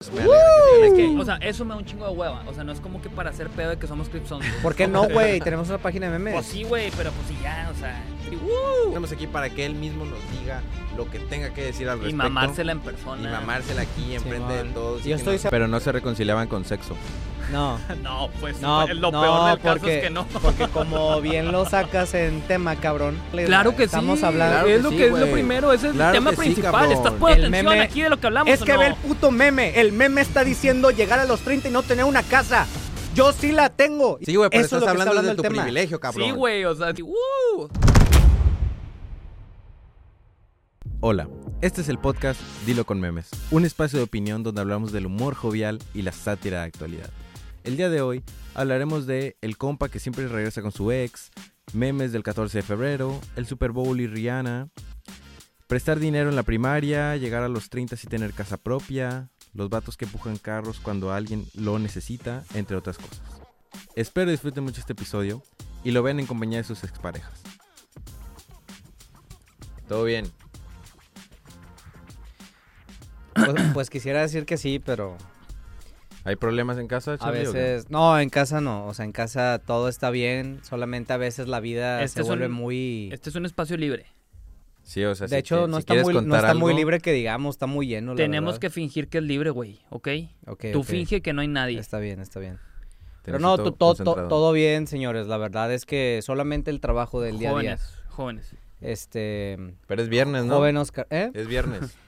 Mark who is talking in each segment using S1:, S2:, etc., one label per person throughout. S1: eso me alegra.
S2: Es que, o sea, eso me da un chingo de hueva. O sea, no es como que para hacer pedo de que somos Cripson.
S3: ¿Por qué no, güey? Tenemos una página de memes.
S2: Pues sí, güey, pero pues sí, uh, ya, o sea.
S1: Estamos aquí para que él mismo nos diga lo que tenga que decir al
S2: Y
S1: respecto.
S2: mamársela en
S1: Y
S2: persona.
S1: mamársela aquí enfrente de
S3: Simón.
S1: todos.
S3: Yo
S1: y que
S3: estoy
S1: no-
S3: se-
S1: Pero no se reconciliaban con sexo.
S3: No.
S2: No, pues
S3: No,
S2: lo
S3: no,
S2: peor del
S3: porque,
S2: caso es que no.
S3: porque como bien lo sacas en tema, cabrón. le-
S2: Claro que
S3: Estamos
S2: sí.
S3: hablando.
S1: Claro
S2: es
S1: que
S2: lo
S1: sí,
S2: que es lo
S1: güey.
S2: primero, ese es
S1: Claro
S2: el tema
S1: que sí,
S2: principal.
S1: cabrón.
S2: ¿Estás poniendo
S3: El
S2: atención
S3: meme-
S2: aquí de lo que hablamos?
S3: Es
S2: o
S3: que
S2: no?
S3: ve el puto meme. El meme está diciendo llegar a los 30 y no tener una casa. Yo sí la tengo.
S1: Sí, güey, pero
S3: Eso
S1: estás
S3: es lo que
S1: hablando,
S3: está hablando
S1: de
S3: el
S1: tu
S3: tema.
S1: privilegio, cabrón.
S2: Sí, güey, o sea, ¡uh!
S1: Hola, este es el podcast Dilo con Memes, un espacio de opinión donde hablamos del humor jovial y la sátira de actualidad. El día de hoy hablaremos de el compa que siempre regresa con su ex, memes del 14 de febrero, el Super Bowl y Rihanna, prestar dinero en la primaria, llegar a los 30 y tener casa propia, los vatos que empujan carros cuando alguien lo necesita, entre otras cosas. Espero disfruten mucho este episodio y lo vean en compañía de sus exparejas. Todo bien.
S3: Pues, pues quisiera decir que sí, pero
S1: ¿Hay problemas en casa,
S3: a
S1: Charlie, o qué?
S3: veces. No, en casa no. O sea, en casa todo está bien. Solamente a veces la vida
S2: Este
S3: se
S2: es
S3: vuelve
S2: un-
S3: muy.
S2: Este es un espacio libre.
S1: Sí, o sea, si
S3: de hecho,
S1: que-
S3: no,
S1: si
S3: está,
S1: quieres
S3: muy, no
S1: contar
S3: está muy
S1: algo-
S3: libre que digamos, está muy lleno. la
S2: Tenemos
S3: verdad.
S2: que fingir que es libre, güey, ¿ok?
S3: Ok,
S2: Tú
S3: ok.
S2: finge que no hay nadie.
S3: Está bien, está bien. Pero
S1: tenés
S3: no,
S1: todo
S3: to- to- to-
S1: concentrado.
S3: todo bien, señores. La verdad es que solamente el trabajo del día a día.
S2: Jóvenes, jóvenes.
S3: Este.
S1: Pero es viernes, ¿no?
S3: Joven Oscar. ¿eh?
S1: Es viernes.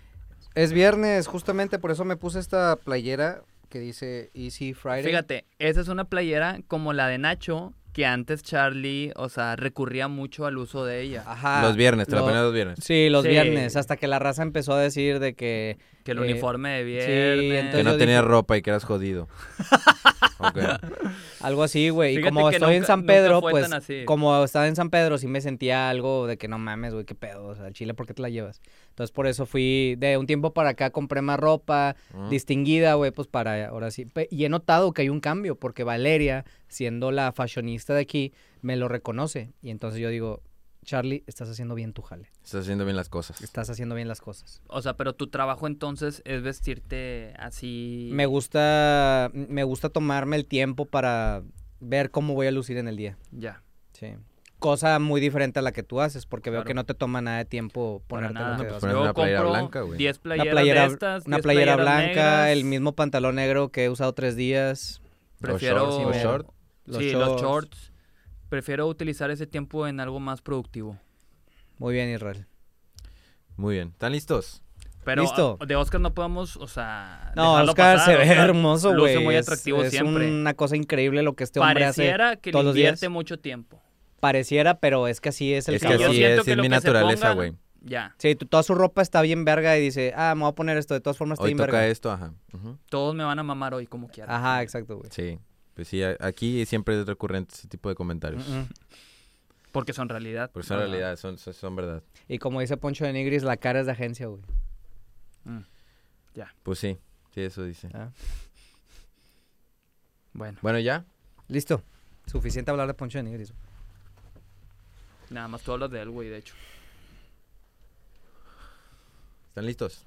S3: Es viernes, justamente por eso me puse esta playera que dice Easy Friday.
S2: Fíjate, esa es una playera como la de Nacho, que antes Charlie, o sea, recurría mucho al uso de ella.
S3: Ajá.
S1: los viernes, te la
S3: lo-
S1: pones los viernes.
S3: Sí, los
S2: Sí.
S3: viernes. Hasta que la raza empezó a decir de que.
S2: Que el
S3: eh,
S2: uniforme de
S3: sí,
S2: viernes.
S1: Que
S3: entonces-
S1: no
S3: yo
S1: tenías
S3: dije-
S1: ropa y que eras jodido. Ok.
S3: Algo así, güey. Y
S2: Fíjate
S3: como
S2: que
S3: estoy en
S2: nunca-
S3: San
S2: nunca
S3: Pedro,
S2: fue
S3: pues.
S2: tan así.
S3: Como estaba en San Pedro, sí me sentía algo de que no mames, güey, qué pedo. O sea, al Chile, ¿por qué te la llevas? Entonces, por eso fui. De un tiempo para acá compré más ropa.
S1: Mm.
S3: distinguida, güey, pues para ahora sí. Pe- Y he notado que hay un cambio, porque Valeria, siendo la fashionista de aquí, me lo reconoce. Y entonces yo digo, Charlie, estás haciendo bien tu jale.
S1: Estás haciendo bien las cosas.
S3: Estás haciendo bien las cosas.
S2: O sea, pero tu trabajo entonces es vestirte así.
S3: Me gusta, me gusta tomarme el tiempo para ver cómo voy a lucir en el día.
S2: Ya.
S3: Sí. Cosa muy diferente a la que tú haces, porque veo
S2: Claro.
S3: que no te toma nada de tiempo
S2: Para
S3: ponerte
S2: nada.
S3: lo que
S1: pues
S3: vas a
S1: pones
S2: Yo
S3: hacer.
S1: una playera
S2: compro
S1: blanca, güey.
S2: 10
S3: Una
S2: playeras
S3: playera,
S2: de estas,
S3: una
S2: 10
S3: playera
S2: playeras
S3: blanca,
S2: negras.
S3: el mismo pantalón negro que he usado tres días.
S2: Prefiero-
S1: O shorts, o short.
S2: sí, los shorts. Prefiero utilizar ese tiempo en algo más productivo.
S3: Muy bien, Israel.
S1: Muy bien. ¿Están listos?
S2: Pero
S3: Listo.
S2: ah, de Oscar no podemos, o sea.
S3: No,
S2: dejarlo
S3: Oscar
S2: pasar.
S3: se ve
S2: Oscar
S3: hermoso, güey.
S2: Luce muy
S3: Es-
S2: atractivo
S3: es
S2: siempre.
S3: una cosa increíble lo que este hombre
S2: Pareciera
S3: hace
S2: que le
S3: todos los días.
S2: invierte mucho tiempo.
S3: Pareciera, pero es que así es el
S1: Es que
S3: cabrón.
S2: yo
S1: así
S2: siento
S1: es,
S2: que
S1: es
S2: lo
S1: mi
S2: que se
S1: naturaleza,
S2: pongan-
S1: güey.
S2: Ya.
S3: Sí, tu- toda su ropa está bien verga y dice, ah, me voy a poner esto, de todas formas está
S1: Hoy
S3: bien
S1: toca
S3: verga.
S1: esto, ajá. Ujú.
S2: Todos me van a mamar hoy como quieran.
S3: Ajá, exacto, güey.
S1: Sí. Pues sí, a- aquí siempre es recurrente ese tipo de comentarios. Pues
S3: Mm, mm.
S2: Porque son realidad.
S1: Porque son
S3: Ajá.
S1: realidad, son, son, son verdad.
S3: Y como dice Poncho de Nigris, la cara es de agencia, güey.
S2: Mm,
S1: Pues sí, sí, eso dice.
S2: Bueno,
S1: Bueno, ¿ya?
S3: Listo. Suficiente hablar de Poncho de Nigris. güey.
S2: nada más tú hablas de él, güey, de hecho.
S1: ¿Están listos?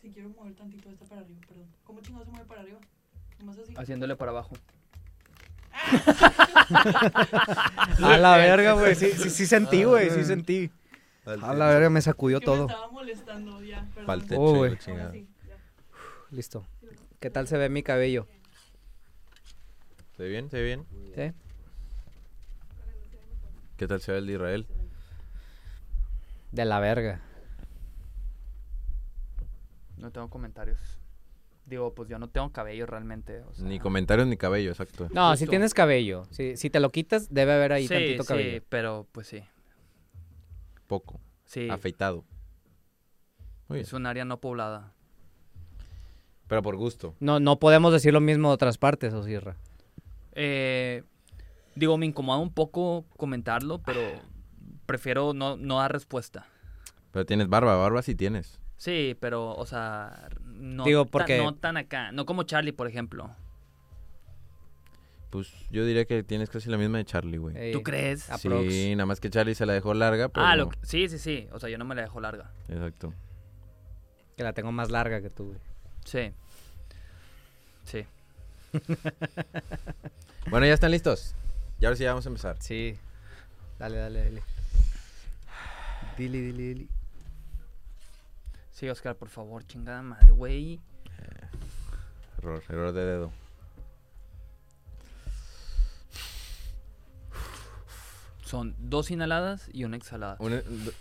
S4: Si quiero mover tantito esta para arriba, perdón. ¿Cómo chingado se mueve para arriba? Nomás así.
S2: Haciéndole para abajo.
S3: A la verga, güey. Sí, sí, sí sentí, güey. Sí sentí. A la verga, me sacudió
S4: Es que me
S3: todo.
S4: estaba molestando ya, perdón.
S1: Pa'l techo,
S3: Oh,
S1: hijo de
S3: güey.
S4: Ahora
S1: chingada.
S4: sí, ya.
S3: Listo. ¿Qué tal se ve mi cabello?
S1: ¿Se ve bien? ¿Se ve bien?
S3: ¿Sí?
S1: ¿Qué tal se ve el de Israel?
S3: De la verga.
S2: No tengo comentarios. Digo, pues yo no tengo cabello realmente. o sea.
S1: Ni comentarios ni cabello, exacto.
S3: No, si
S2: Justo.
S3: tienes cabello. Si, si te lo quitas, debe haber ahí
S2: Sí,
S3: tantito
S2: sí,
S3: cabello.
S2: pero pues sí.
S1: Poco.
S2: Sí.
S1: Afeitado. Muy bien.
S2: Es un área no poblada.
S1: Pero por gusto.
S3: No, no podemos decir lo mismo de otras partes, o Sierra.
S2: Eh, digo, me incomoda un poco comentarlo, pero prefiero no, no dar respuesta.
S1: Pero tienes barba, barba sí tienes.
S2: Sí, pero, o sea, no,
S3: Digo,
S2: tan-
S3: porque-
S2: no tan acá. No como Charlie, por ejemplo.
S1: Pues yo diría que tienes casi la misma de Charlie, güey.
S2: ¿Tú crees?
S3: Ah, aprox.
S1: Sí, nada más que Charlie se la dejó larga, pero...
S2: Eh, Ah, lo que- sí, sí, sí. O sea, yo no me la dejo larga.
S1: Exacto.
S3: Que la tengo más larga que tú, güey.
S2: Sí. Sí.
S1: Bueno, ¿ya están listos? Y ahora sí ya vamos a empezar.
S3: Sí. Dale, dale, dale. Dili, dili, dili.
S2: Sí, Oscar, por favor, chingada madre, güey.
S1: Error, error de dedo.
S2: Son dos inhaladas y una exhalada.
S1: Una- e-, do-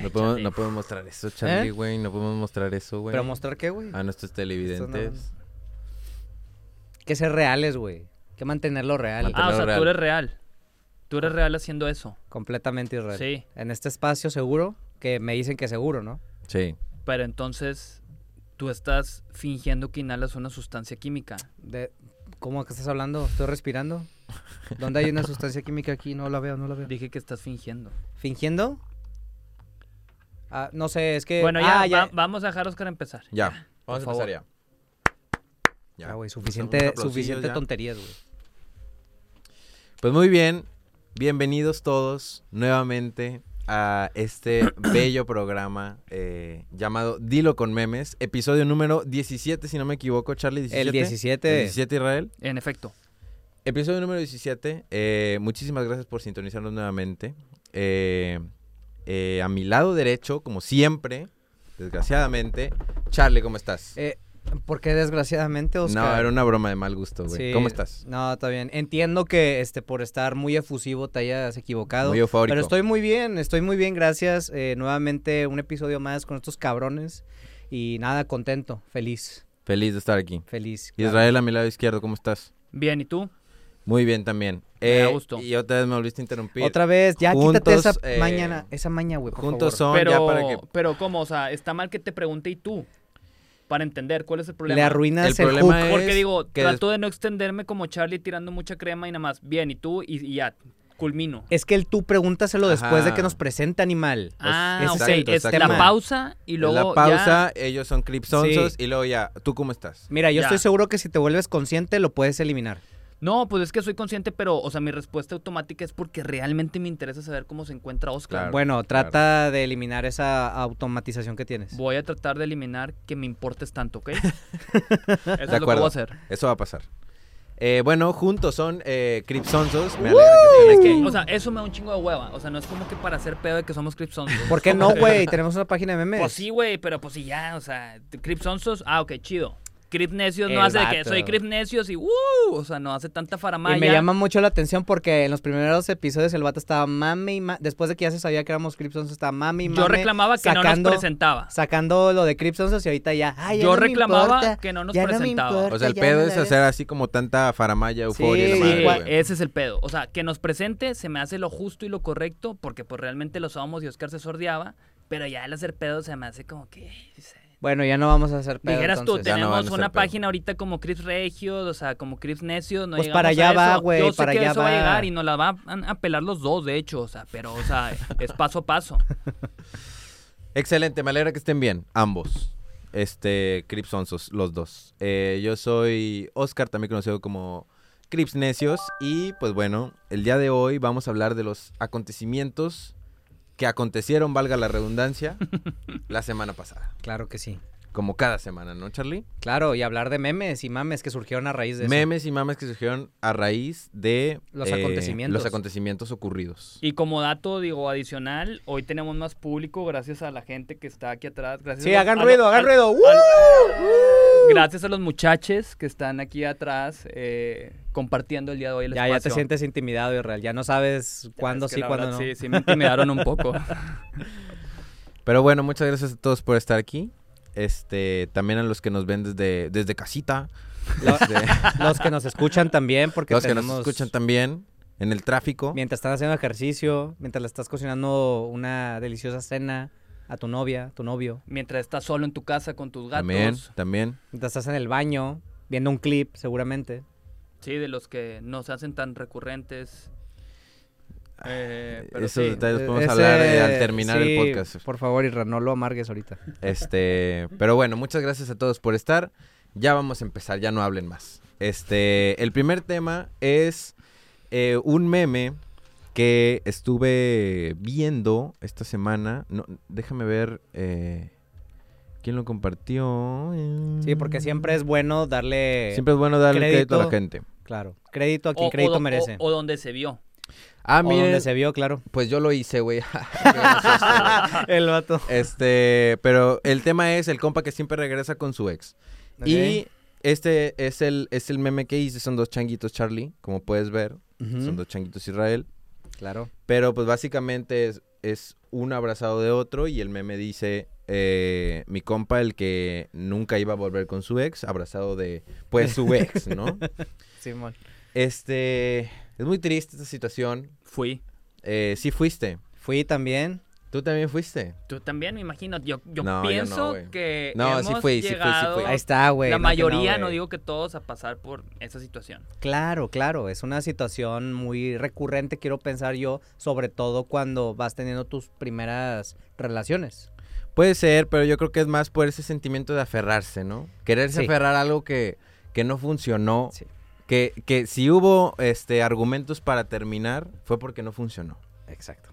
S1: no, podemos, no podemos mostrar eso, Charlie,
S3: ¿Eh?
S1: güey. No podemos mostrar eso, güey.
S3: ¿Pero mostrar qué, güey?
S1: a nuestros televidentes.
S3: Que ser reales, güey. Que mantenerlo real.
S1: Mante-
S2: Ah, o sea,
S1: real.
S2: tú eres real. Tú eres real haciendo eso.
S3: Completamente irreal.
S2: Sí.
S3: En este espacio seguro, que me dicen que seguro, ¿no?
S1: Sí.
S2: Pero entonces tú estás fingiendo que inhalas una sustancia química.
S3: De... ¿Cómo que estás hablando? ¿Estoy respirando? ¿Dónde hay una sustancia química aquí? No la veo, no la veo.
S2: Dije que estás fingiendo.
S3: ¿Fingiendo? Ah, no sé, es que...
S2: bueno, ya,
S3: Ah,
S2: va- vamos a dejar a Oscar empezar.
S1: Ya. Vamos a
S2: favor.
S1: empezar ya. Ya.
S3: Ah, güey,
S1: Unos-
S3: suficiente,
S1: unos aplausillos
S3: suficiente
S1: ya.
S3: tonterías, güey.
S1: Pues muy bien. Bienvenidos todos nuevamente a este bello programa eh, llamado Dilo con Memes. Episodio número 17, si no me equivoco, Charlie. 17.
S3: El 17.
S1: El 17, Israel.
S2: En efecto.
S1: Episodio número 17. eh, muchísimas gracias por sintonizarnos nuevamente. Eh, eh, a mi lado derecho, como siempre, desgraciadamente, Charlie, ¿cómo estás?
S3: Eh, ¿Por qué desgraciadamente, Oscar?
S1: No, era una broma de mal gusto, güey.
S3: Sí,
S1: ¿Cómo estás?
S3: No, está bien. Entiendo que este por estar muy efusivo te hayas equivocado.
S1: Muy eufórico.
S3: Pero estoy muy bien, estoy muy bien, gracias. Eh, nuevamente un episodio más con estos cabrones. Y nada, contento, feliz,
S1: Feliz de estar aquí.
S3: feliz. claro.
S1: Israel, a mi lado izquierdo, ¿cómo estás?
S2: Bien, ¿y tú?
S1: Muy bien también. Eh,
S2: Me da gusto.
S1: Y otra vez me volviste a interrumpir.
S3: Otra vez, ya quítate
S1: Juntos,
S3: esa
S1: eh,
S3: mañana, esa maña, güey, por
S1: Juntos
S3: favor.
S1: son
S2: pero,
S1: ya para que...
S2: pero ¿cómo? O sea, está mal que te pregunte y tú. Para entender cuál es el problema.
S3: Le arruinas
S1: El
S3: el,
S1: problema
S3: hook.
S1: es-
S2: Porque digo,
S1: que
S2: trato de no extenderme como Charlie tirando mucha crema y nada más. Bien, ¿y tú? Y, y ya, culmino.
S3: Es que el tú pregúntaselo después de
S1: Ajá.
S3: que nos presenta animal.
S2: ah,
S3: ese
S2: ok.
S3: es el-
S2: es
S3: exacto.
S2: la pausa y luego
S1: la pausa, ellos son clipsonsos y luego ya, ¿tú cómo estás?
S3: Mira, yo
S2: Ya.
S3: estoy seguro que si te vuelves consciente lo puedes eliminar.
S2: ya- No, pues es que soy consciente, pero, o sea, mi respuesta automática es porque realmente me interesa saber cómo se encuentra Oscar.
S1: Claro,
S3: bueno,
S1: claro.
S3: trata de eliminar esa automatización que tienes.
S2: Voy a tratar de eliminar que me importes tanto, ¿ok? Eso es lo que
S1: acuerdo.
S2: voy a hacer.
S1: Eso va a pasar. Eh, bueno, juntos son eh, clipsonsos. Me alegra que
S2: Es
S1: estén
S2: que,
S1: aquí.
S2: o sea, eso me da un chingo de hueva. O sea, no es como que para hacer pedo de que somos Cripsonsos.
S3: ¿Por qué no, güey? Tenemos una página de memes.
S2: Pues sí, güey, pero pues sí, ya, o sea, Cripsonsos, ah, ok, chido. Cripnecios no
S3: El
S2: hace de que
S3: vato.
S2: soy Cripnecios y uh, o sea, no hace tanta faramaya.
S3: Y me llama mucho la atención porque en los primeros episodios el vato estaba mame y ma- Después de que ya se sabía que éramos Cripsons, estaba mame y mame.
S2: Yo reclamaba que no nos presentaba.
S3: Sacando lo de Cripsons y ahorita ya. Ay, ya
S2: Yo
S3: no me
S2: reclamaba
S3: importa,
S2: que no nos
S3: ya me
S2: presentaba.
S3: importa,
S1: O sea, el
S3: ya
S1: pedo
S3: me
S1: es
S3: la
S1: hacer así como tanta faramaya, euforia. y la
S3: Sí,
S1: madre,
S3: igual-
S1: güey.
S2: ese es el pedo. O sea, que nos presente se me hace lo justo y lo correcto porque pues realmente lo sabíamos y Oscar se sordeaba, pero ya el hacer pedo se me hace como que... dice,
S3: ves. Bueno, ya no vamos a hacer pedo.
S2: Dijeras tú,
S3: entonces.
S1: Ya no van a
S2: tenemos
S1: hacer
S2: una
S1: pedo.
S2: página ahorita como Crips Regios, o sea, como Crips Necios, no
S3: Pues
S2: llegamos
S3: para
S2: a
S3: allá va,
S2: eso.
S3: güey,
S2: Yo sé
S3: para
S2: que
S3: allá
S2: eso va. a
S3: va.
S2: llegar y nos la van a pelar los dos, de hecho, o sea, pero, o sea, es paso a paso.
S1: Excelente, me alegra que estén bien, ambos. Este, Cripsonsos, los dos. Eh, yo soy Oscar, también conocido como Crips Necios. Y pues bueno, el día de hoy vamos a hablar de los acontecimientos que acontecieron, valga la redundancia, la semana pasada.
S3: Claro que sí.
S1: Como cada semana, ¿no, Charlie?
S3: Claro, y hablar de memes y mames que surgieron a raíz de eso.
S1: Memes y mames que surgieron a raíz de eh,
S3: Los acontecimientos.
S1: los acontecimientos ocurridos.
S2: Y como dato, digo, adicional, hoy tenemos más público gracias a la gente que está aquí atrás. Gracias
S3: Sí,
S2: a-
S3: hagan
S2: a-
S3: ruido, hagan
S2: a-
S3: ruido. ¡Uh!
S2: Gracias a los muchachos que están aquí atrás eh, compartiendo el día de hoy el
S3: Ya, ya
S2: espacio.
S3: te sientes intimidado, Israel. Ya no sabes
S2: Ya,
S3: cuándo
S2: es que
S3: sí,
S2: la
S3: cuándo
S2: verdad
S3: no.
S2: Sí, sí, me intimidaron un poco.
S1: Pero bueno, muchas gracias a todos por estar aquí. Este, también a los que nos ven desde, desde casita. Este,
S3: Lo-
S1: Desde-
S3: Los que nos escuchan también, porque
S1: los que
S3: tenemos-
S1: nos escuchan también en el tráfico.
S3: Mientras están haciendo ejercicio, mientras le estás cocinando una deliciosa cena a tu novia, tu novio,
S2: Mientras estás solo en tu casa con tus gatos.
S1: También, también.
S3: mientras estás en el baño, viendo un clip seguramente.
S2: Sí, de los que no se hacen tan recurrentes.
S1: Ah,
S2: Eh, pero
S1: Esos
S2: sí.
S1: detalles
S3: Eh,
S1: podemos
S3: ese-
S1: hablar eh, al terminar
S3: sí,
S1: el podcast.
S3: Por favor, Irra, no lo amargues ahorita.
S1: Este, pero bueno, muchas gracias a todos por estar. Ya vamos a empezar, ya no hablen más. Este, el primer tema es eh, un meme que estuve viendo esta semana. No, déjame ver. eh, ¿Quién lo compartió? Eh,
S3: Sí, porque siempre es bueno darle.
S1: Siempre es bueno darle crédito, a la
S3: crédito.
S1: gente.
S3: Claro. Crédito a
S2: O-
S3: quien
S2: o
S3: crédito
S2: do-
S3: merece. O,
S2: O, o donde se vio.
S1: Ah, miren.
S3: donde se vio, claro.
S1: Pues yo lo hice, güey. Qué gracioso, güey.
S3: El vato.
S1: Este, pero el tema es el compa que siempre regresa con su ex. Y este es el, es el meme que hice, son dos changuitos Charlie, como puedes ver, son dos changuitos Israel.
S3: Claro.
S1: Pero pues básicamente es, es un abrazado de otro y el meme dice, eh, mi compa el que nunca iba a volver con su ex, abrazado de, pues, su ex, ¿no?
S3: Simón.
S1: Este, es muy triste esta situación.
S2: Fui.
S1: Eh, sí fuiste,
S3: Fui también.
S1: tú también fuiste.
S2: Tú también, me imagino. Yo,
S1: No, yo
S2: yo
S1: no,
S2: pienso
S1: güey.
S2: que.
S1: No, sí
S2: hemos
S1: fui, sí fui, sí
S2: llegado
S1: fui.
S3: Ahí está, güey.
S2: la
S3: no que
S2: mayoría, no,
S3: güey.
S2: digo que todos, a pasar por esa situación.
S3: Claro, claro, es una situación muy recurrente, quiero pensar yo, sobre todo cuando vas teniendo tus primeras relaciones.
S1: Puede ser, pero yo creo que es más por ese sentimiento de aferrarse, ¿no? Quererse
S3: Sí.
S1: aferrar a algo que, que no funcionó.
S3: Sí.
S1: Que, que si hubo este argumentos para terminar, fue porque no funcionó.
S3: Exacto.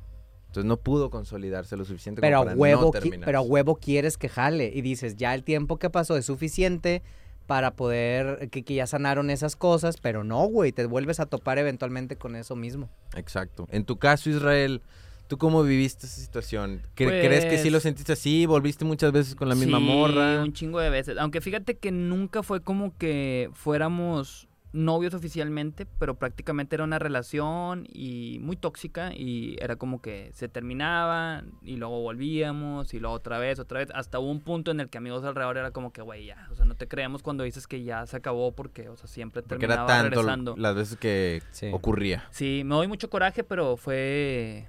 S1: Entonces no pudo consolidarse lo suficiente
S3: Pero a
S1: como para
S3: huevo,
S1: no
S3: qui-
S1: terminar.
S3: pero a huevo quieres que jale y dices, ya el tiempo que pasó es suficiente para poder que, que ya sanaron esas cosas, pero no, güey, te vuelves a topar eventualmente con eso mismo.
S1: Exacto. En tu caso, Israel, ¿tú cómo viviste esa situación? ¿Cre-
S2: Pues-
S1: ¿Crees que sí lo sentiste así? ¿Volviste muchas veces con la misma
S2: Sí,
S1: morra?
S2: Un chingo de veces. Aunque fíjate que nunca fue como que fuéramos novios oficialmente, pero prácticamente era una relación y muy tóxica y era como que se terminaba y luego volvíamos y luego otra vez, otra vez, hasta hubo un punto en el que amigos alrededor era como que, güey, ya, o sea, no te creemos cuando dices que ya se acabó porque, o sea, siempre
S1: Porque
S2: terminaba
S1: era tanto
S2: regresando.
S1: las veces que
S3: Sí.
S1: ocurría.
S2: Sí, me doy mucho coraje, pero fue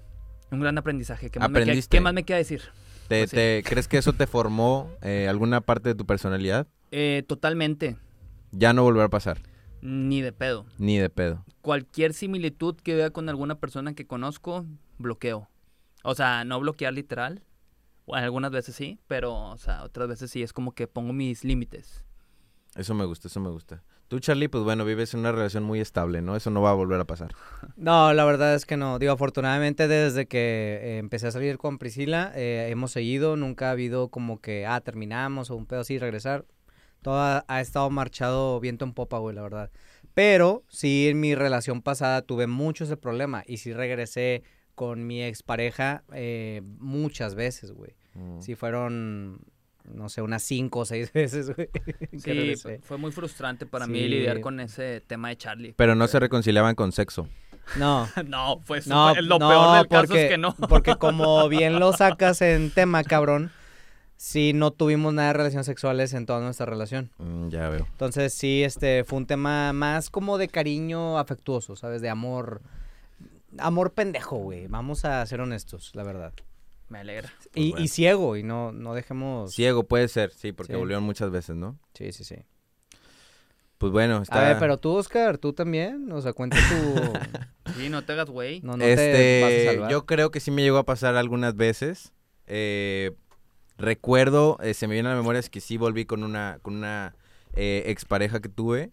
S2: un gran aprendizaje. ¿Qué más, me queda-
S1: Aprendiste.
S2: ¿qué más me queda decir?
S1: ¿Te,
S2: Pues sí.
S1: te- ¿Crees que eso te formó eh, alguna parte de tu personalidad?
S2: Eh, totalmente,
S1: Ya no volverá a pasar.
S2: ni de pedo.
S1: Ni de pedo.
S2: cualquier similitud que vea con alguna persona que conozco, bloqueo. O sea, no bloquear literal. o Algunas veces sí, pero o sea, otras veces sí es como que pongo mis límites.
S1: Eso me gusta, eso me gusta. Tú, Charlie, pues bueno, vives en una relación muy estable, ¿no? Eso no va a volver a pasar.
S3: No, la verdad es que no. Digo, afortunadamente desde que eh, empecé a salir con Priscila, eh, hemos seguido, nunca ha habido como que, ah, terminamos o un pedo así, regresar. Todo ha, ha estado marchado viento en popa, güey, la verdad. Pero sí, en mi relación pasada tuve mucho ese problema y sí regresé con mi expareja eh, muchas veces, güey.
S1: Mm.
S3: Sí fueron, no sé, unas cinco o seis veces, güey. que
S2: Sí,
S3: regresé.
S2: fue muy frustrante para
S3: Sí.
S2: mí lidiar con ese tema de Charlie.
S1: Pero no se reconciliaban con sexo.
S3: No.
S2: no, pues, fue
S3: No,
S2: súper- lo
S3: no,
S2: peor del caso
S3: porque-
S2: es que no.
S3: Porque como bien lo sacas en tema, cabrón, sí no tuvimos nada de relaciones sexuales en toda nuestra relación.
S1: Mm, ya veo.
S3: Entonces sí, este fue un tema más como de cariño afectuoso, ¿sabes? De amor. Amor pendejo, güey. Vamos a ser honestos, la verdad.
S2: Me alegra.
S1: Pues
S3: y,
S1: bueno.
S3: y ciego, y no, no dejemos.
S1: Ciego puede ser, sí, porque
S3: Sí.
S1: volvieron muchas veces, ¿no?
S3: Sí, sí, sí.
S1: Pues bueno, está...
S3: A ver, pero tú, Oscar, tú también. O sea, cuenta tu.
S2: Sí, no te hagas güey.
S3: No, no te vas a
S1: este,
S3: salvar.
S1: yo creo que sí me llegó a pasar algunas veces. Eh, recuerdo, eh, se me viene a la memoria es que sí volví con una, con una eh, expareja que tuve.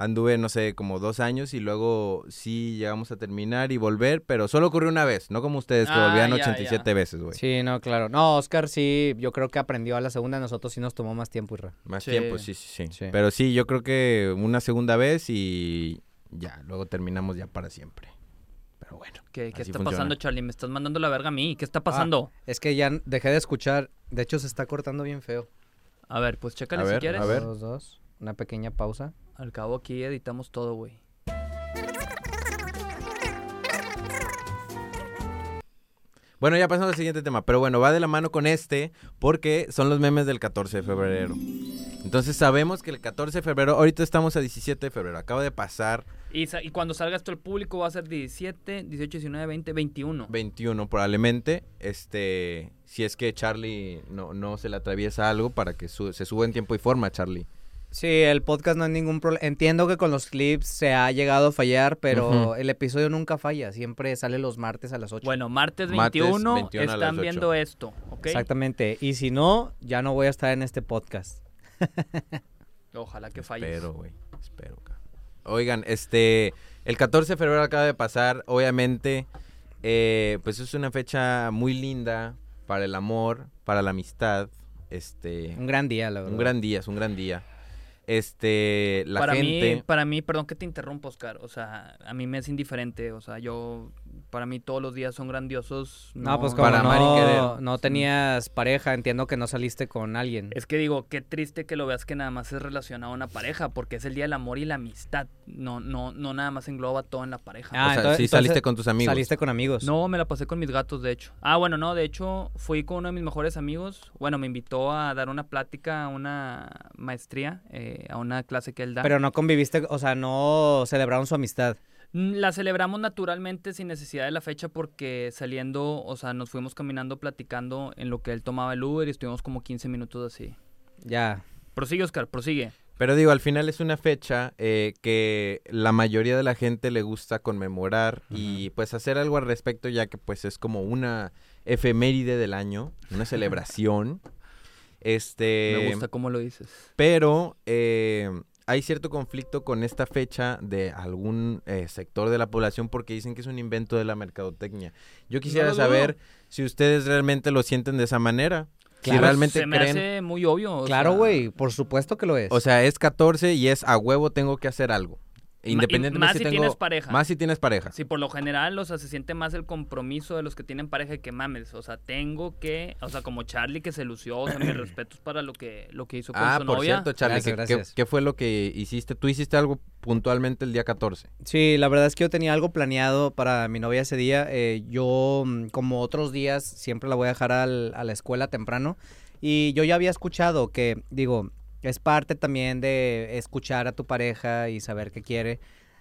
S1: Anduve, no sé, como dos años y luego sí llegamos a terminar y volver, pero solo ocurrió una vez, no como ustedes que
S2: Ah,
S1: volvían
S2: ya,
S1: 87
S2: ya.
S1: veces, güey.
S3: Sí, no, claro. No, Oscar sí, yo creo que aprendió a la segunda. Nosotros sí nos tomó más tiempo, Irra.
S1: Más
S2: Sí.
S1: tiempo, sí, sí, sí,
S3: Sí.
S1: Pero sí, yo creo que una segunda vez y ya, luego terminamos ya para siempre. Pero bueno.
S2: ¿Qué, qué
S1: así
S2: está
S1: funciona. Ah.
S2: pasando, Charlie? Me estás mandando la verga a mí. ¿Qué está pasando?
S3: Es que ya n- dejé de escuchar. De hecho, se está cortando bien feo.
S2: A ver, pues chécale
S1: A
S2: si
S1: ver, a
S2: quieres.
S1: ver.
S3: Dos, dos. Una pequeña pausa.
S2: Al cabo aquí editamos todo, güey.
S1: Bueno, ya pasamos al siguiente tema, pero bueno, va de la mano con este porque son los memes del 14 de febrero. Entonces sabemos que el 14 de febrero, ahorita estamos a 17 de febrero, acaba de pasar
S2: Y, sa- y cuando salga esto al público va a ser 17, 18, 19, 20, 21.
S1: 21 probablemente, este, si es que Charlie no, no se le atraviesa algo para que su- se suba en tiempo y forma, Charlie.
S3: Sí, el podcast no hay ningún problema. Entiendo que con los clips se ha llegado a fallar, pero
S1: Ujú.
S3: el episodio nunca falla. Siempre sale los martes a las 8.
S2: Bueno, martes
S1: Martes
S2: 21,
S1: 21 a las
S2: están
S1: ocho.
S2: viendo esto, ¿ok?
S3: Exactamente. Y si no, ya no voy a estar en este podcast.
S2: Ojalá que falles.
S1: Espero, güey. Espero, cabrón. Oigan, este. El 14 de febrero acaba de pasar. Obviamente, eh, pues es una fecha muy linda para el amor, para la amistad, Este,
S3: Un gran día, la verdad.
S1: un gran día, es un gran día. Este, la
S2: para
S1: gente.
S2: mí, para mí, perdón que te interrumpa, Oscar. O sea, a mí me es indiferente. O sea, yo, para mí todos los días son grandiosos.
S3: No, pues como
S1: Para amar y
S3: no,
S1: querer.
S3: no tenías pareja, entiendo que no saliste con alguien.
S2: Es que digo, qué triste que lo veas que nada más es relacionado a una pareja, porque es el día del amor y la amistad. No, no, no nada más engloba todo en la pareja.
S1: o
S3: Ah,
S1: sea,
S3: entonces-
S1: sí saliste
S3: entonces
S1: con tus amigos.
S3: Saliste con amigos.
S2: No, me la pasé con mis gatos, de hecho. Ah, bueno, no, de hecho, fui con uno de mis mejores amigos. Bueno, me invitó a dar una plática, a una maestría, eh, a una clase que él da.
S3: Pero no conviviste, o sea, no celebraron su amistad.
S2: Mm, La celebramos naturalmente sin necesidad de la fecha porque saliendo, o sea, nos fuimos caminando platicando en lo que él tomaba el Uber y estuvimos como 15 minutos así.
S3: Ya.
S2: Prosigue, Oscar, prosigue.
S1: Pero digo, al final es una fecha eh, que la mayoría de la gente le gusta conmemorar y pues hacer algo al respecto ya que pues es como una efeméride del año, una celebración. Este,
S2: Me gusta cómo lo dices.
S1: pero eh, hay cierto conflicto con esta fecha de algún eh, sector de la población porque dicen que es un invento de la mercadotecnia. Yo quisiera
S2: lo dudo.
S1: saber si ustedes realmente lo sienten de esa manera, si
S3: Claro,
S1: realmente
S2: Se me
S1: creen...
S2: hace muy obvio. o
S3: claro,
S2: sea,
S3: güey, por supuesto que lo es.
S1: O sea, es 14 y es a huevo tengo que hacer algo.
S2: y
S1: Independientemente
S2: más
S1: si
S2: si
S1: tengo-
S2: tienes pareja.
S1: Más si tienes pareja.
S2: Sí, por lo general, o sea, se siente más el compromiso de los que tienen pareja que mames. O sea, tengo que, o sea, como Charlie que se lució, o sea, mis respetos para lo que, lo que hizo con
S1: ah,
S2: su
S1: por
S2: novia.
S1: cierto, Charlie,
S3: Gracias,
S1: ¿qué-
S3: gracias.
S1: ¿qué, qué fue lo que hiciste? Tú hiciste algo puntualmente el día 14.
S3: Sí, la verdad es que yo tenía algo planeado para mi novia ese día. Eh, yo, mm, como otros días, siempre la voy a dejar al- a la escuela temprano. Y yo ya había escuchado que, digo, es parte también de escuchar a tu pareja y saber qué quiere.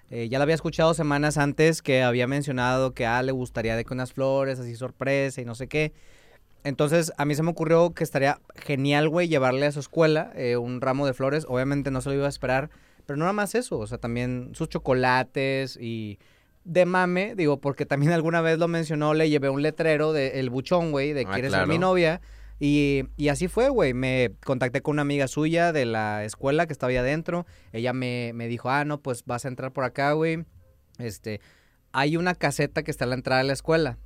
S3: Eh, ya la había escuchado semanas antes que había mencionado que ah, le gustaría de que unas flores, así sorpresa y no sé qué. Entonces, a mí se me ocurrió que estaría genial, güey, llevarle a su escuela eh, un ramo de flores. Obviamente no se lo iba a esperar, pero no nada más eso, o sea, también sus chocolates y de mame, digo, porque también alguna vez lo mencionó, le llevé un letrero de El Buchón, güey, de
S1: Ah,
S3: quieres ser
S1: claro.
S3: mi novia. Y, y así fue, güey. Me contacté con una amiga suya de la escuela que estaba ahí adentro. Ella me, me dijo, ah, no, pues vas a entrar por acá, güey. Este, hay una caseta que está a la entrada de la escuela.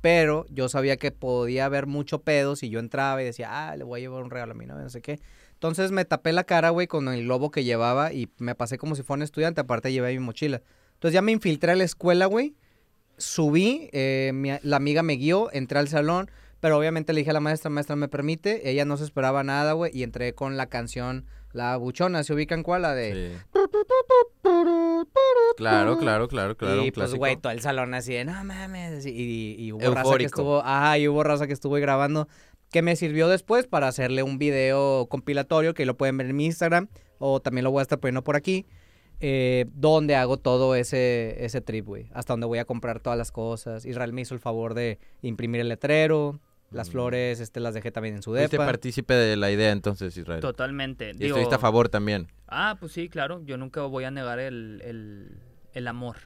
S3: Pero yo sabía que podía haber mucho pedo si yo entraba y decía, ah, le voy a llevar un regalo a mi novia, no sé qué. Entonces me tapé la cara, güey, con el globo que llevaba y me pasé como si fuera un estudiante. Aparte llevé mi mochila. Entonces ya me infiltré a la escuela, güey. Subí, eh, mi- la amiga me guió, entré al salón. Pero obviamente le dije a la maestra, maestra, ¿me permite? Ella no se esperaba nada, güey. Y entré con la canción La Buchona. ¿Se ubican cuál? La de...
S1: Claro, claro, claro, claro.
S3: y
S1: un
S3: pues,
S1: clásico.
S3: güey, todo el salón así de, no mames. Y, y- y hubo raza que
S1: Eufórico.
S3: estuvo, ajá, y hubo raza que estuvo ahí grabando. Que me sirvió después para hacerle un video compilatorio que lo pueden ver en mi Instagram. O también lo voy a estar poniendo por aquí. eh, donde hago todo ese, ese trip, güey. Hasta donde voy a comprar todas las cosas. Israel me hizo el favor de imprimir el letrero. Las
S1: Mm.
S3: flores, este, las dejé también en su
S1: Fuiste
S3: depa.
S1: partícipe de la idea entonces, Israel.
S2: Totalmente.
S1: Y
S2: Digo,
S1: estuviste a favor también.
S2: Ah, pues sí, claro. Yo nunca voy a negar el, el, el amor.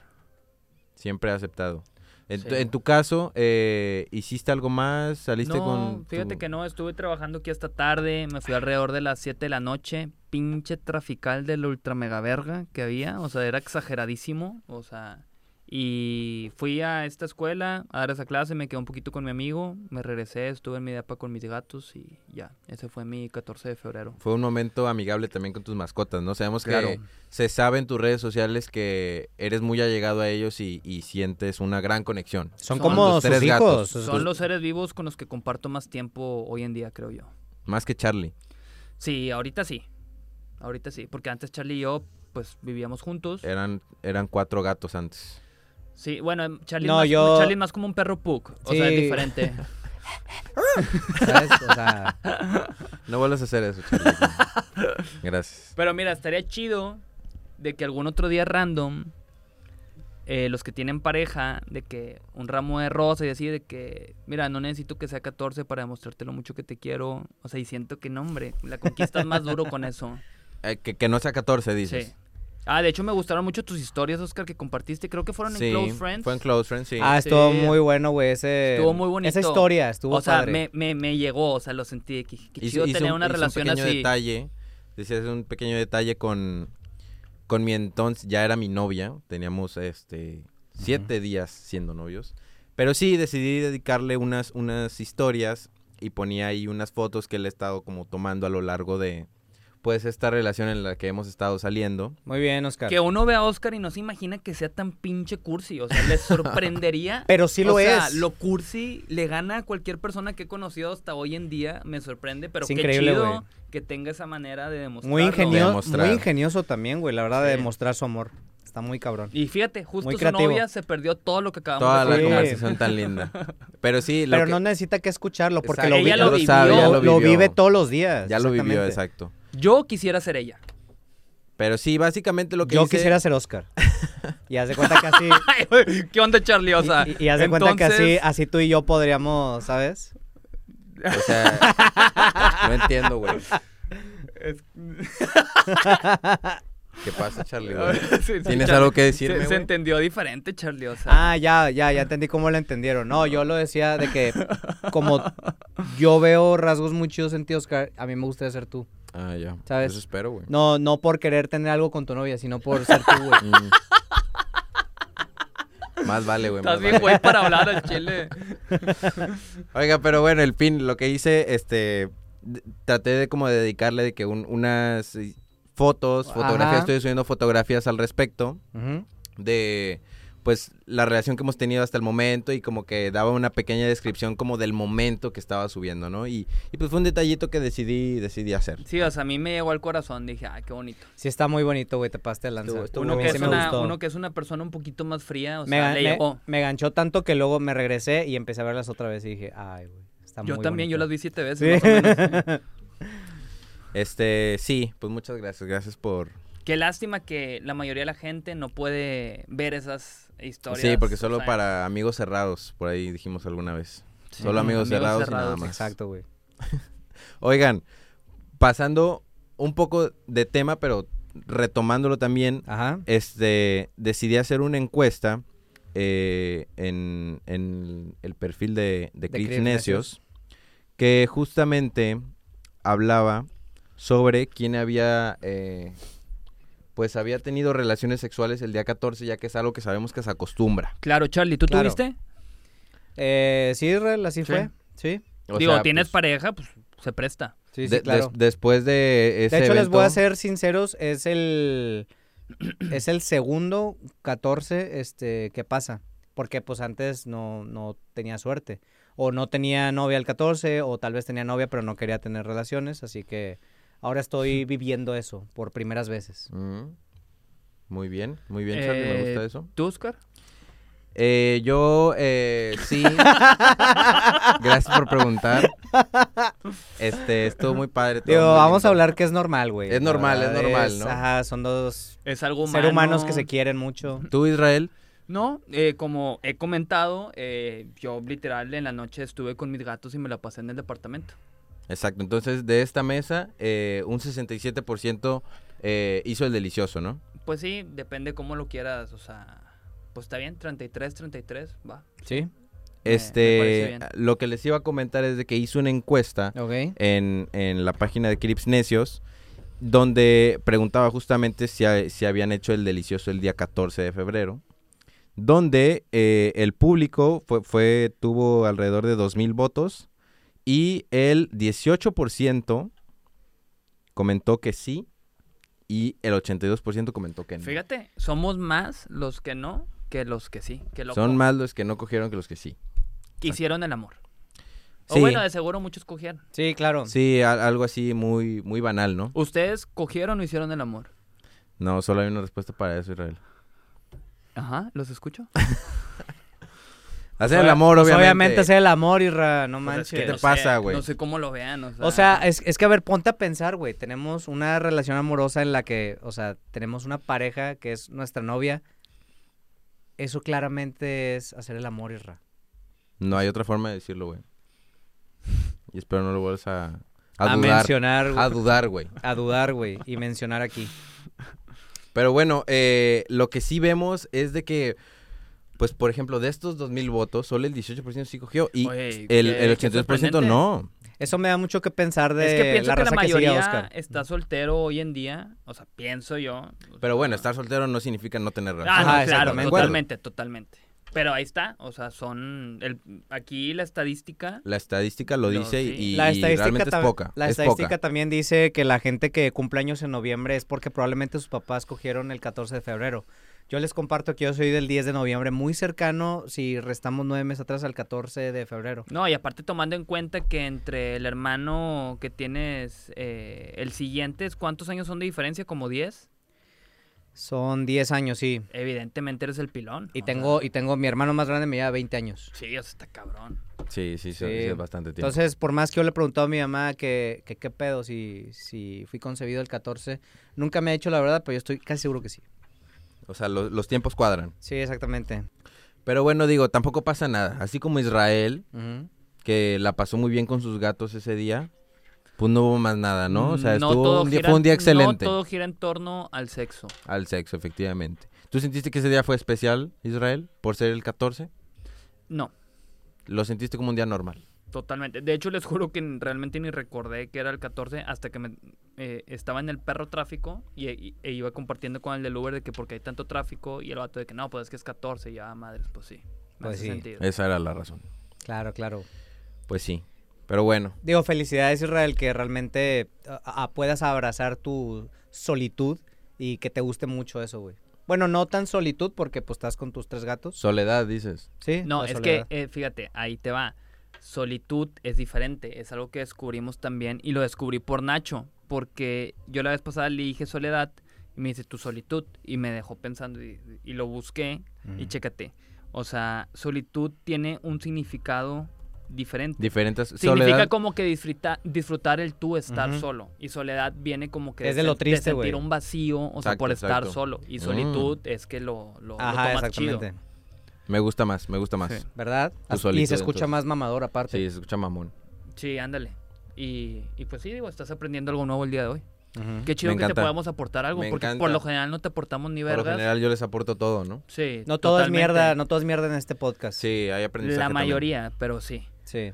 S1: Siempre aceptado. En,
S2: Sí.
S1: tu- en tu caso, eh, ¿hiciste algo más? ¿Saliste
S2: no,
S1: con...?
S2: fíjate que no, estuve trabajando aquí hasta tarde, me fui alrededor de las 7 de la noche, pinche trafical del ultra mega verga que había, o sea, era exageradísimo, o sea, y fui a esta escuela a dar esa clase, me quedé un poquito con mi amigo, me regresé, estuve en mi depa con mis gatos y ya, ese fue mi 14 de febrero.
S1: Fue un momento amigable también con tus mascotas, ¿no? Sabemos
S2: Claro.
S1: que se sabe en tus redes sociales que eres muy allegado a ellos y, y sientes una gran conexión.
S3: Son,
S2: Son
S3: como
S1: los
S3: sus
S1: tres
S3: hijos.
S1: gatos.
S3: sus-
S2: Son los seres vivos con los que comparto más tiempo hoy en día, creo yo.
S1: Más que Charlie.
S2: Sí, ahorita sí, ahorita sí, porque antes Charlie y yo pues vivíamos juntos.
S1: Eran, eran cuatro gatos antes.
S2: Sí, bueno, em, Charlie,
S3: No,
S2: es más,
S3: yo-
S2: Charlie es más como un perro pug. O sea,
S3: Sí.
S2: es diferente.
S3: ¿sabes? O sea,
S1: No vuelvas a hacer eso, Charlie. Gracias.
S2: Pero mira, estaría chido de que algún otro día random, eh, los que tienen pareja, de que un ramo de rosa y así, de que, mira, no necesito que sea 14 para demostrarte lo mucho que te quiero. O sea, y siento que no, hombre, la conquistas más duro con eso.
S1: Eh, que, que no sea 14, dices.
S2: Sí. Ah, de hecho me gustaron mucho tus historias, Oscar, que compartiste. Creo que fueron en Close Friends.
S1: Fue en Close Friends, sí.
S3: ah, estuvo
S2: Sí.
S3: muy bueno, güey. ese-
S2: Estuvo muy bonito.
S3: Esa historia estuvo
S2: o sea,
S3: padre.
S2: me, me, me llegó, o sea, lo sentí. Que, que
S1: Hizo-
S2: chido
S1: hizo
S2: tener
S1: un-
S2: una
S1: hizo
S2: relación
S1: un pequeño
S2: así.
S1: detalle. Decías un pequeño detalle con, con mi entonces, ya era mi novia. Teníamos este siete días siendo novios. Pero sí, decidí dedicarle unas, unas historias y ponía ahí unas fotos que él ha estado como tomando a lo largo de pues esta relación en la que hemos estado saliendo.
S3: Muy bien, Oscar.
S2: Que uno ve a Oscar y no se imagina que sea tan pinche cursi. O sea, les sorprendería.
S3: Pero sí lo
S2: o sea,
S3: es.
S2: lo cursi le gana a cualquier persona que he conocido hasta hoy en día. Me sorprende, pero
S3: Es
S2: qué
S3: increíble,
S2: chido
S3: güey.
S2: que tenga esa manera de demostrarlo.
S3: Muy ingenioso,
S1: Demostrar.
S3: muy ingenioso también, güey, la verdad de
S2: Sí.
S3: demostrar su amor. Está muy cabrón.
S2: Y fíjate, justo
S3: Muy
S2: su
S3: creativo.
S2: novia se perdió todo lo que acabamos
S1: Toda
S2: de
S1: la
S3: Sí.
S1: conversación tan linda. Pero sí, lo
S3: Pero
S1: que-
S3: no necesita que escucharlo porque
S1: Exacto,
S3: lo, vi-
S2: Ella lo
S1: ya sabe,
S2: vivió.
S1: ya
S3: lo-
S1: lo
S3: lo
S1: vivió.
S3: vive todos los días.
S1: Ya lo vivió,
S3: exactamente.
S1: exacto.
S2: Yo quisiera ser ella.
S1: Pero sí, básicamente lo que
S3: Yo
S1: dice-
S3: quisiera ser Oscar. Y haz de cuenta que así.
S2: ¿Qué onda, Charlie? O sea,
S3: y, y- y haz de cuenta que así, ah,
S2: entonces,
S3: así tú y yo podríamos, ¿sabes?
S1: O sea, no entiendo, güey. ¿Qué pasa, Charlie? güey?
S2: Sí, sí,
S1: ¿Tienes
S2: Charlie.
S1: algo que
S2: Se-
S1: decirme,
S2: se,
S1: güey?
S2: entendió diferente, Charlie. O sea,
S3: Ah, ya, ya, ya entendí cómo lo entendieron. No, yo lo decía de que como yo veo rasgos muy chidos en ti, Oscar, a mí me gustaría ser tú.
S1: Ah, ya.
S3: ¿Sabes?
S1: Eso espero, güey.
S3: No, no por querer tener algo con tu novia, sino por ser tú, güey.
S1: Mm. Más vale, güey.
S2: estás
S1: Más
S2: bien
S1: vale.
S2: güey para hablar al chile.
S1: Oiga, pero bueno, el fin, lo que hice, este, d- traté de como de dedicarle de que un- unas eh, fotos, fotografías,
S3: Ajá.
S1: estoy subiendo fotografías al respecto
S3: Ujú.
S1: de, pues, la relación que hemos tenido hasta el momento y como que daba una pequeña descripción como del momento que estaba subiendo, ¿no? Y, y pues fue un detallito que decidí, decidí hacer.
S2: Sí, o sea, a mí me llegó al corazón. Dije, ah, qué bonito.
S3: Sí está muy bonito, güey, te pasaste de lanza.
S1: Estuvo- estuvo
S2: Uno
S1: muy
S2: que,
S1: bien.
S3: Sí
S2: es
S3: me
S2: una,
S3: gustó. ¿eh?
S2: uno que es una persona un poquito más fría, o
S3: me,
S2: sea,
S3: gan-
S2: le
S3: me-
S2: llegó.
S3: me ganchó tanto que luego me regresé y empecé a verlas otra vez y dije, ay, güey, está
S2: Yo
S3: muy
S2: también, yo las vi
S3: bonito".
S2: siete veces.
S3: Sí.
S2: más o menos, ¿eh?
S1: Este, sí, pues muchas gracias, gracias por...
S2: Qué lástima que la mayoría de la gente no puede ver esas historias.
S1: sí, porque
S2: o
S1: solo
S2: sea,
S1: para amigos cerrados, por ahí dijimos alguna vez.
S2: sí,
S1: solo amigos cerrados y nada más.
S3: Exacto, güey.
S1: Oigan, pasando un poco de tema, pero retomándolo también,
S3: Ajá.
S1: este, decidí hacer una encuesta eh, en, en el perfil de, de, Crips
S3: Crips
S1: Necios, que justamente hablaba sobre quién había, eh, pues había tenido relaciones sexuales el día 14, ya que es algo que sabemos que se acostumbra.
S2: Claro, Charlie, ¿tú
S3: Claro.
S2: tuviste?
S3: Eh, sí, Rel, así
S2: Sí.
S3: fue. Sí,
S1: O
S2: Digo,
S1: sea,
S2: tienes
S1: pues,
S2: pareja, pues se presta.
S3: sí, sí,
S1: de-
S3: claro.
S1: des- después de ese
S3: De hecho, les voy a
S1: evento-
S3: ser sinceros, es el es el segundo 14 este que pasa, porque pues antes no no tenía suerte o no tenía novia el 14 o tal vez tenía novia pero no quería tener relaciones, así que ahora estoy viviendo eso por primeras veces.
S1: Mm. Muy bien, muy bien, Charlie, me gusta
S2: Eh,
S1: eso.
S2: ¿Tú, Oscar?
S1: Eh, yo, eh, sí. Gracias por preguntar. Este, estuvo muy padre. todo
S3: Digo,
S1: muy
S3: vamos
S1: lindo.
S3: a hablar que es normal, güey.
S1: Es
S3: La
S1: normal, es
S3: verdad
S1: normal, ¿no?
S3: Ajá, son dos
S2: Es algo humano.
S3: seres humanos que se quieren mucho.
S1: Tú, Israel,
S2: No, eh, como he comentado, eh, yo literal en la noche estuve con mis gatos y me la pasé en el departamento.
S1: exacto. Entonces, de esta mesa, eh, un 67% eh, hizo el delicioso, ¿no?
S2: Pues sí, depende cómo lo quieras, o sea, pues está bien, 33, 33, va. Me-
S3: Sí.
S2: me parece
S1: Este,
S2: bien.
S1: lo que les iba a comentar es de que hizo una encuesta
S3: Ok.
S1: en, en la página de Crips Necios, donde preguntaba justamente si, ha- si habían hecho el delicioso el día 14 de febrero, donde eh, el público fue, fue- tuvo alrededor de 2.000 votos y el 18% comentó que sí y el 82% comentó que no.
S2: Fíjate, somos más los que no que los que sí, que loco.
S1: Son más los que no cogieron que los que sí.
S2: Hicieron el amor. O
S1: Sí.
S2: bueno, de seguro muchos cogieron.
S3: Sí, claro.
S1: Sí, a- algo así muy, muy banal, ¿no?
S2: ¿Ustedes cogieron o hicieron el amor?
S1: No, solo hay una respuesta para eso, Israel.
S2: Ajá, ¿los escucho?
S1: Hacer el amor,
S3: Pues
S1: obviamente.
S3: Obviamente hacer el amor, Irra, no
S2: Pues es
S3: manches.
S2: que
S1: ¿Qué te
S2: no sé,
S1: pasa, güey?
S2: No sé cómo lo vean, o sea.
S3: O sea, es, es que a ver, ponte a pensar, güey. Tenemos una relación amorosa en la que, o sea, tenemos una pareja que es nuestra novia. Eso claramente es hacer el amor, Irra.
S1: No hay otra forma de decirlo, güey. Y espero no lo vuelvas a, a
S3: A,
S1: dudar.
S3: mencionar,
S1: A
S3: güey.
S1: dudar, güey.
S3: A dudar, güey. Y mencionar aquí.
S1: Pero bueno, eh, lo que sí vemos es de que, pues, por ejemplo, de estos 2.000 votos, solo el 18% sí cogió y
S2: Oye,
S1: el,
S2: qué-
S1: el
S2: qué
S1: 82%
S2: sorprendente.
S1: no.
S3: Eso me da mucho que pensar de
S2: es que pienso
S3: la
S2: que
S3: raza
S2: la
S3: que, sigue a
S2: mayoría
S3: Oscar.
S2: está soltero hoy en día. O sea, pienso yo. o
S1: Pero bueno,
S2: sea-
S1: estar soltero no significa no tener
S2: Ah,
S1: relaciones.
S2: no,
S3: Ajá,
S2: claro,
S3: exactamente.
S2: totalmente, totalmente.
S1: Pero
S2: Pero ahí está, o sea, son el, aquí la estadística.
S1: La estadística lo
S2: No,
S1: dice
S2: sí.
S1: y,
S3: la
S1: y
S3: estadística,
S1: realmente es
S3: tam-
S1: poca.
S3: la
S1: es
S3: estadística
S1: poca.
S3: también dice que la gente que cumple años en noviembre es porque probablemente sus papás cogieron el 14 de febrero. Yo les comparto que yo soy del 10 de noviembre, muy cercano si restamos nueve meses atrás al 14 de febrero.
S2: No, y aparte tomando en cuenta que entre el hermano que tienes, eh, el siguiente, es ¿cuántos años son de diferencia? ¿Como 10?
S3: Son 10 años, sí.
S2: Evidentemente eres el pilón.
S1: Ah,
S3: Y
S2: o
S3: tengo,
S2: sea,
S3: y tengo, mi hermano más grande me lleva 20 años.
S2: sí, o sea, está cabrón.
S1: Sí, sí, sí, sí,
S3: Sí.
S1: es bastante tiempo.
S3: Entonces, por más que yo le he preguntado a mi mamá que, que qué pedo si, si fui concebido el 14, nunca me ha hecho la verdad, pero yo estoy casi seguro que sí.
S1: o sea, lo- los tiempos cuadran.
S3: Sí, exactamente.
S1: Pero bueno, digo, tampoco pasa nada. Así como Israel,
S3: Ujú.
S1: que la pasó muy bien con sus gatos ese día, pues no hubo más nada, ¿no? O sea, estuvo
S2: Mm, todo
S1: un día-
S2: gira-
S1: fue un día excelente
S2: No todo gira en torno al sexo.
S1: al sexo, efectivamente. ¿Tú sentiste que ese día fue especial, Israel, por ser el 14?
S2: No,
S1: ¿Lo sentiste como un día normal?
S2: totalmente. De hecho, les juro que n- realmente ni recordé que era el 14 hasta que me, eh, estaba en el perro tráfico y, y- e iba compartiendo con el del Uber de que porque hay tanto tráfico y el vato de que no, pues es que es 14 y ya, madres, pues sí. Me
S3: Pues
S2: hace
S3: sí.
S2: sentido.
S1: Esa era la razón.
S3: Claro, claro.
S1: Pues sí. Pero bueno,
S3: Digo, felicidades Israel, que realmente a- a- puedas abrazar tu solitud y que te guste mucho eso, güey. Bueno, no tan solitud porque pues estás con tus tres gatos.
S1: soledad, dices.
S3: Sí.
S2: No,
S3: la
S2: es que,
S3: soledad.
S2: eh, fíjate, ahí te va. Solitud es diferente, es algo que descubrimos también y lo descubrí por Nacho, porque yo la vez pasada le dije soledad y me dice tu solitud y me dejó pensando y, y lo busqué
S1: Mm.
S2: y
S3: Ujú.
S2: chécate. O sea, solitud tiene un significado diferente.
S1: Diferentes.
S2: Significa
S1: soledad,
S2: como que disfruta- disfrutar el tú estar
S3: Ujú.
S2: solo. Y soledad viene como que
S3: Es de lo
S2: sen-
S3: triste,
S2: sentir
S3: güey.
S2: un vacío, o sea,
S1: Exacto,
S2: por estar
S1: exacto.
S2: solo. Y
S1: Mm.
S2: solitud es que lo, lo, lo
S3: Ajá,
S2: tomas chido.
S3: exactamente.
S1: me gusta más, me gusta más.
S2: Sí.
S3: ¿Verdad?
S1: Tu
S3: As- y
S1: solitud,
S3: se escucha
S1: entonces.
S3: más mamador aparte.
S1: Sí, se escucha mamón.
S2: Sí, ándale. Y, y pues sí, digo, estás aprendiendo algo nuevo el día de hoy.
S3: Ujú.
S2: Qué chido
S1: Me
S2: que te
S1: encanta.
S2: podamos aportar algo,
S1: Me
S2: porque por
S1: encanta.
S2: lo general no te aportamos ni
S1: Por lo
S2: vergas.
S1: general yo les aporto todo, ¿no?
S2: Sí,
S3: No todo
S2: totalmente.
S3: es mierda, no todo es mierda en este podcast.
S1: Sí, hay aprendizaje
S2: La
S1: también.
S2: mayoría, pero sí.
S3: Sí.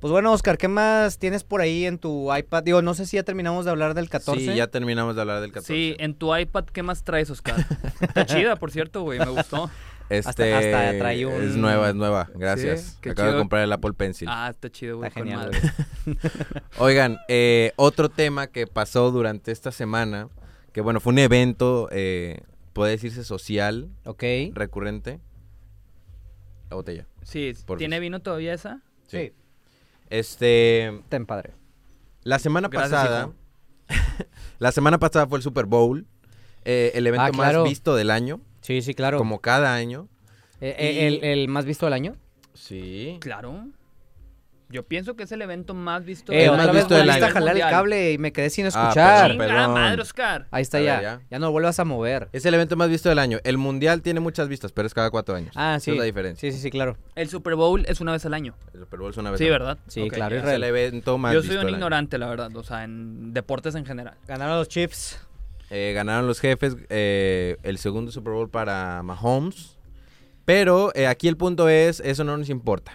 S3: Pues bueno, Oscar, ¿qué más tienes por ahí en tu iPad? Digo, no sé si ya terminamos de hablar del 14.
S1: Sí, ya terminamos de hablar del 14.
S2: Sí, en tu iPad, ¿qué más traes, Oscar? Está chida, por cierto, güey, me gustó.
S1: Este,
S3: Hasta- hasta trae un-
S1: Es nueva, es nueva. Gracias.
S2: qué
S1: Acabo de
S2: chido.
S1: comprar el Apple Pencil.
S2: Ah, está chido, güey.
S3: Está
S2: con
S3: genial,
S2: madre.
S1: Oigan, eh, otro tema que pasó durante esta semana, que bueno, fue un evento, eh, puede decirse social,
S3: Ok.
S1: recurrente. La botella.
S2: Sí,
S1: Por
S2: ¿tiene
S1: fin.
S2: vino todavía esa?
S3: Sí.
S1: Este,
S3: Ten padre.
S1: la semana
S2: Gracias,
S1: pasada,
S2: hijo.
S1: la semana pasada fue el Super Bowl, eh, el evento
S3: Ah, claro.
S1: más visto del año,
S3: Sí, sí, claro.
S1: como cada año.
S3: Eh, eh, el, el más visto del año?
S1: Sí.
S2: Claro. Yo pienso que es el evento más visto
S1: Eh,
S2: del
S1: otra
S2: mundo
S1: vez
S3: volviste
S1: del
S2: mundial.
S1: año.
S3: a jalar el cable y me quedé sin
S1: Ah,
S3: escuchar.
S1: perdón.
S2: Chinga madre, Oscar.
S3: Ahí está
S1: A ver,
S3: ya.
S1: ya.
S3: ya. no lo vuelvas a mover.
S1: Es el evento más visto del año. El mundial tiene muchas vistas, pero es cada cuatro años.
S3: Ah,
S1: Esa
S3: sí.
S1: es la diferencia.
S3: Sí, sí, sí, claro.
S2: El Super Bowl es una vez al año.
S1: El Super Bowl es una vez.
S2: Sí,
S1: al-
S2: ¿verdad?
S3: Sí,
S2: Ok.
S3: claro.
S1: Es el evento más
S2: Yo
S1: visto
S2: soy un
S1: del año.
S2: ignorante, la verdad, o sea, en deportes en general.
S3: Ganaron los chips.
S1: Eh, ganaron los jefes eh, el segundo Super Bowl para Mahomes. Pero eh, aquí el punto es, eso no nos importa.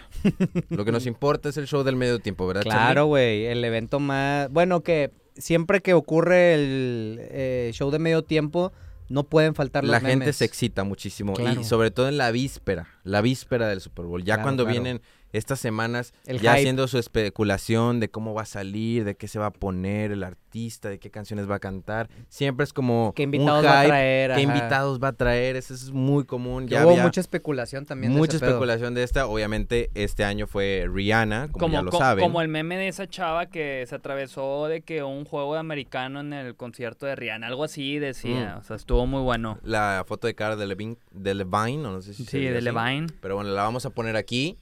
S1: Lo que nos importa es el show del medio tiempo, ¿verdad?
S3: Claro, güey. El evento más. Bueno, que siempre que ocurre el eh, show de medio tiempo, no pueden faltar
S1: Charlie?
S3: los
S1: La gente
S3: memes.
S1: se excita muchísimo.
S3: Claro.
S1: Y sobre todo en la víspera, la víspera del Super Bowl. Ya
S3: Claro,
S1: cuando
S3: claro.
S1: vienen estas semanas,
S3: El
S1: ya
S3: hype.
S1: haciendo su especulación de cómo va a salir, de qué se va a poner el artista, de qué canciones va a cantar. Siempre es como
S3: ¿Qué
S1: un
S3: invitados va a
S1: hype,
S3: traer?
S1: ¿Qué
S3: Ajá.
S1: invitados va a traer? Eso es muy común.
S3: Que
S1: Ya
S3: hubo
S1: había-
S3: mucha especulación también. de
S1: Mucha
S3: ese pedo.
S1: especulación de esta. Obviamente, este año fue Rihanna, como, ya lo
S2: co-
S1: saben.
S2: como el meme de esa chava que se atravesó de que un juego de americano en el concierto de Rihanna, algo así decía.
S1: Mm.
S2: O sea, estuvo muy bueno.
S1: La foto de cara de Levine, de Levine, o no sé si
S2: Sí,
S1: se diga
S2: de
S1: así.
S2: Levine.
S1: Pero bueno, la vamos a poner aquí.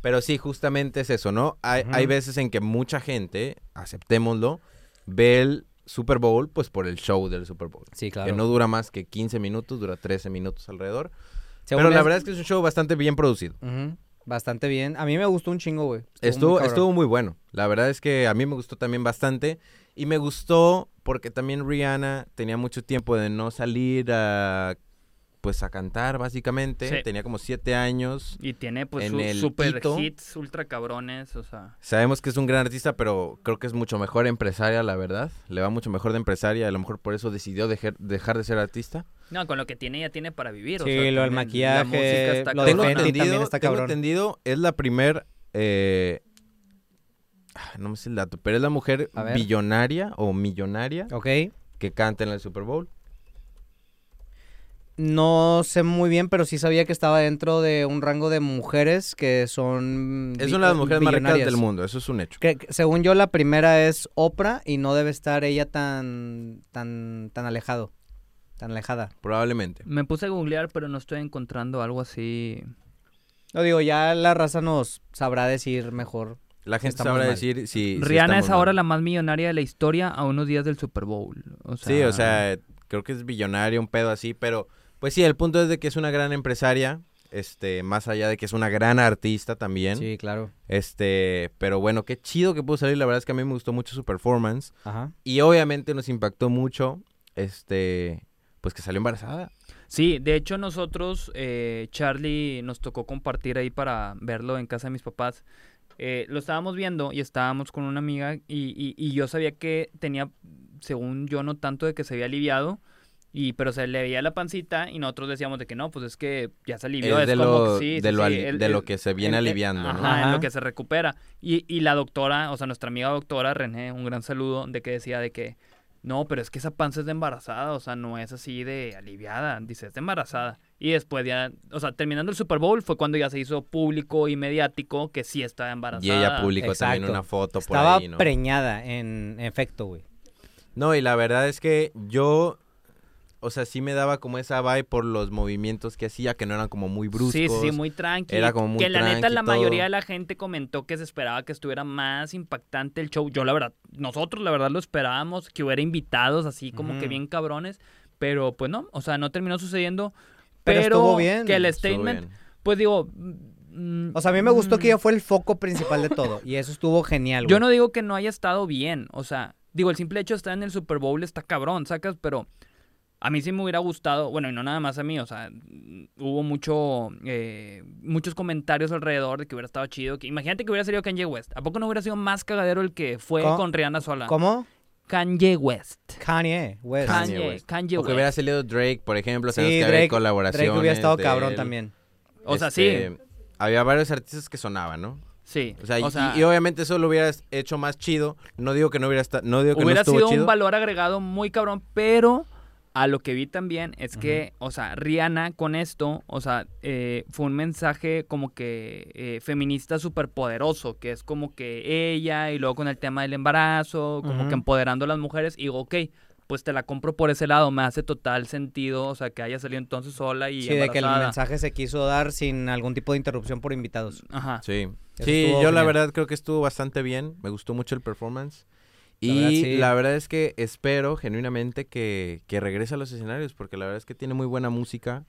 S1: Pero sí, justamente es eso, ¿no? Hay,
S3: Ujú.
S1: hay veces en que mucha gente, aceptémoslo, ve el Super Bowl, pues por el show del Super Bowl.
S3: Sí, claro.
S1: Que no dura más que 15 minutos, dura 13 minutos alrededor.
S3: Según
S1: pero la
S3: es-
S1: verdad es que es un show bastante bien producido.
S3: Ujú, Bastante bien. A mí me gustó un chingo, güey. muy
S1: Estuvo,
S3: cabrón.
S1: estuvo muy bueno. La verdad es que a mí me gustó también bastante. Y me gustó porque también Rihanna tenía mucho tiempo de no salir a pues a cantar básicamente.
S2: Sí.
S1: Tenía como siete años.
S2: Y tiene pues
S1: En
S2: sus
S1: el
S2: super
S1: Tito.
S2: hits ultra cabrones, o sea.
S1: Sabemos que es un gran artista, pero creo que es mucho mejor empresaria, la verdad. Le va mucho mejor de empresaria. A lo mejor por eso decidió dejer- dejar de ser artista.
S2: No, con lo que tiene ya tiene para vivir. o
S3: Sí,
S2: sea,
S3: lo del
S2: también la
S3: maquillaje,
S2: música está
S3: lo de
S1: tengo
S2: cabrona.
S3: Fenty.
S1: entendido,
S3: también está
S1: tengo
S3: cabrón.
S1: entendido, es la primer... eh, ah, no me sé el dato, pero es la mujer
S3: A ver.
S1: billonaria o millonaria
S3: Ok.
S1: que canta en el Super Bowl.
S3: No sé muy bien, pero sí sabía que estaba dentro de un rango de mujeres que son.
S1: Es
S3: bi-
S1: una de las mujeres más ricas
S3: billonarias.
S1: del mundo, eso es un hecho.
S3: Que- que según yo, la primera es Oprah y no debe estar ella tan, tan, tan alejado, tan alejada.
S1: Probablemente.
S2: Me puse a googlear, pero no estoy encontrando algo así.
S3: No digo, ya la raza nos sabrá decir mejor.
S1: La gente
S3: Estamos
S1: sabrá
S3: mal.
S1: decir si... si
S2: Rihanna
S1: estamos
S2: es ahora
S1: mal.
S2: la más millonaria de la historia a unos días del Super Bowl. O sea,
S1: Sí, o sea, creo que es billonaria, un pedo así, pero pues sí, el punto es de que es una gran empresaria, este, más allá de que es una gran artista también.
S3: Sí, claro.
S1: Este, pero bueno, qué chido que pudo salir, la verdad es que a mí me gustó mucho su performance
S3: Ajá.
S1: y obviamente nos impactó mucho este pues que salió embarazada.
S2: Sí, de hecho nosotros, eh, Charlie, nos tocó compartir ahí para verlo en casa de mis papás. Eh, lo estábamos viendo y estábamos con una amiga y, y- y yo sabía que tenía, según yo, no tanto de que se había aliviado, y, pero se le veía la pancita y nosotros decíamos de que no, pues es que ya se alivió.
S1: Es de
S2: como
S1: lo,
S2: que sí,
S1: de
S2: sí,
S1: lo
S2: sí,
S1: ali-
S2: el-
S1: de lo
S2: el-
S1: que se viene
S2: el- el-
S1: aliviando, ¿no?
S2: ajá, en
S3: Ajá.
S2: lo que se recupera. Y, y la doctora, o sea, nuestra amiga doctora, René, un gran saludo, de que decía de que, no, pero es que esa panza es de embarazada, o sea, no es así de aliviada, dice, es de embarazada. Y después ya, o sea, terminando el Super Bowl fue cuando ya se hizo público y mediático que sí estaba embarazada.
S1: Y ella publicó también
S3: Exacto.
S1: una foto
S3: Estaba
S1: por ahí, ¿no?
S3: preñada, en efecto, güey.
S1: No, y la verdad es que yo o sea, sí me daba como esa vibe por los movimientos que hacía que no eran como muy bruscos.
S2: Sí, sí, muy tranquilo.
S1: Era como muy
S2: Que la neta,
S1: tranqui
S2: la
S1: todo.
S2: mayoría de la gente comentó que se esperaba que estuviera más impactante el show. Yo, la verdad, nosotros, la verdad, lo esperábamos, que hubiera invitados así como
S3: Ujú.
S2: que bien cabrones. Pero pues no, o sea, no terminó sucediendo.
S3: Pero
S2: Pero,
S3: estuvo bien,
S2: Que el
S1: Estuvo
S2: statement,
S1: bien.
S2: pues digo. mm,
S3: O sea, a mí me gustó que
S2: mm,
S3: ella fue el foco principal de todo. Y eso estuvo genial, güey.
S2: yo no digo que no haya estado bien, o sea, digo, el simple hecho de estar en el Super Bowl está cabrón, sacas, pero a mí sí me hubiera gustado, bueno, y no nada más a mí, o sea, mm, hubo mucho, eh, muchos comentarios alrededor de que hubiera estado chido, que imagínate que hubiera salido Kanye West, ¿a poco no hubiera sido más cagadero el que fue
S3: ¿Cómo?
S2: con Rihanna sola?
S3: ¿Cómo?
S2: Kanye West.
S3: Kanye, güey.
S1: Kanye
S2: Kanye,
S1: West.
S2: Kanye
S1: o
S2: West.
S1: que hubiera salido Drake, por ejemplo,
S3: Sí,
S1: sabemos que había
S3: Drake-
S1: colaboraciones.
S3: Drake hubiera estado
S1: de
S3: cabrón
S1: él.
S3: también.
S2: O sea,
S1: Este, Había varios artistas que sonaban, ¿no?
S2: Sí,
S1: O sea, y-
S2: o sea,
S1: y, obviamente eso lo hubieras hecho más chido. No digo que no hubiera estado, no digo que
S2: hubiera
S1: no estuvo
S2: sido
S1: chido.
S2: un valor agregado muy cabrón, pero a lo que vi también es que, o sea, Rihanna con esto, o sea, eh, fue un mensaje como que eh, feminista súper poderoso, que es como que ella y luego con el tema del embarazo, como
S3: Ujú.
S2: que empoderando a las mujeres, y digo, ok, pues te la compro por ese lado, me hace total sentido, o sea, que haya salido entonces sola y
S3: Sí, de que el
S2: embarazada.
S3: mensaje se quiso dar sin algún tipo de interrupción por invitados.
S2: Ajá.
S1: Sí,
S3: Eso
S1: sí yo
S3: estuvo
S1: la
S3: genial.
S1: verdad creo que estuvo bastante bien. Me gustó mucho el performance.
S3: La
S1: Y la
S3: verdad,
S1: verdad,
S3: sí.
S1: es que espero genuinamente que, que regrese a los escenarios porque la verdad es que tiene muy buena música.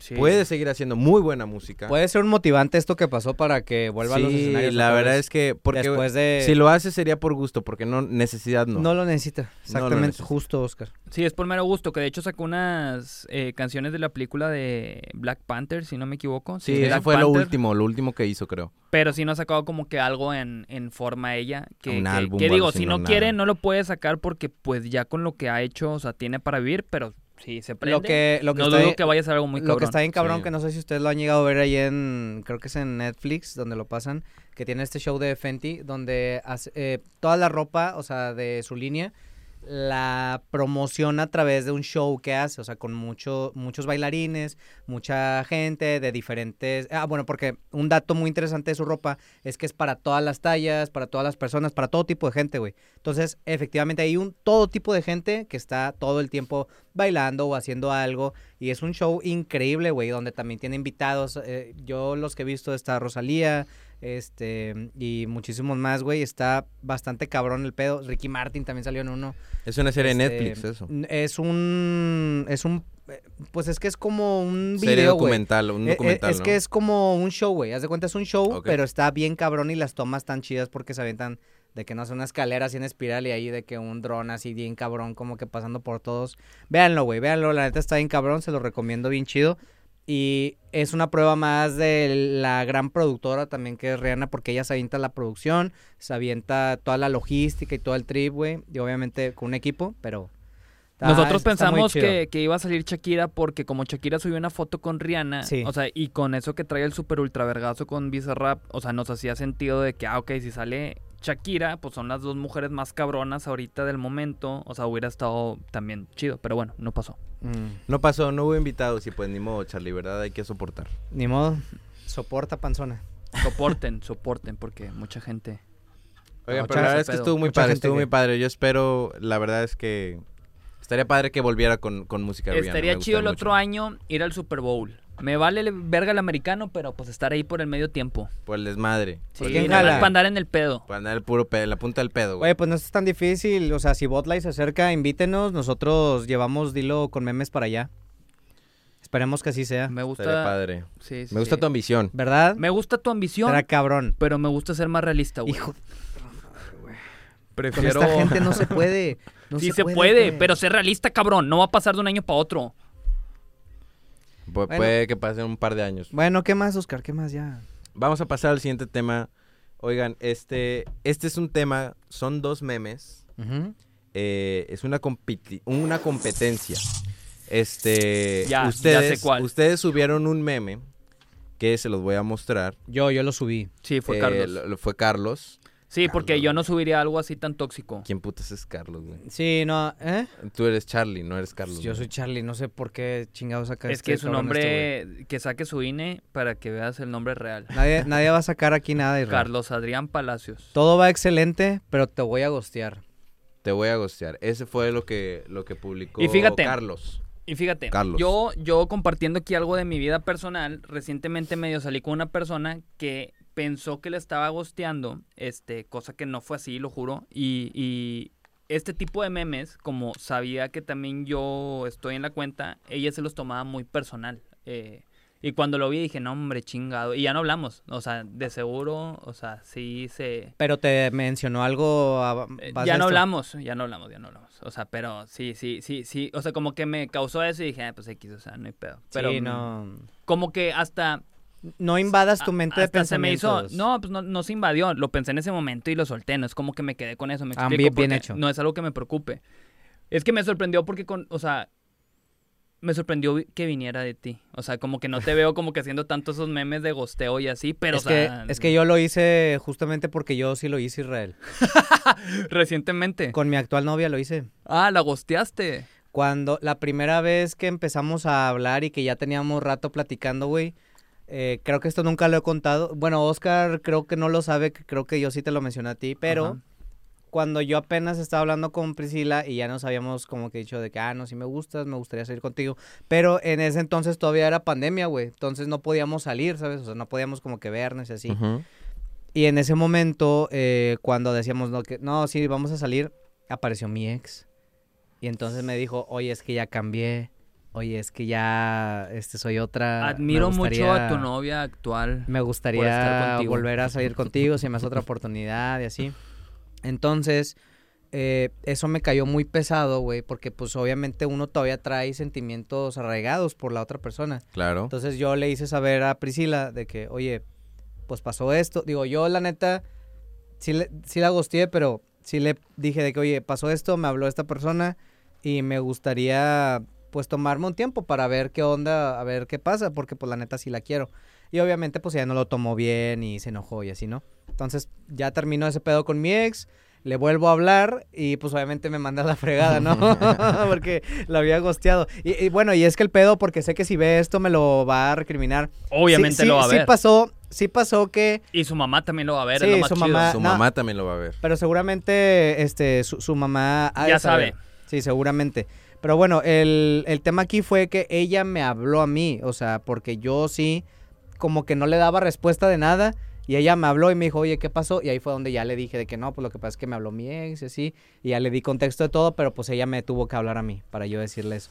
S2: sí.
S1: Puede seguir haciendo muy buena música.
S3: Puede ser un motivante esto que pasó para que vuelva a los
S1: Sí,
S3: escenarios.
S1: la
S3: otra
S1: verdad
S3: vez.
S1: es que porque
S3: después de
S1: si lo hace sería por gusto, porque no necesidad no.
S3: no. lo necesita. Exactamente,
S1: necesita.
S3: justo, Oscar.
S2: Sí, es por mero gusto, que de hecho sacó unas eh, canciones de la película de Black Panther, si no me equivoco.
S1: sí,
S2: de
S1: eso
S2: Black
S1: fue lo
S2: Panther.
S1: último, lo último que hizo, creo.
S2: Pero sí no ha sacado como que algo en, en forma ella. Que,
S1: Un
S2: que-
S1: álbum
S2: que
S1: o algo
S2: digo,
S1: así,
S2: si
S1: no
S2: no
S1: nada.
S2: quiere, no lo puede sacar porque pues ya con lo que ha hecho, o sea, tiene para vivir, pero sí se prende.
S3: Lo que, lo que
S2: no
S3: está
S2: dudo
S3: bien-
S2: que vaya a ser algo muy cabrón.
S3: Lo que está bien cabrón,
S1: Sí.
S3: que no sé si ustedes lo han llegado a ver ahí en, creo que es en Netflix, donde lo pasan, que tiene este show de Fenty, donde hace- eh, toda la ropa, o sea, de su línea, la promociona a través de un show que hace, o sea, con mucho, muchos bailarines, mucha gente de diferentes... Ah, bueno, porque un dato muy interesante de su ropa es que es para todas las tallas, para todas las personas, para todo tipo de gente, güey. Entonces, efectivamente, hay un todo tipo de gente que está todo el tiempo bailando o haciendo algo. Y es un show increíble, güey, donde también tiene invitados. eh, yo los que he visto está Rosalía, este, y muchísimos más, güey. Está bastante cabrón el pedo. Ricky Martin también salió en uno.
S1: Es una serie de
S3: Este,
S1: Netflix eso.
S3: n- Es un, es un, eh, pues es que es como un
S1: serie
S3: video, güey.
S1: documental, un
S3: Eh, eh,
S1: documental,
S3: es
S1: ¿no?
S3: que es como un show, güey. Haz de cuenta, es un show,
S1: Ok.
S3: pero está bien cabrón y las tomas tan chidas porque se aventan De que no sea una escalera así en espiral y ahí de que un dron así bien cabrón, como que pasando por todos. Véanlo, güey, véanlo. La neta está bien cabrón, se lo recomiendo bien chido. Y es una prueba más de la gran productora también que es Rihanna, porque ella se avienta la producción, se avienta toda la logística y todo el trip, güey. Y obviamente con un equipo, pero. está-
S2: Nosotros
S3: Ah, está muy
S2: pensamos
S3: chido.
S2: que, que iba a salir Shakira porque como Shakira subió una foto con Rihanna,
S3: Sí.
S2: o sea, y con eso que trae el super ultra vergazo con Bizarrap, o sea, nos hacía sentido de que, ah, ok, si sale Shakira, pues son las dos mujeres más cabronas ahorita del momento, o sea, hubiera estado también chido, pero bueno, no pasó.
S3: Mm,
S1: No pasó, no hubo invitados y pues ni modo, Charlie, ¿verdad? Hay que soportar.
S3: ni modo. Soporta panzona.
S2: Soporten, soporten, porque mucha gente...
S1: Oigan, pero la
S2: Mucha ese
S1: verdad es que
S2: pedo.
S1: estuvo muy
S3: Mucha
S1: padre,
S3: gente
S1: estuvo muy
S3: que-
S1: padre. Yo espero, la verdad es que estaría padre que volviera con, con música Rihanna,
S2: Estaría
S1: me
S2: chido el
S1: gusta
S2: otro
S1: mucho.
S2: año ir al Super Bowl. Me vale el verga el americano, pero pues estar ahí por el medio tiempo.
S1: Por el desmadre.
S2: Sí,
S1: Por el
S2: nada más
S3: ¿quién
S1: desmadre.
S3: jala?
S2: para andar en el pedo.
S1: Para andar el puro pedo, la punta del pedo, güey.
S3: Güey, pues no es tan difícil. O sea, si Botlight se acerca, invítenos. Nosotros llevamos Dilo con memes para allá. Esperemos que así sea.
S2: Me
S1: Estaría
S2: gusta...
S1: padre.
S2: sí, sí,
S1: Me gusta
S2: sí.
S1: tu ambición.
S3: ¿Verdad?
S2: Me gusta tu ambición,
S3: Será cabrón.
S2: pero me gusta ser más realista, güey.
S3: Hijo, con
S1: Prefiero...
S3: esta gente no se puede. pues. No
S2: sí se, puede,
S3: güey.
S2: pero ser realista, cabrón. No va a pasar de un año para otro.
S1: Pu-
S3: Bueno.
S1: Puede que pasen un par de años.
S3: Bueno, ¿qué más, Oscar? ¿Qué más ya?
S1: Vamos a pasar al siguiente tema. Oigan, este, este es un tema, son dos memes. eh, es una, compiti- una competencia. Este,
S2: Ya, ya
S1: ustedes,
S2: sé cuál.
S1: ustedes subieron un meme que se los voy a mostrar.
S3: Yo, yo lo subí.
S2: Sí, fue
S1: Eh,
S2: Carlos.
S1: lo- lo- fue Carlos.
S2: Sí, porque
S1: Carlos.
S2: yo no subiría algo así tan tóxico.
S1: ¿Quién putas es Carlos, güey?
S3: Sí, no, ¿eh?
S1: Tú eres Charlie, no eres Carlos.
S3: Yo
S1: güey.
S3: soy Charlie, no sé por qué chingados este acá.
S2: Es que es un
S1: este
S2: hombre que saque su INE para que veas el nombre real.
S3: nadie, nadie va a sacar aquí nada, Israel.
S2: Carlos Adrián Palacios.
S3: Todo va excelente, pero te voy a gostear.
S1: Te voy a gostear. Ese fue lo que, lo que publicó
S2: Y fíjate.
S1: Carlos.
S2: Y fíjate,
S1: Carlos.
S2: yo yo compartiendo aquí algo de mi vida personal, recientemente medio salí con una persona que pensó que le estaba gosteando, este, cosa que no fue así, lo juro, y, y este tipo de memes, como sabía que también yo estoy en la cuenta, ella se los tomaba muy personal. eh, y cuando lo vi dije, no hombre, chingado. Y ya no hablamos, o sea, de seguro, o sea, sí se...
S3: Pero te mencionó algo. a-
S2: Eh,
S3: base
S2: ya
S3: de
S2: no
S3: esto.
S2: hablamos, ya no hablamos, ya no hablamos. O sea, pero sí, sí, sí, sí. O sea, como que me causó eso y dije, ah, pues X, o sea, no hay pedo. Pero
S3: sí,
S2: mm,
S3: no.
S2: como que hasta...
S3: No invadas tu
S2: a-
S3: mente de
S2: hasta se me hizo...
S3: pensamientos.
S2: No, pues no, no se invadió. Lo pensé en ese momento y lo solté. No es como que me quedé con eso. Me
S3: Ah,
S2: explico
S3: bien- bien
S2: porque
S3: hecho.
S2: No es algo que me preocupe. Es que me sorprendió porque con... O sea... Me sorprendió vi- que viniera de ti. O sea, como que no te veo como que haciendo tanto esos memes de gosteo y así, pero
S3: es,
S2: o sea,
S3: que, es que yo lo hice justamente porque yo sí lo hice, Israel.
S2: recientemente.
S3: Con mi actual novia lo hice.
S2: Ah, la gosteaste.
S3: Cuando la primera vez que empezamos a hablar y que ya teníamos rato platicando, güey, eh, creo que esto nunca lo he contado. Bueno, Oscar creo que no lo sabe, que creo que yo sí te lo mencioné a ti, pero
S2: Ajá.
S3: cuando yo apenas estaba hablando con Priscila y ya nos habíamos como que dicho de que, ah, no, si me gustas, me gustaría salir contigo. Pero en ese entonces todavía era pandemia, güey, entonces no podíamos salir, ¿sabes? O sea, no podíamos como que vernos y así.
S1: Ujú.
S3: Y en ese momento, eh, cuando decíamos, no, que, no, sí, vamos a salir, apareció mi ex. Y entonces me dijo, oye, es que ya cambié. Oye, es que ya este, soy otra. me
S2: Admiro mucho a
S3: gustaría-
S2: tu novia actual.
S3: Me
S2: estar
S3: gustaría
S2: contigo".
S3: volver a salir contigo si me das otra oportunidad y así. Entonces, eh, eso me cayó muy pesado, güey, porque pues obviamente uno todavía trae sentimientos arraigados por la otra persona.
S1: Claro.
S3: Entonces yo le hice saber a Priscila de que, oye, pues pasó esto. Digo, yo la neta, sí, le- sí la gosteé, pero sí le dije de que, oye, pasó esto, me habló esta persona y me gustaría pues tomarme un tiempo para ver qué onda, a ver qué pasa, porque pues la neta sí la quiero. Y obviamente pues ella no lo tomó bien y se enojó y así, ¿no? Entonces ya terminó ese pedo con mi ex, le vuelvo a hablar y pues obviamente me manda a la fregada, ¿no? porque lo había gosteado. Y, y, bueno, y es que el pedo, porque sé que si ve esto me lo va a recriminar.
S2: Obviamente
S3: Sí, sí,
S2: lo va a
S3: Sí
S2: ver.
S3: pasó, sí pasó que...
S2: y su mamá también lo va a ver.
S3: Sí,
S2: es lo más
S3: su
S2: chido.
S3: mamá-
S1: Su
S3: ah, no.
S1: mamá también lo va a ver.
S3: Pero seguramente este, su, su mamá... ha de
S2: Ya
S3: saber.
S2: sabe.
S3: Sí, seguramente. Pero bueno, el, el tema aquí fue que ella me habló a mí, o sea, porque yo sí, como que no le daba respuesta de nada, y ella me habló y me dijo, oye, ¿qué pasó? Y ahí fue donde ya le dije de que no, pues lo que pasa es que me habló mi ex y así, y ya le di contexto de todo, pero pues ella me tuvo que hablar a mí para yo decirle eso.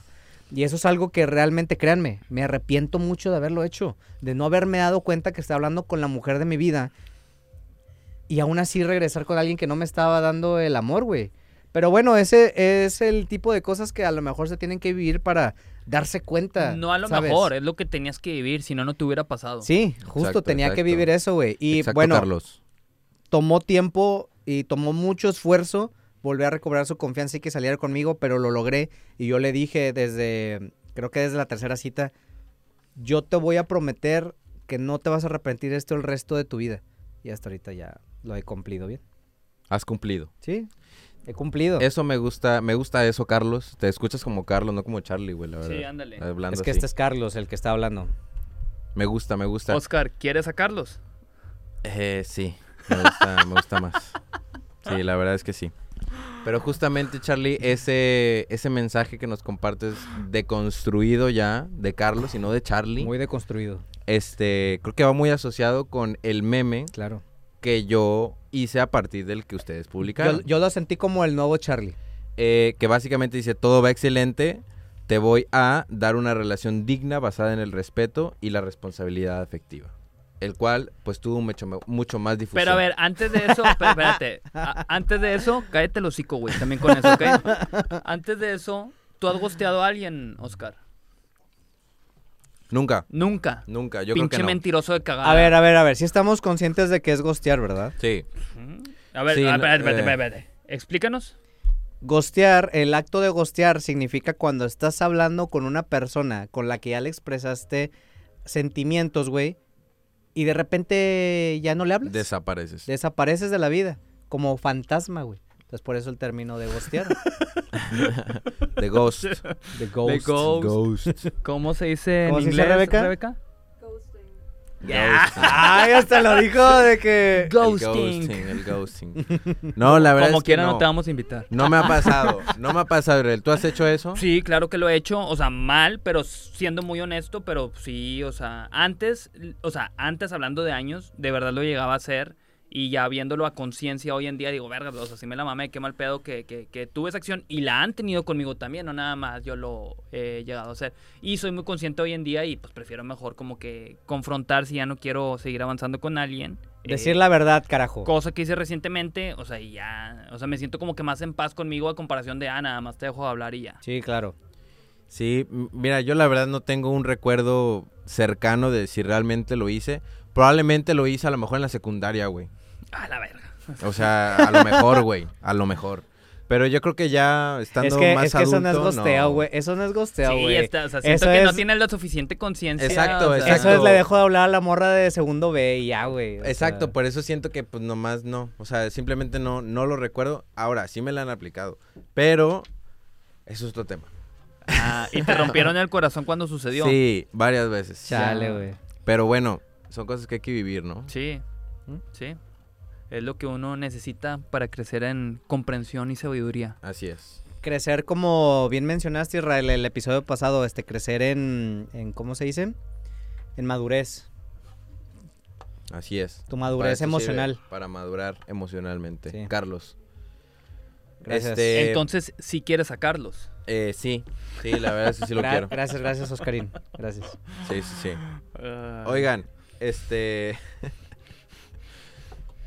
S3: Y eso es algo que realmente, créanme, me arrepiento mucho de haberlo hecho, de no haberme dado cuenta que estaba hablando con la mujer de mi vida y aún así regresar con alguien que no me estaba dando el amor, güey. Pero bueno, ese es el tipo de cosas que a lo mejor se tienen que vivir para darse cuenta.
S2: No a lo
S3: ¿sabes?
S2: mejor, eh. es lo que tenías que vivir, si no, no te hubiera pasado.
S3: Sí, justo
S1: Exacto,
S3: tenía que
S1: exacto.
S3: vivir eso, güey. Y
S1: Exacto,
S3: bueno,
S1: Carlos.
S3: tomó tiempo y tomó mucho esfuerzo volver a recobrar su confianza y que saliera conmigo, pero lo logré. Y yo le dije desde, creo que desde la tercera cita, yo te voy a prometer que no te vas a arrepentir esto el resto de tu vida. Y hasta ahorita ya lo he cumplido bien.
S1: Has cumplido.
S3: Sí, he cumplido. Es,
S1: Eso me gusta, me gusta eso, Carlos. Te escuchas como Carlos, no como Charlie, güey, la
S2: Sí,
S1: verdad.
S2: ándale.
S1: Hablando
S3: que
S1: así.
S3: este es Carlos el que está hablando.
S1: Me gusta, me gusta.
S2: Oscar, ¿quieres a Carlos?
S3: pues
S1: Eh, sí, me gusta, me gusta más. Sí, la verdad es que sí. Pero justamente, Charlie, ese, ese mensaje que nos compartes deconstruido ya de Carlos y no de Charlie,
S3: Muy deconstruido,
S1: este, creo que va muy asociado con el meme
S3: claro.
S1: que yo hice a partir del que ustedes publicaron.
S3: Yo, yo lo sentí como el nuevo Charlie.
S1: eh, que básicamente dice todo va excelente, te voy a dar una relación digna basada en el respeto y la responsabilidad afectiva. El cual, pues, tuvo mucho, me- mucho más difusión.
S2: Pero a ver, antes de eso, pero espérate, a- antes de eso, cállate el hocico, güey, también con eso, ¿ok? Antes de eso, ¿tú has gosteado a alguien, Oscar?
S1: Nunca,
S2: Nunca.
S1: nunca, yo
S2: Pinche
S1: creo que no.
S2: mentiroso de cagada.
S3: A ver, a ver, a ver, si estamos conscientes de que es gostear, ¿verdad?
S1: Sí,
S2: Ujú. A ver,
S1: Sí,
S2: a-
S1: no,
S2: espérate, espérate,
S1: eh.
S2: espérate, espérate. Explícanos.
S3: Gostear, el acto de gostear significa cuando estás hablando con una persona con la que ya le expresaste sentimientos, güey, y de repente ya no le hablas.
S1: desapareces.
S3: Desapareces de la vida, como fantasma, güey. Entonces por eso el término de gostear.
S1: The Ghost.
S3: The ghost.
S2: The ghost. ¿Cómo se dice
S3: ¿Cómo
S2: en
S3: se dice,
S2: inglés,
S3: Rebeca?
S4: Ghosting.
S3: Ay, hasta lo dijo de que...
S2: Ghosting.
S1: Ghosting. El ghosting, el ghosting. No, la verdad
S2: Como
S1: es que
S2: quiera, no.
S1: no.
S2: te vamos a invitar.
S1: No me ha pasado, no me ha pasado, Ariel. ¿Tú has hecho eso?
S2: Sí, claro que lo he hecho, o sea, mal, pero siendo muy honesto, pero sí, o sea, antes, o sea, antes hablando de años, de verdad lo llegaba a hacer y ya viéndolo a conciencia hoy en día digo, verga, o sea, si me la mamé, qué mal pedo que, que, que tuve esa acción y la han tenido conmigo también, no nada más yo lo he llegado a hacer. Y soy muy consciente hoy en día y pues prefiero mejor como que confrontar si ya no quiero seguir avanzando con alguien. eh,
S3: Decir la verdad, carajo.
S2: cosa que hice recientemente, o sea, y ya, o sea, me siento como que más en paz conmigo a comparación de, ah, nada más te dejo de hablar y ya.
S3: Sí, claro.
S1: Sí, m- mira, yo la verdad no tengo un recuerdo cercano de si realmente lo hice. Probablemente lo hice a lo mejor en la secundaria, güey.
S2: Ah, la verga.
S1: O sea, a lo mejor, güey. A lo mejor. Pero yo creo que ya estando
S3: Es que,
S1: más
S3: es que eso no es
S1: adulto,
S3: gosteo, güey. Eso no es gosteo,
S2: Sí,
S3: güey.
S2: está, o sea, siento
S3: Eso
S2: que no
S3: es-
S2: tiene la suficiente conciencia.
S1: Exacto,
S2: o sea,
S1: exacto.
S3: Eso es le dejo de hablar a la morra de segundo B y ya, güey. o sea.
S1: Exacto, por eso siento que pues nomás no. O sea, simplemente no, no lo recuerdo. Ahora, sí me la han aplicado. Pero eso es otro tema.
S2: Ah, y te rompieron el corazón cuando sucedió. Sí.
S1: Sí, varias veces.
S3: Chale,
S2: Ya.
S3: güey.
S1: Pero bueno, son cosas que hay que vivir, ¿no?
S2: Sí.
S3: ¿Mm?
S2: Es lo que uno necesita para crecer en comprensión y sabiduría.
S1: Así es.
S3: Crecer, como bien mencionaste, Israel, el episodio pasado, este, crecer en, en ¿cómo se dice? En madurez.
S1: Así es.
S3: Tu
S1: Para
S3: madurez
S1: eso
S3: emocional.
S1: sirve, para madurar emocionalmente.
S3: Sí.
S1: Carlos.
S3: Gracias.
S1: Este, Eh,
S2: Entonces, si quieres sacarlos.
S1: Eh, sí. Sí, la verdad sí, sí lo
S3: Gra-
S1: quiero.
S3: Gracias, gracias, Oscarín. Gracias.
S1: Sí, sí, sí. Oigan, este...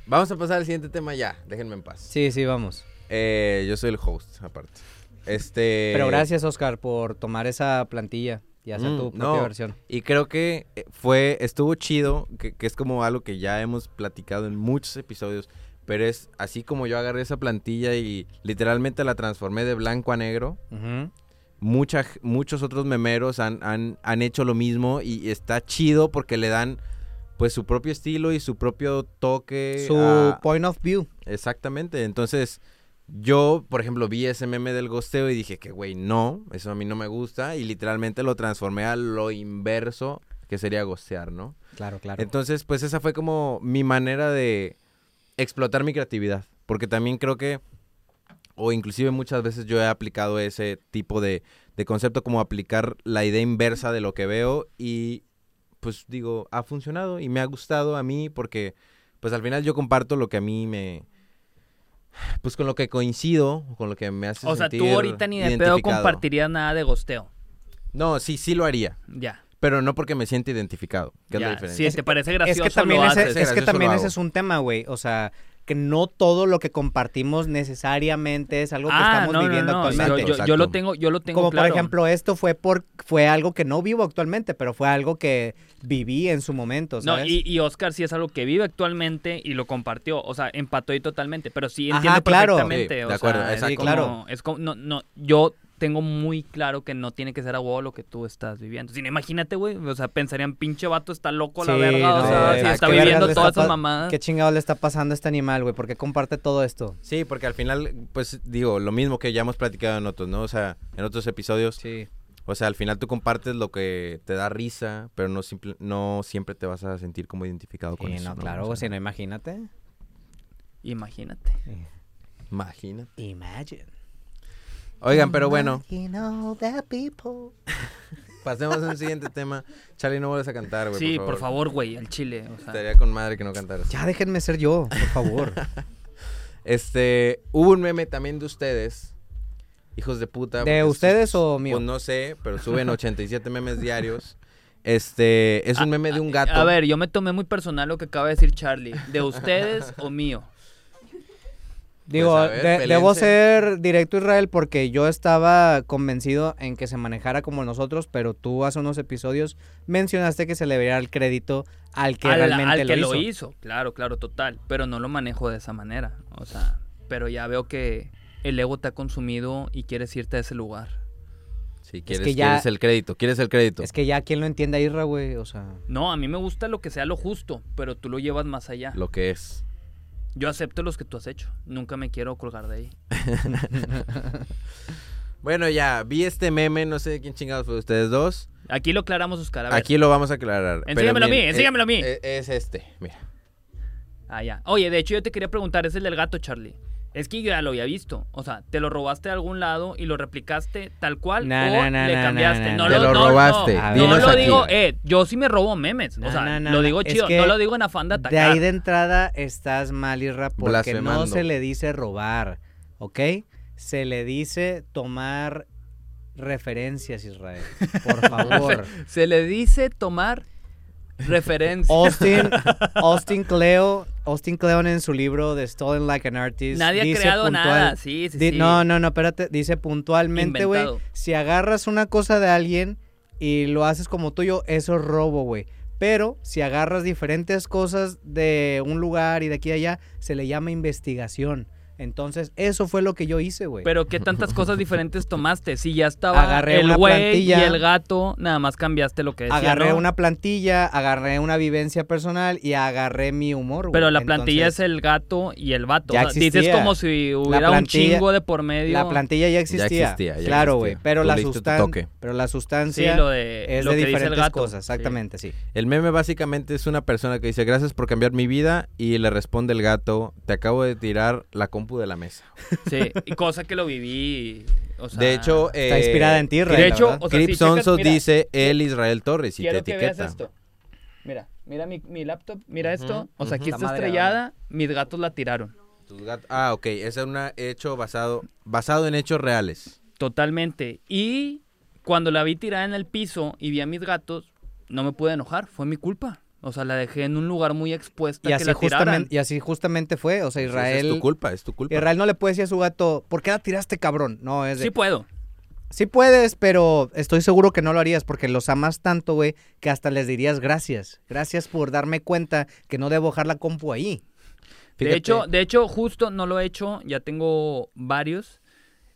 S1: Vamos a pasar al siguiente tema ya. Déjenme en paz.
S3: Sí, sí, vamos.
S1: Eh, yo soy el host, aparte. Este...
S3: Pero gracias, Oscar, por tomar esa plantilla y hacer
S1: Mm,
S3: tu propia
S1: no.
S3: versión.
S1: Y creo que eh, fue, estuvo chido, que, que es como algo que ya hemos platicado en muchos episodios, pero es así como yo agarré esa plantilla y literalmente la transformé de blanco a negro.
S3: Ujú.
S1: Mucha, g- muchos otros memeros han, han, han hecho lo mismo y está chido porque le dan pues su propio estilo y su propio toque.
S3: Su
S1: a-
S3: point of view.
S1: Exactamente. Entonces, yo, por ejemplo, vi ese meme del gosteo y dije que, güey, no, eso a mí no me gusta. Y literalmente lo transformé a lo inverso, que sería gostear, ¿no?
S3: Claro, claro.
S1: Entonces, pues esa fue como mi manera de explotar mi creatividad. Porque también creo que, o inclusive muchas veces yo he aplicado ese tipo de, de concepto, como aplicar la idea inversa de lo que veo y pues digo, ha funcionado y me ha gustado a mí porque pues al final yo comparto lo que a mí me... Pues con lo que coincido, con lo que me hace
S2: O sea, tú
S1: sentir
S2: ahorita ni de pedo
S1: identificado.
S2: compartirías nada de gosteo.
S1: No, sí, sí lo haría,
S2: Ya.
S1: pero no porque me sienta identificado, que es la
S2: ya.
S1: diferencia.
S2: Si te parece gracioso,
S3: Es que también,
S2: lo
S3: ese,
S2: haces.
S3: es que
S1: Gracioso lo
S3: también ese
S1: hago.
S3: es un tema, güey. O sea, porque no todo lo que compartimos necesariamente es algo que
S2: Ah,
S3: estamos
S2: no, no,
S3: viviendo
S2: no, yo-
S3: actualmente.
S2: Yo, yo
S1: Exacto.
S2: lo tengo, yo lo tengo
S3: Como
S2: claro.
S3: por ejemplo esto fue por fue algo que no vivo actualmente, pero fue algo que viví en su momento,
S2: No,
S3: ¿sabes?
S2: y, y Oscar sí es algo que vive actualmente y lo compartió, o sea, empató ahí totalmente, pero sí
S3: Ajá,
S2: entiendo
S3: claro.
S2: perfectamente.
S1: Sí,
S2: o
S1: de acuerdo,
S2: sea, es
S1: exacto.
S2: como-
S3: Claro.
S2: es como- no, no, yo tengo muy claro que no tiene que ser a huevo lo que tú estás viviendo. Si no, imagínate, güey, o sea, pensarían, pinche vato está loco a la
S3: Sí,
S2: verga, o
S3: no,
S2: sea, si
S3: exacto.
S2: está
S3: ¿Qué vergas
S2: viviendo
S3: le
S2: todas
S3: está
S2: esas
S3: pa-
S2: mamadas.
S3: ¿Qué chingado le está pasando a este animal, güey? ¿Por qué comparte todo esto?
S1: Sí, porque al final, pues digo, lo mismo que ya hemos platicado en otros, ¿no? O sea, en otros episodios,
S3: Sí.
S1: o sea, al final tú compartes lo que te da risa, pero no, simple- no siempre te vas a sentir como identificado con eso.
S3: no, claro,
S1: O
S3: güey,
S1: sea,
S3: si no, imagínate.
S2: Imagínate.
S1: Imagina.
S3: Imagine.
S1: Oigan, pero bueno,
S3: Imagine all the people.
S1: pasemos al siguiente tema. Charlie, no vuelvas a cantar, güey.
S2: sí, por favor, güey, al chile, o sea.
S1: Estaría con madre que no cantaras.
S3: Ya déjenme ser yo, por favor.
S1: Este, hubo un meme también de ustedes, hijos de puta. porque
S3: ¿De
S1: es-
S3: ustedes o mío?
S1: Pues no sé, pero suben 87 memes diarios. Este, es un meme de un gato.
S2: A ver, yo me tomé muy personal lo que acaba de decir Charlie. ¿De ustedes o mío?
S3: Digo,
S1: Pues, a ver,
S3: de-
S1: pelense.
S3: debo ser directo Israel porque yo estaba convencido en que se manejara como nosotros, pero tú hace unos episodios mencionaste que se le debería el crédito al que
S2: al, al
S3: realmente lo,
S2: que
S3: hizo.
S2: lo hizo. Claro, claro, total. Pero no lo manejo de esa manera. O sea, pero ya veo que el ego te ha consumido y quieres irte a ese lugar.
S1: Si quieres,
S3: que ya-
S1: quieres el crédito, quieres el crédito.
S3: Es que ya quien lo entienda Irra, güey, o sea,
S2: No, a mí me gusta lo que sea lo justo, pero tú lo llevas más allá.
S1: Lo que es.
S2: Yo acepto los que tú has hecho. Nunca me quiero colgar de ahí.
S1: Bueno, ya, vi este meme, no sé de quién chingados fue de ustedes dos.
S2: Aquí lo aclaramos, Oscar. A ver.
S1: Aquí lo vamos a aclarar. pero
S2: Enséñamelo a mí,
S1: miren, eh,
S2: enséñamelo a mí.
S1: eh, Es este, mira.
S2: Ah, ya. Oye, de hecho yo te quería preguntar, es el del gato, Charlie. Es que yo ya lo había visto. O sea, te lo robaste de algún lado y lo replicaste tal cual
S3: Na,
S2: o
S3: na, na,
S2: le
S3: na,
S2: cambiaste.
S3: na,
S2: No
S3: na.
S1: Te lo
S2: no, no.
S1: robaste.
S2: No,
S3: Dinos
S2: lo
S3: aquí.
S2: digo, eh, yo sí me robo memes.
S3: Na,
S2: o sea,
S3: na, na,
S2: lo
S3: na.
S2: digo
S3: Es
S2: chido,
S3: que
S2: no lo digo en afán de
S3: de
S2: atacar.
S3: ahí de entrada estás mal Irra porque
S1: Blasfemando.
S3: no se le dice robar, ¿ok? Se le dice tomar referencias, Israel. Por favor.
S2: Se le dice tomar referencia.
S3: Austin, Austin Cleo, Austin Cleon en su libro The Stolen Like an Artist.
S2: Nadie ha
S3: dice
S2: creado
S3: puntual-
S2: nada. Sí, sí,
S3: di-
S2: sí.
S3: No, no, no, espérate. Dice puntualmente, güey.
S2: Inventado.
S3: Si agarras una cosa de alguien y lo haces como tuyo, eso es robo, güey. Pero si agarras diferentes cosas de un lugar y de aquí a allá, se le llama investigación. Entonces, eso fue lo que yo hice, güey.
S2: Pero qué tantas cosas diferentes tomaste. Si ya estaba
S3: Agarré
S2: el
S3: una
S2: güey y
S3: plantilla.
S2: el gato, nada más cambiaste lo que decía.
S3: Agarré
S2: ¿no?
S3: una plantilla, agarré una vivencia personal y agarré mi humor, güey.
S2: Pero la plantilla
S3: Entonces,
S2: es el gato y el vato.
S3: Ya
S2: O sea, dices
S3: existía.
S2: como si hubiera un
S3: plantilla-
S2: chingo de por medio.
S3: La plantilla ya existía.
S1: existía, ya
S3: claro, güey.
S1: existía.
S3: Pero,
S1: Tú
S3: la
S1: le diste tu
S3: sustan-
S1: toque.
S3: pero la
S2: Sí,
S3: sustancia
S2: lo de,
S3: es
S2: lo que
S3: de
S2: dice el
S3: diferentes
S2: gato.
S3: cosas.
S2: Sí.
S3: Exactamente, sí.
S1: El meme básicamente es una persona que dice, gracias por cambiar mi vida, y le responde el gato, te acabo de tirar la compu de la mesa.
S2: Sí. y cosa que lo viví. o sea,
S1: de hecho, eh,
S3: Está inspirada en ti, Rey.
S2: de
S3: la
S2: hecho,
S3: verdad.
S2: o sea, sí,
S1: Crip
S2: checa-
S1: Sonso
S2: mira,
S1: dice el Israel Torres y te
S2: quiero que veas
S1: etiqueta.
S2: esto. Mira, mira mi, mi laptop, mira
S1: Ujú,
S2: esto. O sea, aquí
S3: ujú.
S2: está
S3: Está
S2: estrellada, mis gatos la tiraron.
S1: Tus gat- Ah, ok. Es un hecho basado, basado en hechos reales.
S2: Totalmente. Y cuando la vi tirada en el piso y vi a mis gatos, no me pude enojar, fue mi culpa. O sea, la dejé en un lugar muy expuesta
S3: y
S2: que
S3: así,
S2: la tiraran.
S3: justamente, y así justamente fue. O sea,
S1: Entonces,
S3: Israel.
S1: Es tu culpa, es tu culpa.
S3: Israel no le puede decir a su gato, ¿por qué la tiraste, cabrón? No, es de,
S2: Sí
S3: sí,
S2: puedo.
S3: puedes, pero estoy seguro que no lo harías porque los amas tanto, güey, que hasta les dirías gracias. Gracias por darme cuenta que no debo dejar la compu ahí.
S1: Fíjate.
S2: De hecho, de hecho, justo no lo he hecho, ya tengo varios.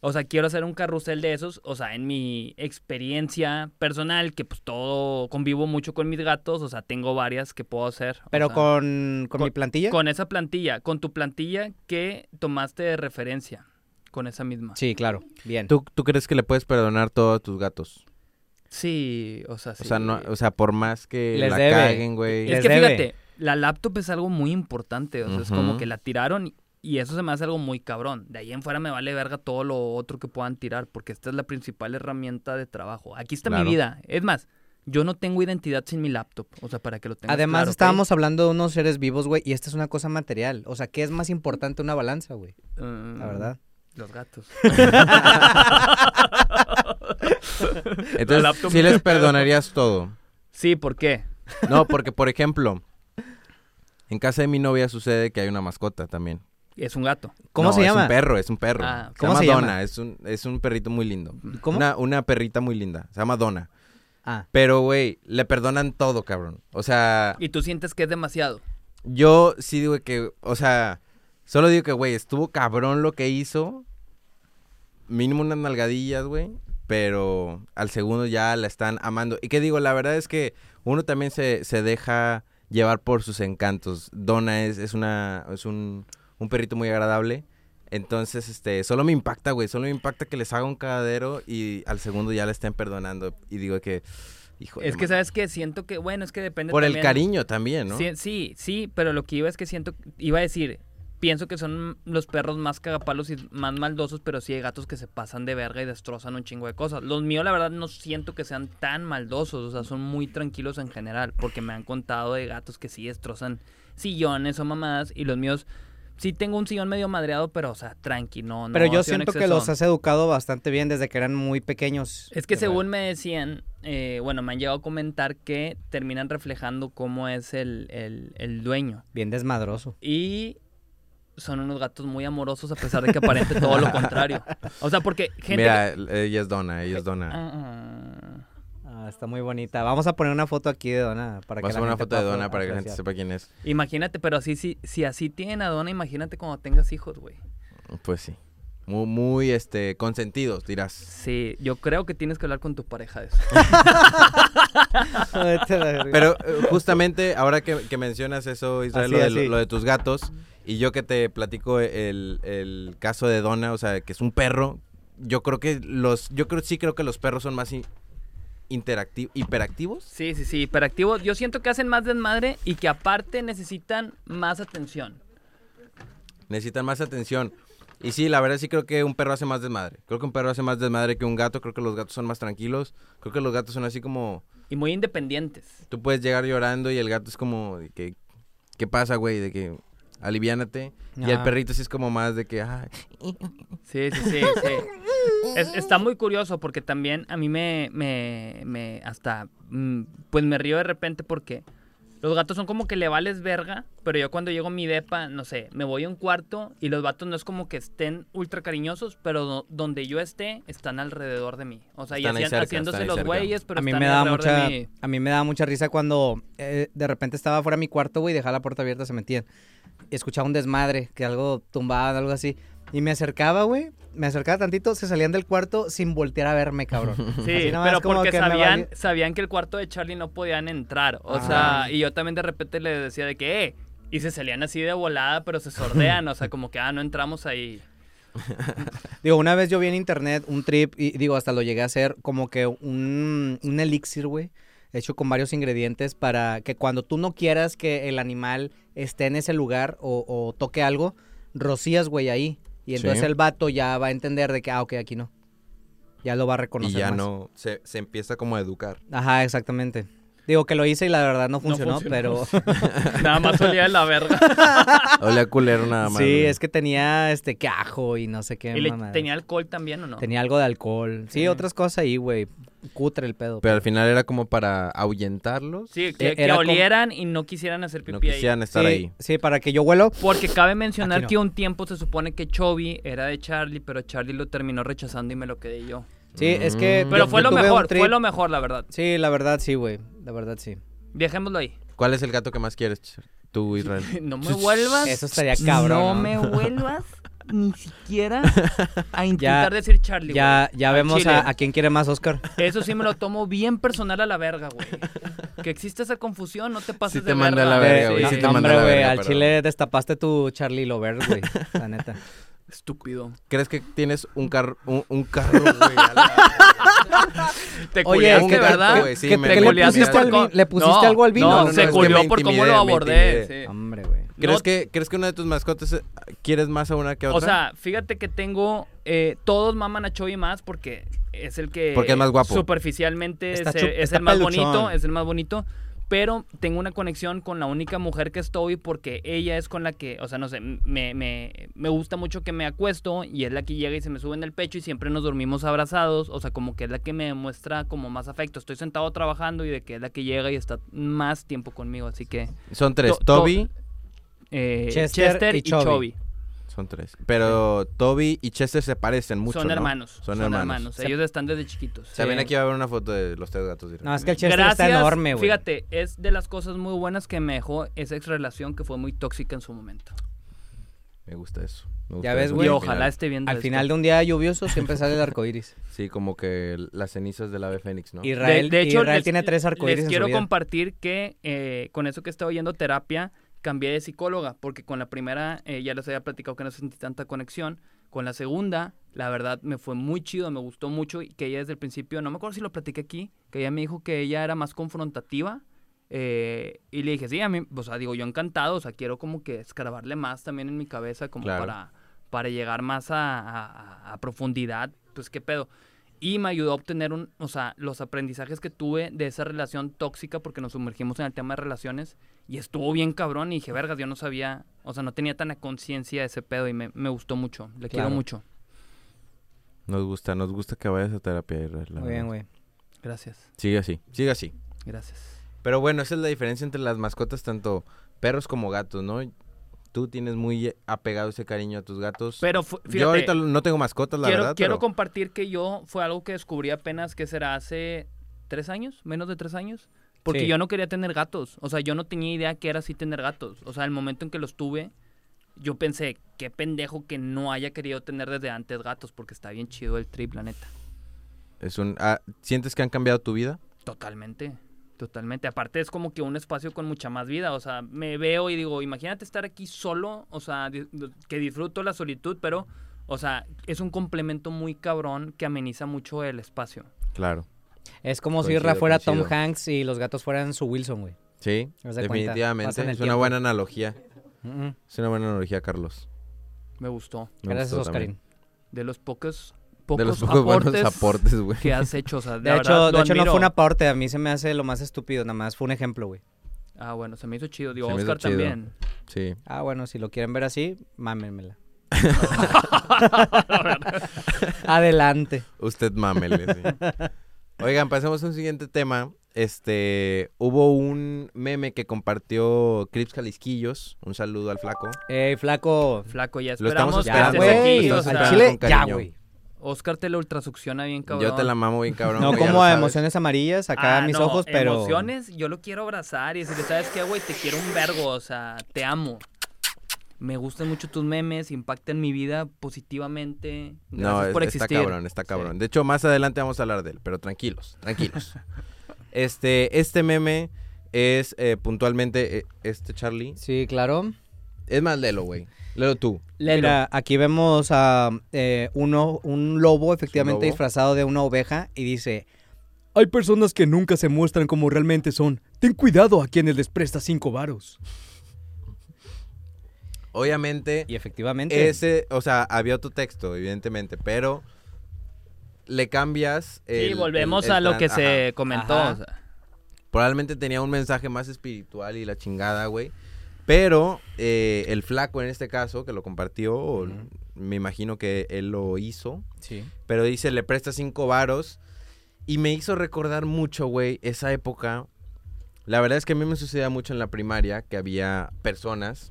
S2: O sea, quiero hacer un carrusel de esos. O sea, en mi experiencia personal, que pues todo convivo mucho con mis gatos, o sea, tengo varias que puedo hacer. o
S3: Pero
S2: sea,
S3: con, con,
S2: con-
S3: mi plantilla.
S2: con esa plantilla, con tu plantilla que tomaste de referencia, con esa misma. Sí,
S3: Sí, claro. Bien.
S1: ¿Tú, ¿Tú crees que le puedes perdonar todo a tus gatos?
S2: o sea, sí.
S1: O, sea, no, o sea, por más que
S3: Les
S1: la
S3: debe.
S1: caguen, güey.
S2: es
S3: les
S2: que
S3: debe.
S2: fíjate, la laptop es algo muy importante. O sea, es como
S1: Ujú.
S2: que la tiraron y- y eso se me hace algo muy cabrón. De ahí en fuera me vale verga todo lo otro que puedan tirar, porque esta es la principal herramienta de trabajo. Aquí está
S1: Claro.
S2: mi vida. Es más, yo no tengo identidad sin mi laptop. O sea, para que lo tengas.
S3: Además,
S2: claro, ¿ok?
S3: estábamos hablando de unos seres vivos, güey, y esta es una cosa material. O sea, ¿qué es más importante una balanza, güey?
S2: Mm,
S3: La verdad.
S2: Los gatos.
S1: Entonces,
S2: laptop
S1: sí
S2: me
S1: les
S2: la pedo.
S1: perdonarías todo.
S2: Sí, ¿por qué?
S1: No, porque, por ejemplo, En casa de mi novia sucede que hay una mascota también.
S2: Es un gato.
S3: ¿Cómo
S1: No,
S3: se llama?
S1: Es un perro, es un perro.
S2: Ah,
S1: se
S3: ¿cómo
S1: llama
S3: se llama?
S1: Donna, Es, un, es un perrito muy lindo.
S3: ¿Cómo?
S1: Una, una perrita muy linda, se llama Donna.
S3: Ah,
S1: Pero, güey, le perdonan todo, cabrón. O sea,
S2: Y tú sientes que es demasiado.
S1: yo sí digo que, o sea, solo digo que, güey, estuvo cabrón lo que hizo. Mínimo unas nalgadillas, güey. Pero al segundo ya la están amando. Y que digo, la verdad es que uno también se, se deja llevar por sus encantos. Donna es, es una es un, un perrito muy agradable. Entonces, este, solo me impacta, güey. Solo me impacta que les haga un cagadero y al segundo ya la estén perdonando. Y digo que, hijo
S2: es que, ¿sabes que Siento que, bueno, es que depende
S1: Por el
S2: también-
S1: cariño también, ¿no?
S2: Sí, sí, sí, pero lo que iba es que siento, iba a decir, pienso que son los perros más cagapalos y más maldosos, pero sí hay gatos que se pasan de verga y destrozan un chingo de cosas. Los míos, la verdad, no siento que sean tan maldosos, o sea, son muy tranquilos en general, porque me han contado de gatos que sí destrozan sillones o mamadas, y los míos, sí tengo un sillón medio madreado, pero, o sea, tranqui, no, no
S3: pero
S2: ha
S3: yo
S2: sido un
S3: siento que
S2: exceso.
S3: los has educado bastante bien desde que eran muy pequeños.
S2: Es que
S3: Qué raro.
S2: según me decían, eh, bueno, me han llegado a comentar que terminan reflejando cómo es el- el, el dueño.
S3: Bien desmadroso.
S2: Y son unos gatos muy amorosos a pesar de que aparente todo lo contrario. O sea, porque gente... que-
S1: Mira, eh, ella es Donna, ella es Donna.
S2: Ah, ah.
S3: Ah, está muy bonita. Vamos a poner una foto aquí de Donna. Para que
S1: Vamos a
S3: la
S1: poner una
S3: gente
S1: foto de
S3: pueda
S1: Donna para que la gente
S3: apreciar.
S1: sepa quién es.
S2: Imagínate, pero así si, si así tienen a Donna, imagínate cuando tengas hijos, güey.
S1: Pues sí. Muy, muy este, consentidos, dirás.
S2: Sí, yo creo que tienes que hablar con tu pareja de eso.
S3: Vete a la verga.
S1: Pero eh, justamente ahora que, que mencionas eso, Israel,
S3: Así,
S1: lo de,
S3: así.
S1: lo de tus gatos, y yo que te platico el, el caso de Donna, o sea, que es un perro, yo creo que los, yo creo, sí creo que los perros son más in- interacti- hiperactivos.
S2: Sí, sí, sí, hiperactivos. Yo siento que hacen más desmadre y que aparte necesitan más atención.
S1: Necesitan más atención. Y sí, la verdad sí creo que un perro hace más desmadre. Creo que un perro hace más desmadre que un gato. Creo que los gatos son más tranquilos. Creo que los gatos son así como...
S2: Y muy independientes.
S1: tú puedes llegar llorando y el gato es como de que ¿qué pasa, güey? De que aliviánate y el
S3: Ajá.
S1: perrito sí es como más de que ay,
S2: Sí, sí, sí, sí. Es- está muy curioso porque también a mí me, me, me hasta, mm, pues me río de repente porque los gatos son como que le vales verga, pero yo cuando llego a mi depa, no sé, me voy a un cuarto y los vatos no es como que estén ultra cariñosos, pero do- donde yo esté, están alrededor de mí. O sea, y
S1: Están ahí
S2: hacían-
S1: cerca, están
S2: haciéndose
S1: ahí
S2: los
S1: cerca.
S2: güeyes, pues, pero
S3: a mí
S2: están
S3: me daba
S2: alrededor
S3: mucha
S2: de mí.
S3: a mí me daba mucha risa cuando eh, de repente estaba fuera de mi cuarto güey dejaba la puerta abierta se metían y escuchaba un desmadre que algo tumbaban algo así y me acercaba güey me acercaba tantito se salían del cuarto sin voltear a verme cabrón
S2: Sí,
S3: Así nomás
S2: pero
S3: como
S2: porque
S3: que me
S2: sabían,
S3: valía-
S2: sabían que el cuarto de Charlie no podían entrar. O
S3: Ah.
S2: sea, y yo también de repente le decía de que, eh, y se salían así de volada, pero se sordean. o sea, como que, ah, no entramos ahí.
S3: digo una vez yo vi en internet un trip y digo hasta lo llegué a hacer como que un un elixir güey hecho con varios ingredientes para que cuando tú no quieras que el animal esté en ese lugar o, o toque algo rocías güey ahí y entonces
S1: Sí.
S3: el vato ya va a entender de que ah ok aquí no ya lo va a
S1: y
S3: reconocer
S1: ya
S3: más.
S1: no se, se empieza como a educar.
S3: Ajá, exactamente. Digo que lo hice y la verdad no funcionó,
S2: funcionó.
S3: pero
S2: Nada más olía de la verga.
S1: Olea a culero nada más.
S3: sí,
S1: güey.
S3: es que tenía este que ajo y no sé qué.
S2: ¿Y le
S3: mamada.
S2: tenía alcohol también o no?
S3: Tenía algo de alcohol. Sí,
S2: Sí.
S3: otras cosas ahí, güey. Cutre el pedo.
S1: Pero al final era como para ahuyentarlos.
S2: Sí, que, que
S3: e- era como-
S2: olieran y no quisieran hacer pipí
S1: no
S2: ahí.
S1: quisieran estar
S3: sí,
S1: ahí.
S3: sí, para que yo huelo.
S2: Porque cabe mencionar
S3: Aquí no.
S2: que un tiempo se supone que Chovy era de Charlie, pero Charlie lo terminó rechazando y me lo quedé yo.
S3: Sí, es que.
S1: Mm.
S2: Pero
S3: yo-
S2: fue
S3: yo
S2: lo
S3: tuve un
S2: mejor,
S3: trip-
S2: fue lo mejor, la verdad.
S3: Sí, la verdad sí, güey. La verdad sí.
S2: Dejémoslo ahí.
S1: ¿Cuál es el gato que más quieres, Ch- tú, Israel?
S2: No me vuelvas.
S3: Eso estaría cabrón.
S2: No
S3: ¿no?
S2: me vuelvas ni siquiera a
S3: Ya-
S2: intentar decir Charlie, güey.
S3: Ya, ya
S2: Al
S3: vemos
S2: chile.
S3: a, a quién quiere más Oscar.
S2: Eso sí me lo tomo bien personal a la verga, güey. Que existe esa confusión, no te
S1: Sí
S2: pases de
S1: te mandé a la
S2: verga.
S1: verga,
S3: Eh,
S1: güey,
S3: no,
S1: sí te
S3: no,
S1: mandé
S3: hombre,
S1: a la
S3: güey.
S1: verga,
S3: Al
S1: pero-
S3: chile destapaste tu Charlie Lover, güey. La neta.
S2: Estúpido.
S1: ¿Crees que tienes un carro, un, un carro, güey? a la-
S2: Te
S3: Oye,
S2: culiaste,
S1: ¿qué-
S2: ¿verdad?
S1: güey? Sí,
S3: ¿Qué-
S1: me-
S3: qué
S1: me
S3: le
S1: culiaste
S3: pusiste, al
S1: por
S3: vin- le pusiste
S2: no,
S3: algo al vino?
S2: No,
S1: No, no,
S2: se
S1: es que
S2: culió
S1: me
S2: por cómo
S1: intimidé,
S2: lo
S1: me
S2: abordé.
S1: intimidé.
S2: sí.
S3: Hombre, güey.
S1: ¿Crees,
S2: No-
S1: que, ¿Crees que una de tus mascotas eh, quieres más a una que a
S2: O
S1: otra?
S2: sea, fíjate que tengo. eh, todos maman a Chovy más porque es el que.
S1: Porque es más guapo.
S2: Superficialmente es,
S3: Está
S2: el-
S3: chu-
S2: es
S3: está
S2: el más
S3: peluchón.
S2: bonito, es el más bonito. Pero tengo una conexión con la única mujer que estoy porque ella es con la que, o sea, no sé, me, me, me gusta mucho que me acuesto y es la que llega y se me sube en el pecho y siempre nos dormimos abrazados. O sea, como que es la que me demuestra como más afecto. Estoy sentado trabajando y de que es la que llega y está más tiempo conmigo. Así que
S1: Son tres,
S2: to- to-
S1: Toby,
S2: eh, Chester,
S3: Chester
S2: y
S3: y
S2: Chovy.
S3: Chubby.
S1: Son tres. Pero Toby y Chester se parecen mucho.
S2: son
S1: ¿no?
S2: hermanos.
S1: Son hermanos.
S2: Ellos están desde chiquitos.
S1: También aquí va a haber una foto de los tres gatos.
S3: No, es que el Chester está enorme, güey.
S2: Fíjate, es de las cosas muy buenas que me dejó esa ex relación que fue muy tóxica en su momento.
S1: Me gusta eso. me
S3: Ya
S1: gusta
S3: ves,
S1: eso.
S3: güey.
S2: y
S1: Al
S2: ojalá
S1: final.
S2: esté viendo
S3: Al
S2: esto.
S3: final de un día lluvioso siempre sale el arcoíris.
S1: Sí, como que las cenizas del ave fénix, ¿no?
S2: De-
S3: Israel,
S2: de hecho,
S3: Israel
S2: les-
S3: tiene tres arcoíris
S2: Les
S3: en
S2: quiero
S3: su vida.
S2: compartir que eh, con eso que estaba yendo terapia, cambié de psicóloga, porque con la primera eh, ya les había platicado que no sentí tanta conexión. Con la segunda, la verdad, me fue muy chido, me gustó mucho y que ella desde el principio, no me acuerdo si lo platiqué aquí, que ella me dijo que ella era más confrontativa. eh, y le dije, sí, a mí, o sea, digo, yo encantado, o sea, quiero como que escarbarle más también en mi cabeza, como
S1: Claro.
S2: para, para llegar más a, a- a- a profundidad, pues qué pedo. Y me ayudó a obtener un, o sea, los aprendizajes que tuve de esa relación tóxica, porque nos sumergimos en el tema de relaciones, y estuvo bien cabrón, y dije, vergas, yo no sabía, o sea, no tenía tan a conciencia de ese pedo, y me, me gustó mucho, le quiero
S3: Claro.
S2: mucho.
S1: Nos gusta, nos gusta que vayas a terapia, Israel. la
S3: Muy bien,
S1: verdad.
S3: güey.
S2: Gracias,
S1: Sigue así, sigue así.
S2: gracias.
S1: Pero bueno, esa es la diferencia entre las mascotas, tanto perros como gatos, ¿no? Tú tienes muy apegado ese cariño a tus gatos.
S2: Pero fu- fíjate,
S1: Yo ahorita no tengo mascotas, la
S2: quiero,
S1: verdad.
S2: quiero
S1: pero-
S2: compartir que yo fue algo que descubrí apenas que será hace tres años, menos de tres años, porque
S3: Sí.
S2: yo no quería tener gatos, o sea, yo no tenía idea que era así tener gatos, o sea, el momento en que los tuve, yo pensé, qué pendejo que no haya querido tener desde antes gatos, porque está bien chido el trip, la neta.
S1: Es un, ah, ¿Sientes que han cambiado tu vida?
S2: Totalmente, totalmente. Aparte es como que un espacio con mucha más vida. O sea, me veo y digo, imagínate estar aquí solo, o sea, di- que disfruto la solitud, pero, o sea, es un complemento muy cabrón que ameniza mucho el espacio.
S1: Claro.
S3: Es como si
S1: Coincido,
S3: Ra fuera Tom
S1: coincido.
S3: Hanks y los gatos fueran su Wilson, güey.
S1: Sí,
S3: Haz de
S1: definitivamente.
S3: cuenta, pasan el
S1: Es una
S3: tiempo.
S1: buena analogía.
S3: Mm, mm.
S1: Es una buena analogía, Carlos.
S2: Me gustó.
S1: Me
S3: Gracias,
S1: gustó
S3: Oscarín.
S1: también.
S2: De los pocos, pocos,
S1: De los pocos
S2: aportes
S1: buenos aportes, güey.
S2: que has hecho. O sea, de,
S3: De,
S2: verdad,
S3: hecho,
S2: lo
S3: de hecho no
S2: admiro.
S3: fue un aporte, a mí se me hace lo más estúpido, nada más fue un ejemplo, güey.
S2: Ah, bueno, se me hizo chido. Digo,
S1: Se me hizo
S2: Oscar
S1: chido.
S2: también.
S1: Sí.
S3: Ah, bueno, si lo quieren ver así, mámenmela. Adelante.
S1: Usted mámele. sí. Oigan, pasemos a un siguiente tema. Este, hubo un meme que compartió Crips Jalisquillos. Un saludo al flaco.
S3: Ey, flaco.
S2: Flaco, ya
S1: Lo estamos
S2: esperamos que
S1: esperando.
S2: estés
S1: Ya,
S2: aquí,
S1: güey,
S2: o
S1: lo
S2: sea,
S1: estamos
S3: al
S1: esperando
S3: chile,
S1: con
S3: ya,
S1: cariño.
S3: güey.
S2: Oscar te lo ultrasucciona bien, cabrón.
S1: Yo te la mamo bien, cabrón.
S3: No
S1: güey, ya
S3: como
S1: lo
S3: a
S1: sabes.
S3: emociones amarillas acá
S2: Ah,
S3: mis
S2: no,
S3: ojos, pero...
S2: Emociones, yo lo quiero abrazar y decirle, ¿sabes qué, güey? Te quiero un vergo, o sea, te amo. Me gustan mucho tus memes, impactan mi vida positivamente. Gracias
S1: No, es-
S2: por
S1: está
S2: existir.
S1: cabrón, está cabrón. De hecho, más adelante vamos a hablar de él, pero tranquilos, tranquilos. este, este meme es eh, puntualmente eh, este Charlie.
S3: Sí, claro.
S1: Es más, lelo, güey. Lelo tú.
S3: Mira, aquí vemos a eh, uno, un lobo efectivamente
S1: lobo.
S3: disfrazado de una oveja y dice... Hay personas que nunca se muestran como realmente son. Ten cuidado a quienes les prestas cinco varos.
S1: Obviamente,
S3: Y efectivamente...
S1: ese, o sea, había otro texto, evidentemente, pero le cambias.
S2: Sí,
S1: el-
S2: volvemos
S1: el- el
S2: a lo
S1: tran-
S2: que
S1: ajá.
S2: se comentó.
S3: Ajá.
S2: o sea,
S1: Probablemente tenía un mensaje más espiritual y la chingada, güey. Pero eh, el flaco en este caso, que lo compartió, o
S3: Ujú.
S1: me imagino que él lo hizo.
S3: Sí.
S1: pero dice, le presta cinco varos. Y me hizo recordar mucho, güey, esa época. La verdad es que a mí me sucedía mucho en la primaria que había personas.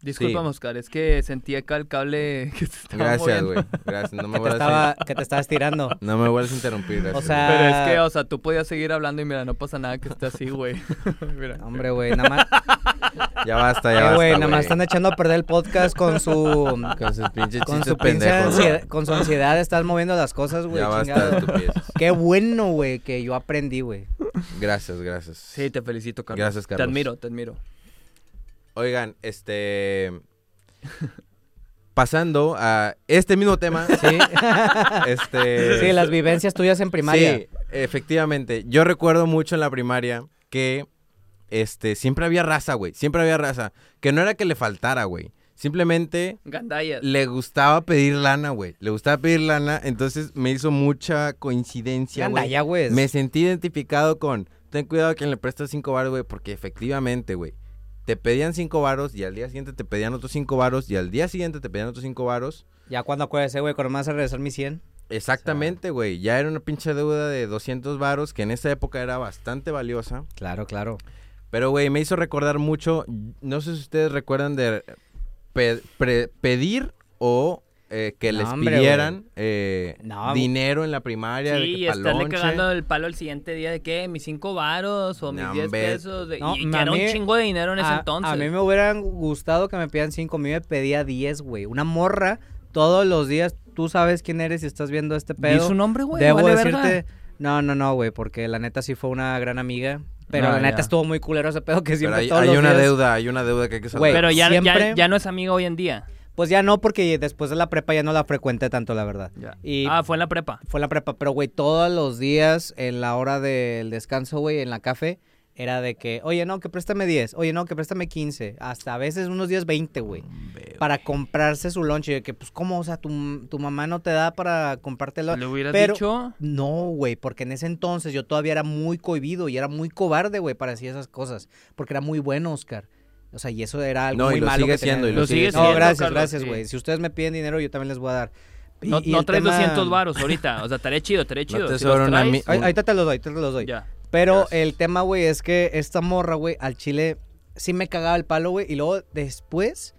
S2: Disculpa,
S1: Sí.
S2: Oscar, es que sentí acá el cable que se estaba
S1: Gracias,
S2: moviendo.
S1: güey. Gracias. No me
S3: Que te,
S1: vuelvas
S3: estaba, que te estabas tirando.
S1: a... No me vuelvas a interrumpir, gracias.
S3: O sea,
S2: Pero es que, o sea, tú podías seguir hablando y mira, no pasa nada que esté así, güey. mira.
S3: Hombre, güey, nada más,
S1: güey. Ya basta, ya
S3: eh,
S1: basta,
S3: güey,
S1: güey.
S3: nada más están echando a perder el podcast con su
S1: Con sus pinches
S3: con
S1: chistes
S3: su pinche
S1: pendejos.
S3: ansiedad, con su ansiedad estás moviendo las cosas, güey,
S1: ya basta
S3: chingado.
S1: de estupideces.
S3: Qué bueno, güey, que yo aprendí, güey.
S1: Gracias, gracias.
S2: Sí, te felicito, Carlos.
S1: Gracias, Carlos.
S2: Te admiro, te admiro.
S1: Oigan, este... Pasando a este mismo tema,
S3: Sí.
S1: este...
S3: sí, las vivencias tuyas en primaria.
S1: Sí, efectivamente. Yo recuerdo mucho en la primaria que este siempre había raza, güey. Siempre había raza. Que no era que le faltara, güey. Simplemente
S2: Gandayas.
S1: le gustaba pedir lana, güey. Le gustaba pedir lana. Entonces me hizo mucha coincidencia,
S3: Anda
S1: güey.
S3: ya, güey.
S1: Me sentí identificado con. Ten cuidado a quien le prestas cinco varos, güey. Porque efectivamente, güey. Te pedían cinco varos y al día siguiente te pedían otros cinco varos y al día siguiente te pedían otros cinco varos.
S3: Ya cuando acuérdese, güey, cuando me vas a regresar mi 100.
S1: Exactamente, güey. ya era una pinche deuda de 200 varos que en esa época era bastante valiosa.
S3: Claro, claro.
S1: Pero, güey, me hizo recordar mucho. No sé si ustedes recuerdan de pe- pre- pedir o eh, que
S3: No,
S1: les
S3: hombre,
S1: pidieran eh,
S3: No,
S1: dinero en la primaria. de
S2: Sí,
S1: que
S2: y
S1: pa'
S2: estarle
S1: lonche.
S2: cagando el palo al siguiente día de que mis cinco varos o mis
S1: No,
S2: 10
S1: hombre.
S2: pesos. de-
S3: No,
S2: y
S3: a
S2: que era un
S3: mí-
S2: chingo de dinero en ese
S3: a,
S2: entonces.
S3: a mí me hubieran gustado que me pidan cinco. A mí me pedía 10, güey. Una morra todos los días. Tú sabes quién eres y estás viendo este
S2: ¿Y
S3: pedo.
S2: su nombre, güey?
S3: Debo
S2: Vale
S3: decirte.
S2: verga.
S3: No, no, no, güey. Porque la neta sí fue una gran amiga. Pero
S2: Ah,
S3: la neta
S2: ya.
S3: estuvo muy culero ese pedo que
S1: Pero
S3: siempre
S1: hay,
S3: todos
S1: hay
S3: los
S1: una
S3: días-
S1: deuda, hay una deuda que hay que saldar.
S3: Güey,
S2: Pero ya, ya-
S3: siempre-
S2: ya no es amigo hoy en día.
S3: Pues ya no, porque después de la prepa ya no la frecuenté tanto, la verdad. Y-
S2: Ah, fue en la prepa.
S3: Fue la prepa, pero güey, todos los días en la hora del descanso, güey, en la café, era de que, oye, no, que préstame 10, oye, no, que préstame 15, hasta a veces unos días 20, güey, para comprarse su lunch. Y de que, pues, ¿cómo? O sea, tu, tu mamá no te da para comprártelo.
S2: Le hubieras
S3: pero-
S2: dicho.
S3: No, güey, porque en ese entonces yo todavía era muy cohibido y era muy cobarde, güey, para decir esas cosas, porque era muy bueno, Oscar. O sea, y eso era algo
S1: No, y
S3: muy
S1: lo
S3: malo
S1: sigue
S3: que tenía-
S1: siendo, y
S2: Lo sigue
S3: No,
S2: siendo,
S3: gracias,
S2: Carlos,
S3: gracias,
S2: sí.
S3: güey. Si ustedes me piden dinero, yo también les voy a dar. Y-
S2: No,
S3: y
S2: no
S3: el
S2: traes
S3: tema-
S2: 200 varos ahorita. O sea, estaré chido, estaré
S1: No
S2: chido.
S1: te
S2: si los
S1: sobra una
S2: traes,
S1: mi-
S3: Ay, ahorita te los doy, ahorita te los doy.
S2: Ya.
S3: Pero
S1: Gracias.
S3: el tema, güey, es que esta morra, güey, al chile sí me cagaba el palo, güey. Y luego después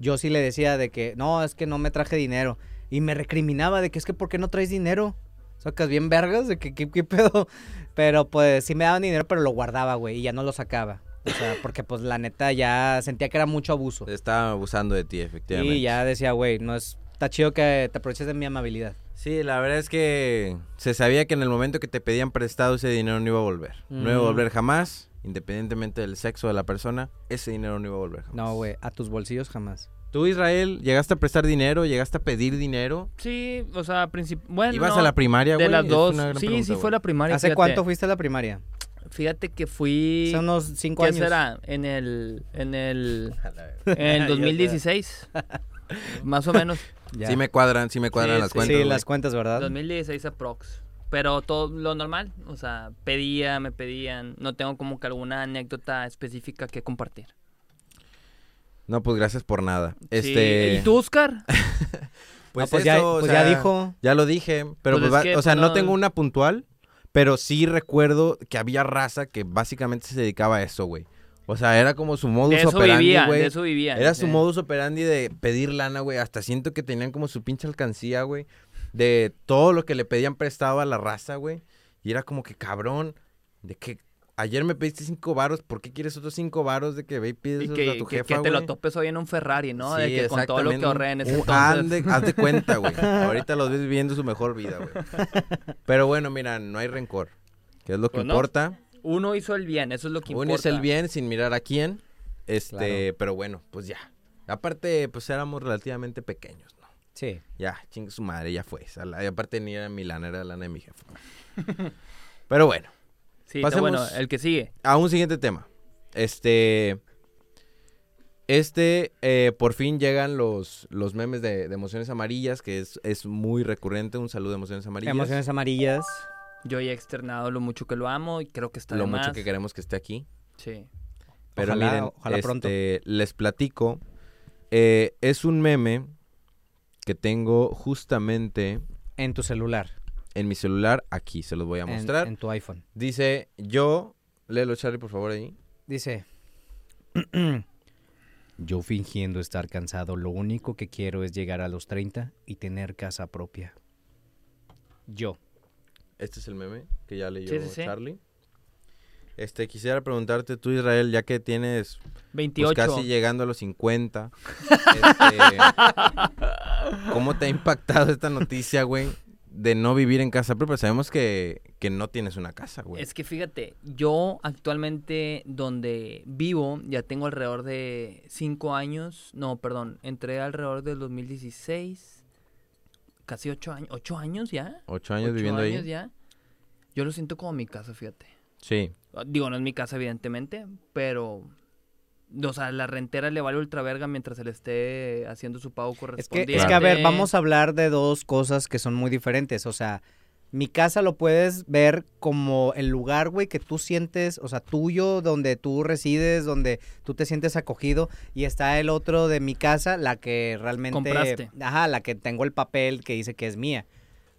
S3: yo sí le decía de que no, es que no me traje dinero. Y me recriminaba de que es que ¿por qué no traes dinero? Sacas bien vergas, de que qué, qué pedo. Pero pues sí me daban dinero, pero lo guardaba, güey, y ya no lo sacaba. O sea, porque pues la neta ya sentía que era mucho abuso.
S1: Estaba abusando de ti, efectivamente.
S3: Y ya decía, güey, no es. Está chido que te aproveches de mi amabilidad.
S1: Sí, la verdad es que se sabía que en el momento que te pedían prestado ese dinero no iba a volver. No iba a
S3: Ujú.
S1: volver jamás, independientemente del sexo de la persona, ese dinero no iba a volver jamás.
S3: No, güey, a tus bolsillos jamás.
S1: Tú, Israel, llegaste a prestar dinero, llegaste a pedir dinero.
S2: Sí, o sea, princip- bueno.
S1: ¿Ibas a la primaria, güey?
S2: De las
S1: Es
S2: dos.
S1: una gran
S2: Sí,
S1: pregunta,
S2: sí, fue
S1: güey.
S2: la primaria.
S3: ¿Hace
S2: fíjate.
S3: cuánto fuiste a la primaria?
S2: Fíjate que fui.
S3: Hace unos cinco
S2: ¿Qué
S3: años.
S2: será? En el. En el.
S1: A la verga.
S2: En el 2016. más o menos.
S3: Ya.
S1: Sí me cuadran, sí me cuadran
S2: Sí,
S1: las
S2: sí.
S1: cuentas,
S3: Sí,
S1: güey.
S3: las cuentas, ¿verdad? Ah,
S2: 2016 aprox. Pero todo lo normal. O sea, pedía, me pedían. No tengo como que alguna anécdota específica que compartir.
S1: No, pues gracias por nada.
S2: Sí,
S1: Este...
S2: ¿Y tú, Oscar?
S1: Pues,
S3: Ah, pues
S1: eso,
S3: ya-
S1: o
S3: pues ya
S1: sea,
S3: dijo.
S1: Ya lo dije, pero pues
S2: Pues es
S1: va-
S2: que
S1: o sea, no
S2: fueron-
S1: tengo una puntual, pero sí recuerdo que había raza que básicamente se dedicaba a eso, güey. O sea, era como su modus
S2: De eso
S1: operandi,
S2: vivía, de
S1: güey.
S2: eso vivía.
S1: Era su
S2: Eh,
S1: modus operandi de pedir lana, güey. Hasta siento que tenían como su pinche alcancía, güey. De todo lo que le pedían prestado a la raza, güey. Y era como que cabrón, de que ayer me pediste cinco varos, ¿por qué quieres otros cinco varos de que ve y pides
S2: Y
S1: esos
S2: que,
S1: a tu
S2: que-
S1: jefa,
S2: que te lo
S1: güey?
S2: topes hoy en un Ferrari, ¿no? de
S1: Sí,
S2: que con todo lo que
S1: exactamente.
S2: ahorré en ese
S1: Un-
S2: entonces.
S1: haz de- haz de cuenta, güey. Ahorita los ves viviendo su mejor vida, güey. Pero bueno, mira, no hay rencor. Que es lo que
S2: Pues no,
S1: importa.
S2: Uno hizo el bien, eso es lo que
S1: Uno
S2: importa.
S1: es el bien sin mirar a quién. Este,
S3: Claro.
S1: pero bueno, pues ya. Aparte, pues éramos relativamente pequeños, ¿no?
S3: Sí.
S1: Ya, chingue su madre, ya fue. O sea, la- y aparte ni era mi lana, era lana de mi jefe. Pero bueno,
S2: Sí, está
S1: Pasemos-
S2: bueno, el que sigue.
S1: a un siguiente tema. Este. Este, eh, por fin llegan los, los memes de, de emociones amarillas, que es, es muy recurrente. Un saludo de emociones amarillas.
S3: Emociones amarillas.
S2: Yo ya he externado lo mucho que lo amo y creo que está
S1: lo
S2: de
S1: mucho
S2: más.
S1: que Pues queremos que esté aquí.
S2: Sí.
S1: Pero
S3: Ojalá-
S1: miren,
S3: ojalá pronto.
S1: este, les platico. Eh, es un meme que tengo justamente
S3: En tu celular.
S1: en mi celular aquí. Se los voy a
S3: en-
S1: mostrar.
S3: En, tu iPhone.
S1: Dice, yo... Léelo, Charlie, por favor, ahí.
S3: Dice. Yo fingiendo estar cansado, lo único que quiero es llegar a los 30 y tener casa propia. Yo.
S1: Este es el meme que ya leyó
S2: Sí, sí, sí.
S1: Charlie. Este, quisiera preguntarte tú, Israel, ya que tienes pues,
S2: 28.
S1: casi llegando a los 50. este, ¿Cómo te ha impactado esta noticia, güey? De no vivir en casa propia. Sabemos que, que no tienes una casa, güey.
S2: Es que fíjate, yo actualmente donde vivo ya tengo alrededor de 5 años, no, perdón, entré alrededor del 2016, casi 8 años, 8 años ya.
S1: Ocho años
S2: ocho
S1: viviendo
S2: años
S1: ahí.
S2: ya. Yo lo siento como mi casa, fíjate.
S1: Sí.
S2: Digo, no es mi casa evidentemente, pero o sea, la rentera le vale ultra verga mientras él esté haciendo su pago
S3: Es que,
S2: correspondiente.
S3: es que, a ver, vamos a hablar de dos cosas que son muy diferentes. O sea, mi casa lo puedes ver como el lugar, güey, que tú sientes, o sea, tuyo, donde tú resides, donde tú te sientes acogido. Y está el otro de mi casa, la que realmente.
S2: Compraste.
S3: Ajá, la que tengo el papel que dice que es mía.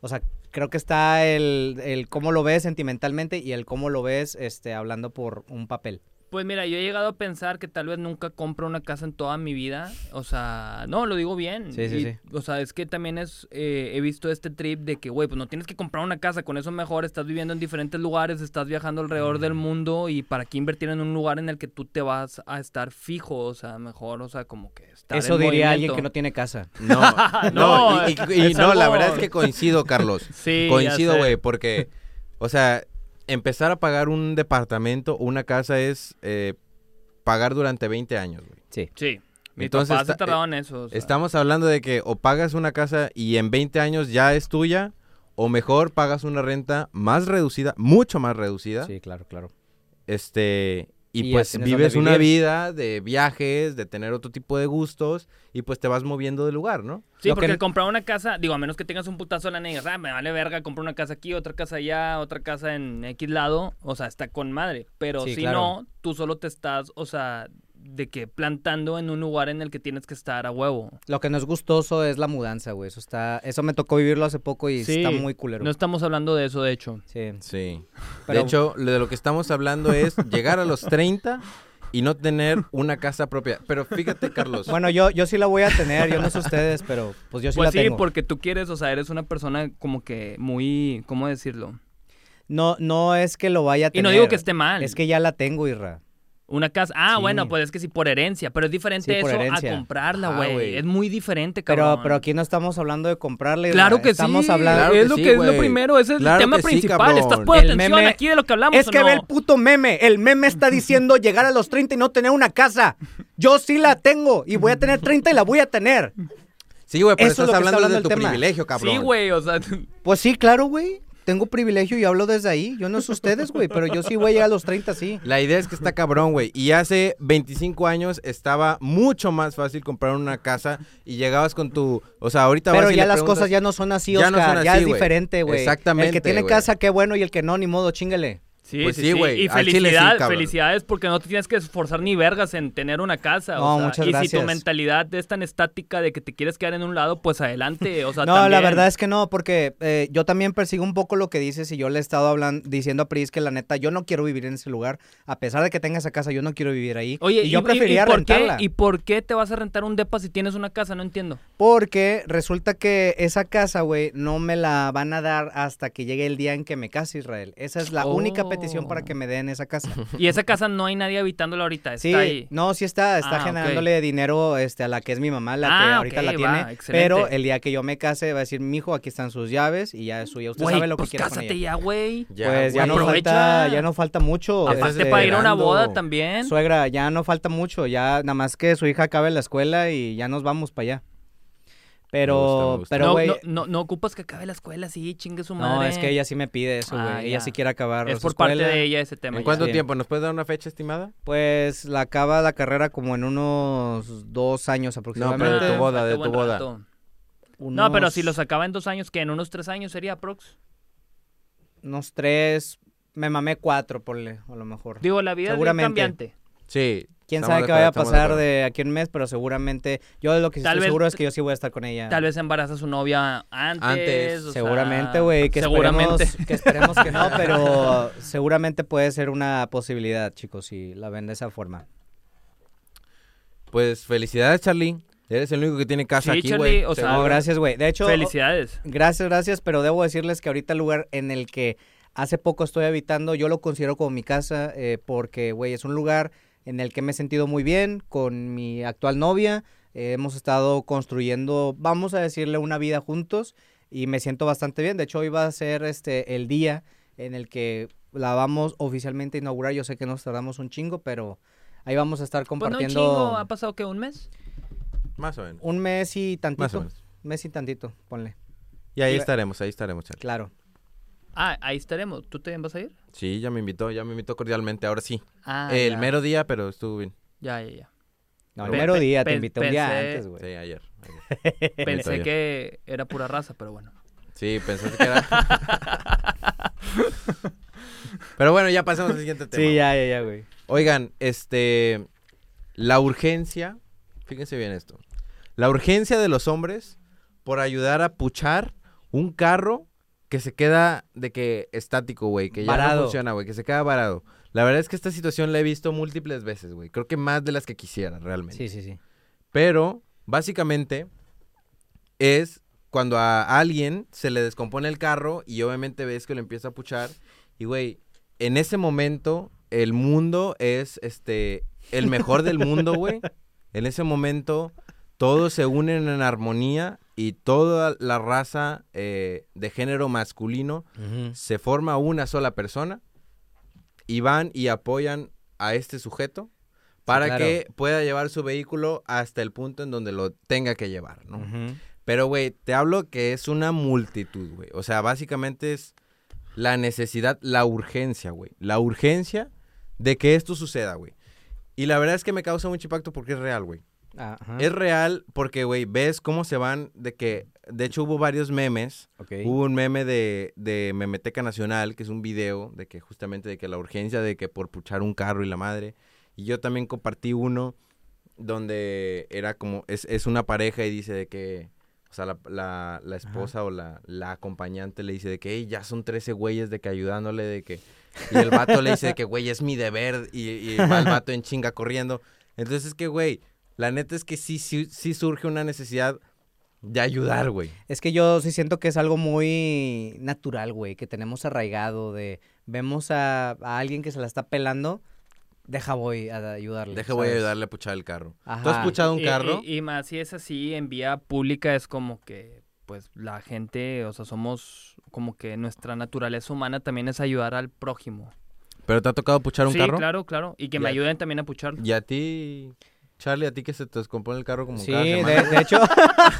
S3: O sea, creo que está el, el cómo lo ves sentimentalmente y el cómo lo ves este, hablando por un papel.
S2: Pues mira, yo he llegado a pensar que tal vez nunca compro una casa en toda mi vida. O sea, no, lo digo bien.
S3: Sí, sí,
S2: Y,
S3: sí.
S2: O sea, es que también es, eh, he visto este trip de que, güey, pues no tienes que comprar una casa, con eso mejor, estás viviendo en diferentes lugares, estás viajando alrededor del mundo y para qué invertir en un lugar en el que tú te vas a estar fijo, o sea, mejor, o sea, como que estar
S3: Eso
S2: en
S3: diría alguien
S2: movimiento.
S3: que no tiene casa.
S1: No, no,
S2: No,
S1: y, y- y
S2: es
S1: no, la
S2: algo-
S1: verdad es que coincido, Carlos.
S2: Sí, ya
S1: coincido,
S2: sé.
S1: güey, porque, o sea, empezar a pagar un departamento o una casa es eh, pagar durante 20 años, güey.
S2: Sí. Mi
S1: Entonces
S2: papá se
S1: está-
S3: eh,
S2: tardaba en eso. o sea.
S1: Estamos hablando de que o pagas una casa y en 20 años ya es tuya, o mejor pagas una renta más reducida, mucho más reducida,
S3: Sí, claro, claro.
S1: este, y,
S3: Y ya
S1: pues
S3: tienes
S1: vives
S3: dónde
S1: una
S3: vivir.
S1: vida de viajes, de tener otro tipo de gustos, y pues te vas moviendo de lugar, ¿no?
S2: Sí,
S3: Lo que
S2: porque
S3: no-
S2: el comprar una casa, digo, a menos que tengas un putazo de lana y digas, ah, me vale verga, compro una casa aquí, otra casa allá, otra casa en X lado, o sea, está con madre. Pero
S3: Sí,
S2: si
S3: claro.
S2: no, tú solo te estás, o sea, de que plantando en un lugar en el que tienes que estar a huevo.
S3: Lo que no es gustoso es la mudanza, güey. Eso está, eso me tocó vivirlo hace poco y
S2: Sí,
S3: está muy culero.
S2: No estamos hablando de eso, de hecho.
S3: Sí.
S1: Sí.
S3: Pero-
S1: De hecho, lo de lo que estamos hablando es llegar a los 30 y no tener una casa propia. Pero fíjate, Carlos.
S3: Bueno, yo, yo sí la voy a tener, yo no sé ustedes, pero pues yo sí
S2: pues
S3: la
S2: sí,
S3: tengo.
S2: porque tú quieres, o sea, eres una persona como que muy, ¿cómo decirlo?
S3: No, no es que lo vaya a
S2: Y
S3: tener.
S2: no digo que esté mal.
S3: Es que ya la tengo, Irra.
S2: Una casa. Ah,
S3: Sí.
S2: bueno, pues es que sí, por herencia. Pero es diferente
S3: Sí,
S2: eso
S3: por herencia.
S2: a comprarla,
S1: Ah,
S2: güey.
S1: güey.
S2: es muy diferente, cabrón.
S3: Pero, pero aquí no estamos hablando de comprarla. Irra.
S2: Claro que
S3: estamos
S2: sí.
S3: Hablando...
S1: Claro que
S2: es lo
S1: sí,
S2: que es
S1: güey.
S2: lo primero, ese es
S1: Claro
S2: el tema
S1: que sí,
S2: principal.
S1: cabrón.
S2: Estás poniendo
S3: El
S2: atención
S3: meme-
S2: aquí de lo que hablamos.
S3: Es
S2: o
S3: que
S2: no?
S3: ve el puto meme. El meme está diciendo llegar a los 30 y no tener una casa. Yo sí la tengo y voy a tener 30 y la voy a tener.
S1: Sí, güey, pero estás
S3: Eso es lo
S1: hablando,
S3: que está hablando
S1: de
S3: el
S1: tu
S3: tema.
S1: privilegio, cabrón.
S2: Sí, güey, o sea,
S3: Pues sí, claro, güey. Tengo privilegio y hablo desde ahí. Yo no sé ustedes, güey, pero yo sí voy a llegar a los 30, sí.
S1: La idea es que está cabrón, güey. Y hace 25 años estaba mucho más fácil comprar una casa y llegabas con tu. O sea, ahorita
S3: Pero
S1: vas y
S3: ya
S1: le
S3: las
S1: preguntas-
S3: cosas ya no son así,
S1: Ya
S3: Oscar.
S1: no
S3: Ya,
S1: son así,
S3: es
S1: güey.
S3: diferente, güey.
S1: Exactamente,
S3: El que tiene
S1: güey.
S3: casa, qué bueno, y el que no, ni modo, chingale.
S2: sí,
S1: Pues
S2: sí,
S1: sí,
S2: sí.
S1: güey,
S2: Y
S1: al chile sí,
S2: felicidad,
S1: cabrón.
S2: felicidades porque no te tienes que esforzar ni vergas en tener una casa, o
S3: No,
S2: sea, y
S3: muchas
S2: si
S3: gracias.
S2: tu mentalidad es tan estática de que te quieres quedar en un lado, pues adelante, o sea,
S3: no, la
S2: también.
S3: verdad es que no, porque eh, yo también persigo un poco lo que dices y yo le he estado hablando, diciendo a Pris que la neta, yo no quiero vivir en ese lugar. A pesar de que tenga esa casa, yo no quiero vivir ahí.
S2: Oye,
S3: y yo preferiría
S2: por qué-
S3: rentarla.
S2: ¿Y por qué te vas a rentar un depa si tienes una casa? No entiendo.
S3: Porque resulta que esa casa, güey, no me la van a dar hasta que llegue el día en que me case Israel. Esa es la única petición para
S2: Oh.
S3: que me den esa casa.
S2: Y esa casa no hay nadie habitándola ahorita, está
S3: Sí,
S2: ahí.
S3: no, sí está, está
S2: Ah, ok.
S3: generándole dinero este, a la que es mi mamá, la que
S2: Ah,
S3: ahorita
S2: ok,
S3: la
S2: va,
S3: tiene.
S2: excelente.
S3: pero el día que yo me case va a decir, mijo, aquí están sus llaves y ya es suya. Usted
S2: Güey,
S3: sabe lo
S2: pues
S3: que quiera con
S2: cásate ya,
S3: ella.
S2: güey.
S1: Ya,
S3: pues ya
S1: güey.
S3: no
S2: Aprovecha.
S3: falta, ya no falta mucho.
S2: Aparte
S3: este,
S2: para ir a una
S1: esperando.
S2: boda también.
S3: Suegra, ya no falta mucho, ya nada más que su hija acabe la escuela y ya nos vamos para allá. Pero,
S1: Me gusta, me gusta.
S3: pero,
S2: no,
S3: güey,
S2: no, no, no ocupas que acabe la escuela, sí, chingue su
S3: no,
S2: madre.
S3: es que ella sí me pide eso, güey.
S2: Ah, ya.
S3: ella sí quiere acabar
S2: Es
S3: su
S2: por parte
S3: escuela.
S2: de ella ese tema.
S1: ¿En
S2: ya.
S1: cuánto
S3: Sí.
S1: tiempo? ¿Nos puedes dar una fecha estimada?
S3: Pues la acaba la carrera como en unos dos años aproximadamente.
S1: pero de tu
S2: Ah,
S1: boda,
S2: falta
S1: de tu
S2: buen
S1: boda.
S2: rato.
S3: Unos,
S2: No, pero si lo sacaba en dos años, que en unos tres años sería aprox.
S3: Unos tres, me mamé cuatro, ponle, a lo mejor.
S2: Digo, la vida es bien
S3: Seguramente.
S2: cambiante.
S1: Sí.
S3: Quién
S1: estamos
S3: sabe
S1: de
S3: qué vaya a
S1: acuerdo, estamos
S3: pasar
S1: acuerdo.
S3: de aquí a un mes, pero seguramente, yo de lo que sí
S2: Tal
S3: estoy
S2: vez-
S3: seguro es que yo sí voy a estar con ella.
S2: Tal vez embaraza a su novia antes.
S1: Antes,
S2: o sea,
S3: Seguramente, güey, que
S2: seguramente.
S3: esperemos que esperemos que no, pero seguramente puede ser una posibilidad, chicos, si la ven de esa forma.
S1: Pues felicidades, Charlie. Eres el único que tiene casa
S2: Sí,
S1: aquí,
S2: Charlie,
S1: güey.
S2: o sea,
S1: Seguro.
S3: No, gracias, güey. De hecho, pues
S2: Felicidades.
S3: gracias, gracias, pero debo decirles que ahorita el lugar en el que hace poco estoy habitando, yo lo considero como mi casa eh, porque, güey, es un lugar en el que me he sentido muy bien con mi actual novia. Eh, hemos estado construyendo, vamos a decirle, una vida juntos y me siento bastante bien. De hecho, hoy va a ser este el día en el que la vamos oficialmente a inaugurar. Yo sé que nos tardamos un chingo, pero ahí vamos a estar
S2: Pues no, un
S3: compartiendo
S2: chingo, ¿ha pasado que un mes?
S1: Más o menos.
S3: un mes y tantito.
S1: Más o menos.
S3: Mes y tantito, ponle.
S1: Y ahí
S3: Y-
S1: estaremos, ahí estaremos, Charlie.
S3: Claro.
S2: Ah, ahí estaremos. ¿Tú también vas a ir?
S1: Sí, ya me invitó, ya me invitó cordialmente, ahora sí.
S2: Ah,
S1: el
S2: ya.
S1: mero día, pero estuvo bien.
S2: Ya, ya, ya.
S3: No, el
S2: Pe-
S3: mero
S2: pe-
S3: día, te
S2: pe-
S3: invité un día
S2: pensé-
S3: antes, güey.
S1: Sí, ayer. ayer. Me invitó
S2: Pensé
S1: ayer.
S2: que era pura raza, pero bueno.
S1: Sí, pensaste que era. Pero bueno, ya pasamos al siguiente tema.
S3: Sí, ya, ya, ya, güey.
S1: Oigan, este. La urgencia. Fíjense bien esto. La urgencia de los hombres por ayudar a puchar un carro que se queda de que estático, güey. Que ya no
S3: Varado.
S1: funciona, güey. Que se queda varado. La verdad es que esta situación la he visto múltiples veces, güey. Creo que más de las que quisiera, realmente.
S3: Sí, sí, sí.
S1: Pero, básicamente, es cuando a alguien se le descompone el carro y obviamente ves que lo empieza a puchar. Y, güey, en ese momento, el mundo es, este, el mejor del mundo, güey. En ese momento, todos se unen en armonía y toda la raza eh, de género masculino se forma una sola persona y van y apoyan a este sujeto para
S3: claro.
S1: que pueda llevar su vehículo hasta el punto en donde lo tenga que llevar, ¿no?
S3: Ujú.
S1: Pero, güey, te hablo que es una multitud, güey. O sea, básicamente es la necesidad, la urgencia, güey. La urgencia de que esto suceda, güey. Y la verdad es que me causa mucho impacto porque es real, güey.
S3: Ajá.
S1: Es real porque, güey, ves cómo se van de que... De hecho, hubo varios memes
S3: Ok.
S1: Hubo un meme de, de Memeteca Nacional, que es un video de que justamente de que la urgencia de que por puchar un carro y la madre. Y yo también compartí uno donde era como, es, es una pareja y dice de que, o sea, la, la- la esposa o la, la acompañante le dice de que, "Ey, ya son 13 güeyes de que ayudándole de que... Y el vato le dice de que, güey, es mi deber y, y va el vato en chinga corriendo. Entonces es que, güey, la neta es que sí, sí, sí surge una necesidad de ayudar, güey.
S3: Es que yo sí siento que es algo muy natural, güey, que tenemos arraigado de vemos a, a alguien que se la está pelando, deja voy a ayudarle.
S1: Deja, voy a
S3: ¿sabes?
S1: ayudarle a puchar el carro. ¿Tú
S3: Ajá.
S1: has puchado un
S2: Y-
S1: carro?
S2: Y, y más si es así, en vía pública es como que, pues, la gente, o sea, somos como que nuestra naturaleza humana también es ayudar al prójimo.
S1: ¿Pero te ha tocado puchar un
S2: sí,
S1: carro?
S2: claro, claro. Y que me
S1: Ya.
S2: ayuden también a pucharlo.
S1: Y a ti, Charlie, a ti que se te descompone el carro como
S3: Sí,
S1: cada
S3: de,
S1: semana.
S3: de hecho,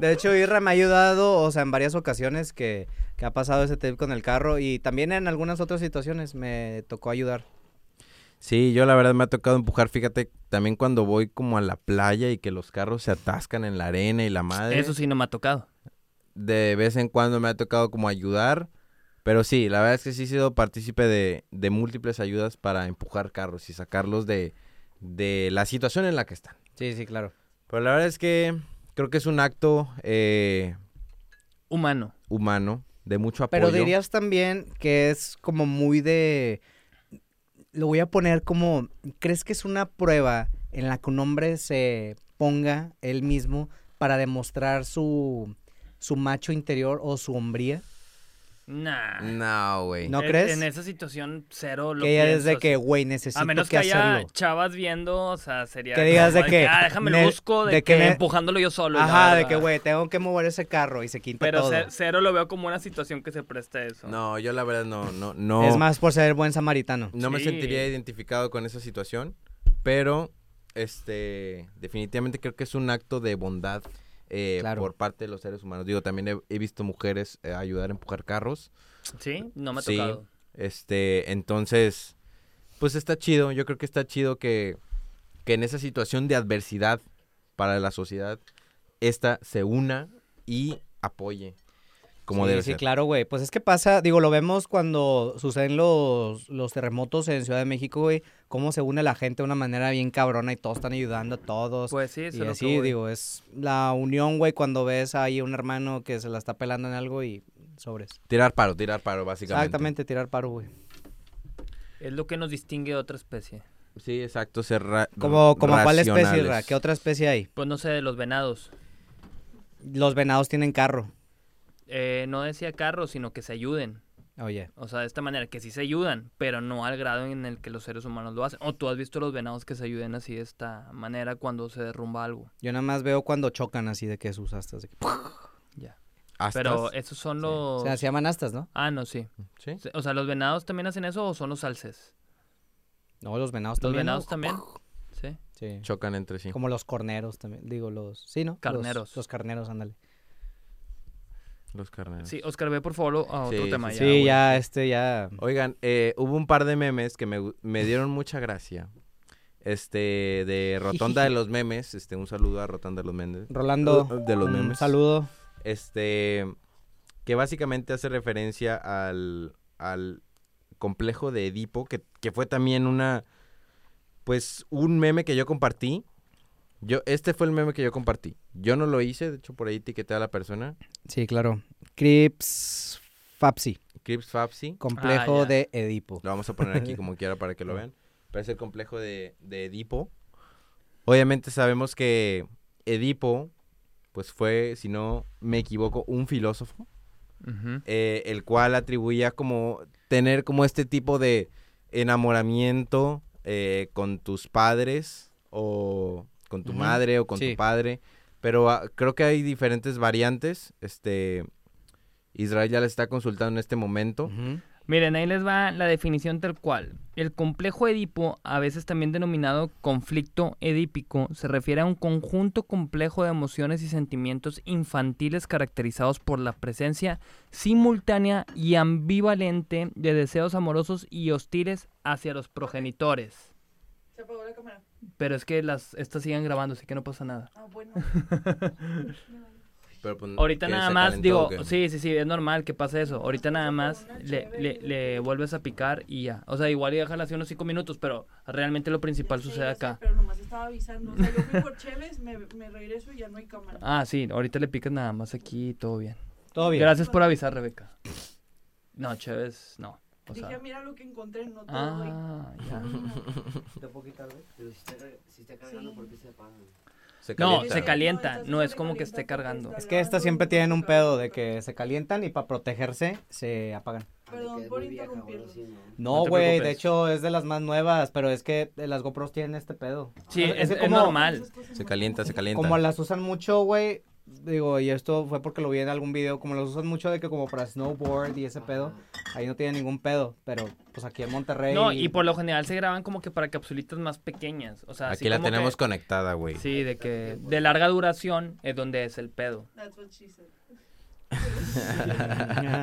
S3: de hecho Irra me ha ayudado, o sea, en varias ocasiones que, que ha pasado ese tip con el carro y también en algunas otras situaciones me tocó ayudar.
S1: Sí, yo la verdad me ha tocado empujar, fíjate, también cuando voy como a la playa y que los carros se atascan en la arena y la madre.
S2: Eso sí no me ha tocado.
S1: De vez en cuando me ha tocado como ayudar. Pero sí, la verdad es que sí he sido partícipe de, de múltiples ayudas para empujar carros y sacarlos de, de la situación en la que están.
S3: Sí, sí, claro.
S1: Pero la verdad es que creo que es un acto eh,
S2: Humano.
S1: humano, de mucho apoyo.
S3: Pero dirías también que es como muy de... Lo voy a poner como... ¿Crees que es una prueba en la que un hombre se ponga él mismo para demostrar su, su macho interior o su hombría?
S2: Nah.
S1: No, güey.
S3: No.
S2: En-
S3: crees?
S2: En esa situación, cero lo
S3: que ya
S2: pienso,
S3: desde
S2: o
S3: que,
S2: sea,
S3: güey, necesito
S2: A menos que,
S3: que,
S2: haya
S3: hacerlo.
S2: chavas viendo, o sea, sería...
S3: Que digas de
S2: como
S3: que,
S2: Ah, déjame lo
S3: ne-
S2: busco, de,
S3: de
S2: que,
S3: que ne-
S2: empujándolo yo solo. y la
S3: Ajá, de
S2: verdad.
S3: que, güey, tengo que mover ese carro y se quita
S2: Pero
S3: todo.
S2: ce- cero lo veo como una situación que se presta a eso.
S1: No, yo la verdad no, no, no.
S3: Es más por ser buen samaritano.
S1: no me
S2: Sí.
S1: sentiría identificado con esa situación, pero este, definitivamente creo que es un acto de bondad eh,
S3: Claro.
S1: por parte de los seres humanos. Digo, también he, he visto mujeres eh, ayudar a empujar carros.
S2: ¿Sí? No me ha
S1: Sí.
S2: tocado.
S1: Este, entonces, pues está chido. Yo creo que está chido que, que en esa situación de adversidad para la sociedad, esta se una y apoye. Como
S3: sí,
S1: debe
S3: sí,
S1: ser.
S3: claro, güey. Pues es que pasa, digo, lo vemos cuando suceden los, los terremotos en Ciudad de México, güey, cómo se une la gente de una manera bien cabrona y todos están ayudando a todos.
S2: Pues sí, eso
S3: y
S2: es lo
S3: así,
S2: que voy.
S3: digo, es la unión, güey, cuando ves ahí a un hermano que se la está pelando en algo y sobres.
S1: Tirar paro, tirar paro, básicamente.
S3: Exactamente, tirar paro, güey.
S2: Es lo que nos distingue de otra especie.
S1: Sí, exacto, ser ra-
S3: Como, como cuál especie,
S1: racionales.
S3: Ra? ¿qué otra especie hay?
S2: Pues no sé, de los venados.
S3: Los venados tienen carro.
S2: Eh, no decía carros, sino que se ayuden.
S3: Oye.
S2: O sea, de esta manera, que sí se ayudan, pero no al grado en el que los seres humanos lo hacen. O tú has visto los venados que se ayuden así de esta manera cuando se derrumba algo.
S3: Yo nada más veo cuando chocan así de que sus astas. de que-
S2: Ya.
S1: ¿Astas?
S2: Pero esos son los...
S3: O sea, se llaman astas, ¿no?
S2: Ah, no, sí.
S1: Sí.
S2: Se- O sea, ¿los venados también hacen eso o son los alces?
S3: No, los venados
S2: ¿Los
S3: también. ¿no?
S2: venados también? Sí.
S3: Sí.
S1: Chocan entre sí.
S3: Como los corneros también, digo los, sí, ¿no? Los-
S2: Carneros.
S3: Los, carneros, ándale.
S1: Los carneros.
S2: Sí, Oscar, ve por favor a otro
S1: Sí,
S2: tema
S1: sí,
S2: ya.
S3: sí,
S1: güey,
S3: ya, este, ya.
S1: Oigan, eh, hubo un par de memes que me, gu- me dieron mucha gracia. Este, de Rotonda de los Memes. Este, un saludo a Rotonda de los Memes.
S3: Rolando,
S1: De los
S3: un
S1: memes.
S3: saludo.
S1: Este, que básicamente hace referencia al, al complejo de Edipo, que, que fue también una, pues, un meme que yo compartí. Yo, este fue el meme que yo compartí. Yo no lo hice, de hecho, por ahí etiqueté a la persona.
S3: Sí, claro. Crips Fapsi.
S1: Crips Fapsi.
S3: Complejo
S2: Ah, ya.
S3: de Edipo.
S1: Lo vamos a poner aquí como quiera para que lo vean. Pero es el complejo de, de Edipo. Obviamente sabemos que Edipo, pues fue, si no me equivoco, un filósofo,
S2: Ujú.
S1: eh, el cual atribuía como tener como este tipo de enamoramiento eh, con tus padres o con tu
S3: Ujú,
S1: madre o con
S3: sí.
S1: tu padre. Pero ah, creo que hay diferentes variantes. Este, Israel ya la está consultando en este momento.
S3: Ujú.
S2: Miren, ahí les va la definición tal cual. El complejo Edipo, a veces también denominado conflicto edípico, se refiere a un conjunto complejo de emociones y sentimientos infantiles caracterizados por la presencia simultánea y ambivalente de deseos amorosos y hostiles hacia los progenitores.
S4: Se apagó la cámara.
S2: Pero es que las estas siguen grabando, así que no pasa nada.
S4: Ah, bueno. Me valió.
S1: Pero, pues,
S2: Ahorita
S1: ¿qué,
S2: nada
S1: se
S2: más,
S1: calentó o
S2: digo,
S1: qué?
S2: sí, sí, sí, es normal que pase eso. Ahorita nada
S4: Como
S2: más
S4: una
S2: le,
S4: chévere
S2: le-
S4: y
S2: le
S4: luego-
S2: vuelves a picar y ya. O sea, igual y déjala así unos cinco minutos, pero realmente lo principal
S4: Ya sé,
S2: sucede
S4: ya sé,
S2: acá.
S4: Pero nomás estaba avisando. O sea, yo fui por Cheves, me, me regreso y ya no hay cámara.
S2: Ah, sí, ahorita le picas nada más aquí y todo bien.
S3: Todo bien.
S2: Gracias por avisar, Rebeca. No, Chévez, no. O
S4: Dije,
S2: sea,
S4: mira lo que encontré, no te lo doy.
S2: ah, ya.
S5: Pero si está, car- si está cargando, ¿por qué se apaga?
S1: Se
S2: No,
S1: calienta.
S2: se calienta,
S4: No,
S2: no es
S4: se
S2: como que
S4: calienta
S2: esté
S4: porque
S2: cargando.
S4: está-
S3: Es que estas siempre tienen un pedo de que se calientan y para protegerse se apagan.
S5: Ah, de
S4: Perdón
S5: que es
S4: por
S5: muy vieja,
S4: interrumpirlos.
S5: bueno, sí, ¿no?
S2: No
S3: No,
S2: te
S3: güey, de
S2: preocupes.
S3: hecho es de las más nuevas, pero es que eh, las GoPros tienen este pedo.
S2: Sí,
S3: Es-
S2: es,
S3: es
S2: es
S3: como-
S2: normal.
S1: Se calienta, se calienta.
S3: Como las usan mucho, güey, digo, y esto fue porque lo vi en algún video, como las usan mucho de que como para snowboard y ese pedo, ahí no tiene ningún pedo, pero pues aquí en Monterrey...
S2: No, y por lo general se graban como que para capsulitas más pequeñas. O sea, así
S1: Aquí la
S2: como que-
S1: tenemos conectada, güey.
S2: Sí, de que de larga duración es donde es el pedo.
S4: That's what she said.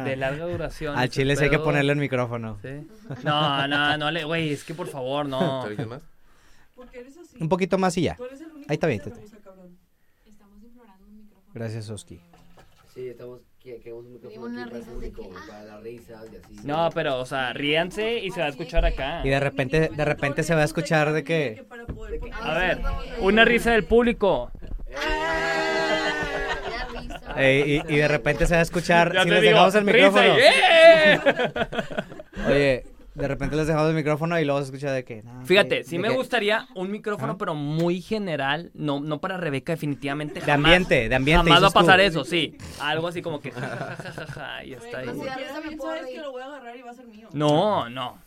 S2: De larga duración.
S3: Ah. Al
S2: es el
S3: chile sí hay que
S2: pedo.
S3: ponerle el micrófono.
S2: Sí. No, no, no le. Güey, es que por favor, no.
S1: ¿Te dicen más?
S4: Porque eres así.
S3: Un poquito más y ya.
S4: Tú eres el único
S3: Ahí está
S4: que
S3: bien,
S4: se
S3: está
S4: rehúsa, cabrón.
S6: Estamos implorando un micrófono.
S3: Gracias, Oski.
S5: Sí, estamos, que- queremos un
S6: Pedimos
S5: micrófono aquí para
S6: unas
S5: el
S6: risas de
S5: público,
S6: que, ah.
S5: para las risas y así.
S2: No, pero, o sea, ríanse y se va a escuchar acá.
S3: Y de repente, de repente se va a escuchar de que...
S4: para poder
S5: de que-
S4: poner-
S2: A ver, una risa del público.
S6: Ah, la risa.
S3: eh, y, y de repente se va a escuchar...
S2: Ya
S3: si
S2: te
S3: les
S2: digo,
S3: dejamos el
S2: risa
S3: micrófono...
S2: y, ¡eh!
S3: Oye, de repente les dejamos el micrófono y luego se escucha de que... no,
S2: Fíjate,
S3: de-
S2: sí
S3: de
S2: me
S3: que-
S2: gustaría un micrófono,
S3: Ajá.
S2: pero muy general. No, no para Rebeca, definitivamente.
S3: De
S2: Jamás,
S3: ambiente, de
S2: jamás
S3: ambiente.
S2: va a
S3: dices tú.
S2: pasar eso, sí. Algo así como que. ja, ja, ja, ja, ja, y está
S4: Como
S2: ahí.
S6: Felicidades.
S4: quieras,
S6: me
S4: bien
S6: puedo
S4: pues, sabes
S6: reír.
S4: que lo voy a agarrar y va a ser mío.
S2: No, no.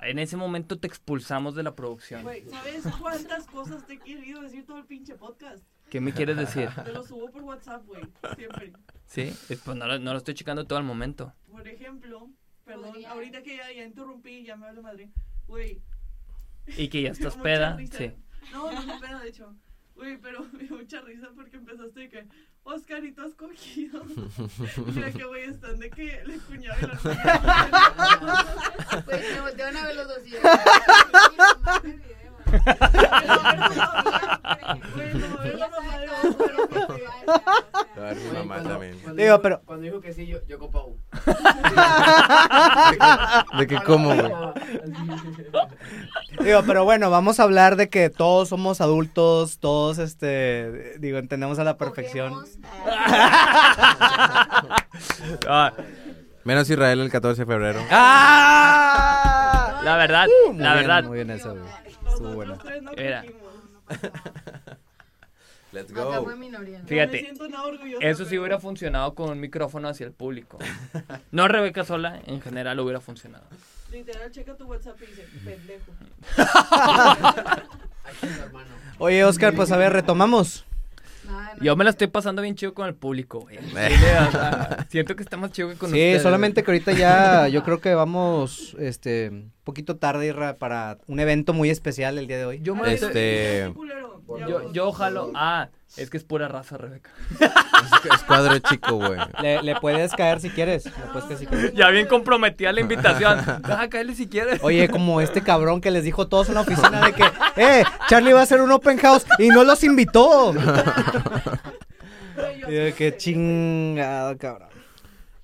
S2: En ese momento te expulsamos de la producción.
S4: Güey, ¿sabes cuántas cosas te he querido decir todo el pinche podcast?
S2: ¿Qué me quieres decir?
S4: Te lo subo por WhatsApp, güey. Siempre.
S2: Sí, eh, pues no lo, no lo estoy checando todo el momento.
S4: Por ejemplo, perdón,
S6: Podría.
S4: ahorita que ya, ya interrumpí, ya me hablo madre. Güey,
S2: Y que ya estás
S4: Mucha
S2: peda.
S4: risa.
S2: Sí.
S4: No, no es pena, de hecho. Uy, pero me dio mucha risa porque empezaste de que, Oscar, ¿y tú has cogido? Mira que güey, están de que la cuñada y la hermana.
S6: Pues me voltearon a ver los dos y yo. "Ay, mi
S4: Güey,
S6: video, mamá".
S4: no,
S6: Pero
S4: es la
S6: ella
S4: mamá de
S6: sabe todo,
S4: Oscar.
S6: pero que se vaya, o
S1: A
S6: sea.
S1: ver, mi
S5: Oye,
S1: mamá
S5: cuando-
S1: también.
S5: cuando
S3: Digo,
S5: dijo-
S3: pero-
S5: Cuando dijo que sí, yo, yo copa un.
S1: ¿De qué cómo, güey?
S3: Digo, pero bueno, vamos a hablar de que todos somos adultos, todos, este, digo, entendemos a la perfección.
S6: Cogemos, ah,
S2: Ah,
S1: Menos Israel el 14 de febrero.
S3: ¡Ah!
S2: la verdad,
S3: Muy
S2: la
S3: bien,
S2: verdad.
S3: Muy bien eso, güey. Estuvo
S4: Nosotros
S3: bueno.
S4: tres no
S2: Mira.
S4: cogimos.
S6: no pasa nada.
S1: Let's
S6: Acá
S1: go.
S6: fue minoría.
S2: Fíjate.
S4: No me siento nada orgullosa,
S2: Eso sí
S4: pero-
S2: hubiera funcionado con un micrófono hacia el público. No Rebeca sola, en general hubiera funcionado.
S4: Literal, checa tu WhatsApp y dice, pendejo.
S5: Aquí está, hermano.
S3: Oye, Oscar, pues a ver, retomamos.
S6: Nada, no
S2: Yo me la
S6: hay-
S2: estoy pasando bien chido con el público, güey. Sí, o sea, Siento que está más chido que con
S3: Eh. Sí,
S2: ustedes.
S3: solamente que ahorita ya, yo creo que vamos, este, un poquito tarde, Irra, para un evento muy especial el día de hoy.
S2: Yo me la estoy-
S1: Este.
S4: Qué culero. Ya
S2: Yo,
S4: vamos.
S2: yo jalo. Ah, es que es pura raza, Rebeca.
S1: Es es cuadro chico, güey.
S3: Le, le puedes caer si quieres. le puedes caer si quieres.
S2: Ya bien comprometida la invitación. Ah, cállate si quieres.
S3: Oye, como este cabrón que les dijo a todos en la oficina de que, eh, Charlie va a hacer un open house y no los invitó.
S4: Güey, yo
S3: Y de
S4: así
S3: que
S4: no sé.
S3: chingado, cabrón.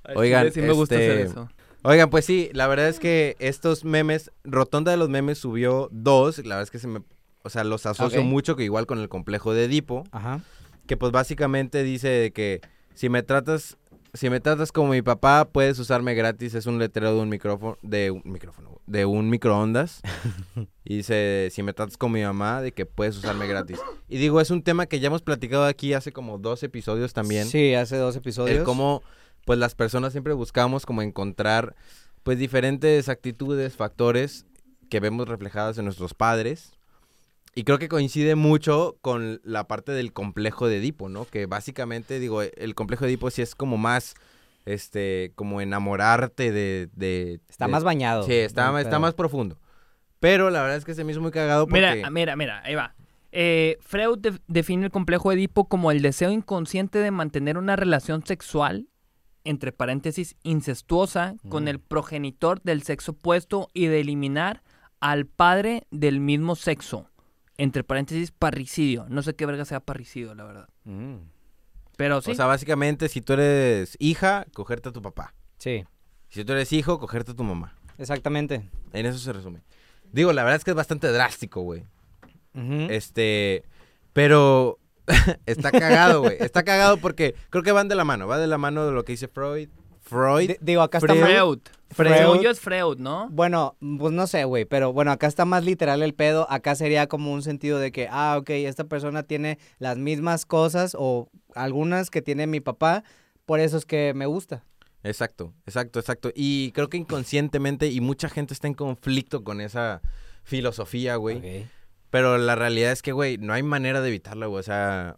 S2: Al
S1: Oigan,
S2: chile sí me gusta hacer
S1: este,
S2: eso.
S1: Oigan, pues sí, la verdad es que estos memes, Rotonda de los memes subió dos. La verdad es que se me. O sea, los asocio
S3: Ok.
S1: mucho, que igual con el complejo de Edipo.
S3: Ajá.
S1: Que pues básicamente dice de que si me tratas Si me tratas como mi papá, puedes usarme gratis. Es un letrero de un micrófono, de un micrófono, de un microondas. y dice, si me tratas como mi mamá, de que puedes usarme gratis. Y digo, es un tema que ya hemos platicado aquí hace como dos episodios también.
S3: Sí, hace dos episodios.
S1: El cómo, pues las personas siempre buscamos como encontrar, pues diferentes actitudes, factores que vemos reflejadas en nuestros padres. Y creo que coincide mucho con la parte del complejo de Edipo, ¿no? Que básicamente, digo, el complejo de Edipo sí es como más, este, como enamorarte de... de-
S3: Está
S1: de-
S3: más bañado.
S1: Sí, está,
S3: Pero-
S1: está más profundo. Pero la verdad es que se me hizo muy cagado porque...
S2: Mira, mira, mira, ahí va. Eh, Freud def- define el complejo de Edipo como el deseo inconsciente de mantener una relación sexual, entre paréntesis, incestuosa, con
S3: Mm.
S2: el progenitor del sexo opuesto y de eliminar al padre del mismo sexo, entre paréntesis, parricidio. No sé qué verga sea parricidio, la verdad.
S3: Mm.
S2: Pero sí,
S1: O sea, básicamente, si tú eres hija, cogerte a tu papá.
S3: Sí,
S1: Si tú eres hijo, cogerte a tu mamá.
S3: exactamente.
S1: En eso se resume. Digo, la verdad es que es bastante drástico, güey.
S3: Ujú.
S1: Este, pero está cagado, güey. Está cagado porque creo que van de la mano, va de la mano de lo que dice Freud. Freud.
S3: D- digo, acá está más...
S2: Freud.
S3: Freud.
S2: Según yo es Freud, ¿no?
S3: Bueno, pues no sé, güey, pero bueno, acá está más literal el pedo. Acá sería como un sentido de que, ah, ok, esta persona tiene las mismas cosas o algunas que tiene mi papá, por eso es que me gusta.
S1: Exacto, exacto, exacto. Y creo que inconscientemente y mucha gente está en conflicto con esa filosofía, güey. Pero la realidad es que, güey, no hay manera de evitarla, güey. O sea,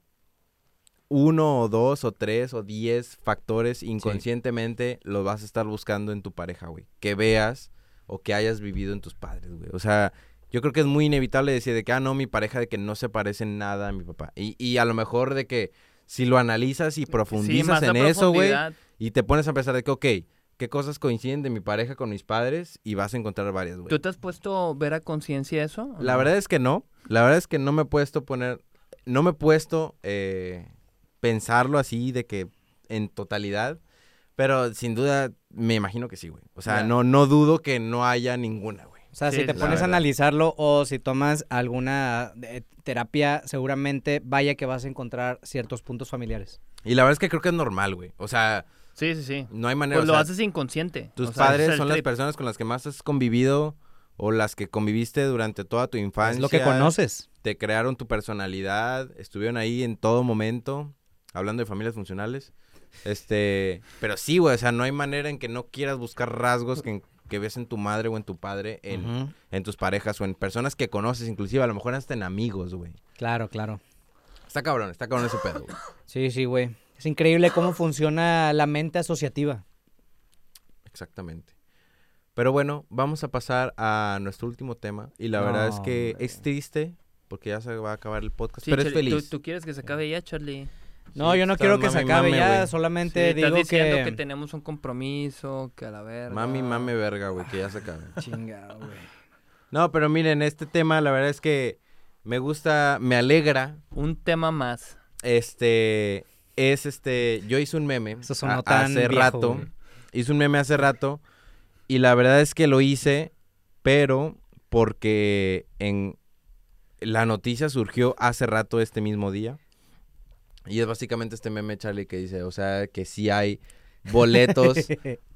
S1: uno o dos o tres o diez factores inconscientemente los vas a estar buscando en tu pareja, güey. Que veas o que hayas vivido en tus padres, güey. O sea, yo creo que es muy inevitable decir de que, ah, no, mi pareja de que no se parece en nada a mi papá. Y, y a lo mejor de que si lo analizas y profundizas
S2: más a
S1: en eso, güey,
S2: profundidad.
S1: y te pones a pensar de que, ok, ¿qué cosas coinciden de mi pareja con mis padres? Y vas a encontrar varias, güey.
S2: ¿Tú te has puesto ver a conciencia eso? o
S1: Pues La
S2: no?
S1: verdad es que no. La verdad es que no me he puesto poner. No me he puesto eh, pensarlo así de que en totalidad. Pero sin duda me imagino que sí, güey. O sea,
S2: Ya.
S1: no, no dudo que no haya ninguna, güey.
S3: O sea,
S2: Sí,
S3: si
S2: la
S3: te pones a
S1: verdad.
S3: analizarlo o si tomas alguna eh, terapia, seguramente vaya que vas a encontrar ciertos puntos familiares.
S1: Y la verdad es que creo que es normal, güey. O sea,
S2: Sí, sí, sí.
S1: no hay manera.
S2: Pues
S1: o
S2: lo
S1: sea,
S2: haces inconsciente.
S1: tus
S2: o sea, ese es
S1: padres
S2: el
S1: son las
S2: trip.
S1: personas con las que más has convivido o las que conviviste durante toda tu infancia.
S3: Es lo que conoces.
S1: te crearon tu personalidad, estuvieron ahí en todo momento, hablando de familias funcionales. Este, pero sí, güey, o sea, no hay manera en que no quieras buscar rasgos que, que ves en tu madre o en tu padre, en,
S3: Ujú.
S1: en tus parejas o en personas que conoces, inclusive, a lo mejor hasta en amigos, güey.
S3: Claro, claro.
S1: Está cabrón, está cabrón ese pedo, güey.
S3: Sí, sí, güey. Es increíble cómo funciona la mente asociativa.
S1: Exactamente. Pero bueno, vamos a pasar a nuestro último tema. Y la verdad es que
S3: Hombre.
S1: es triste, porque ya se va a acabar el podcast,
S2: Sí,
S1: pero es
S2: Charlie,
S1: feliz.
S2: ¿tú, tú quieres que se acabe ya, Charlie.
S3: No,
S1: Sí,
S3: yo no
S1: estás
S3: quiero que se
S1: mame,
S3: acabe
S1: mame,
S3: ya,
S1: güey.
S3: solamente
S2: Sí,
S3: digo
S2: estás diciendo que...
S3: que...
S2: tenemos un compromiso, que a la verga.
S1: Mami, mame verga, güey, que ya se acabe.
S3: Chinga, güey.
S1: No, pero miren, este tema la verdad es que me gusta, me alegra.
S2: Un tema más.
S1: Este es este, yo hice un meme
S3: Eso sonó
S1: a-
S3: tan
S1: hace
S3: viejo,
S1: rato.
S3: güey.
S1: Hice un meme hace rato y la verdad es que lo hice, pero porque en la noticia surgió hace rato este mismo día. Y es básicamente este meme Charlie que dice, o sea, que sí hay boletos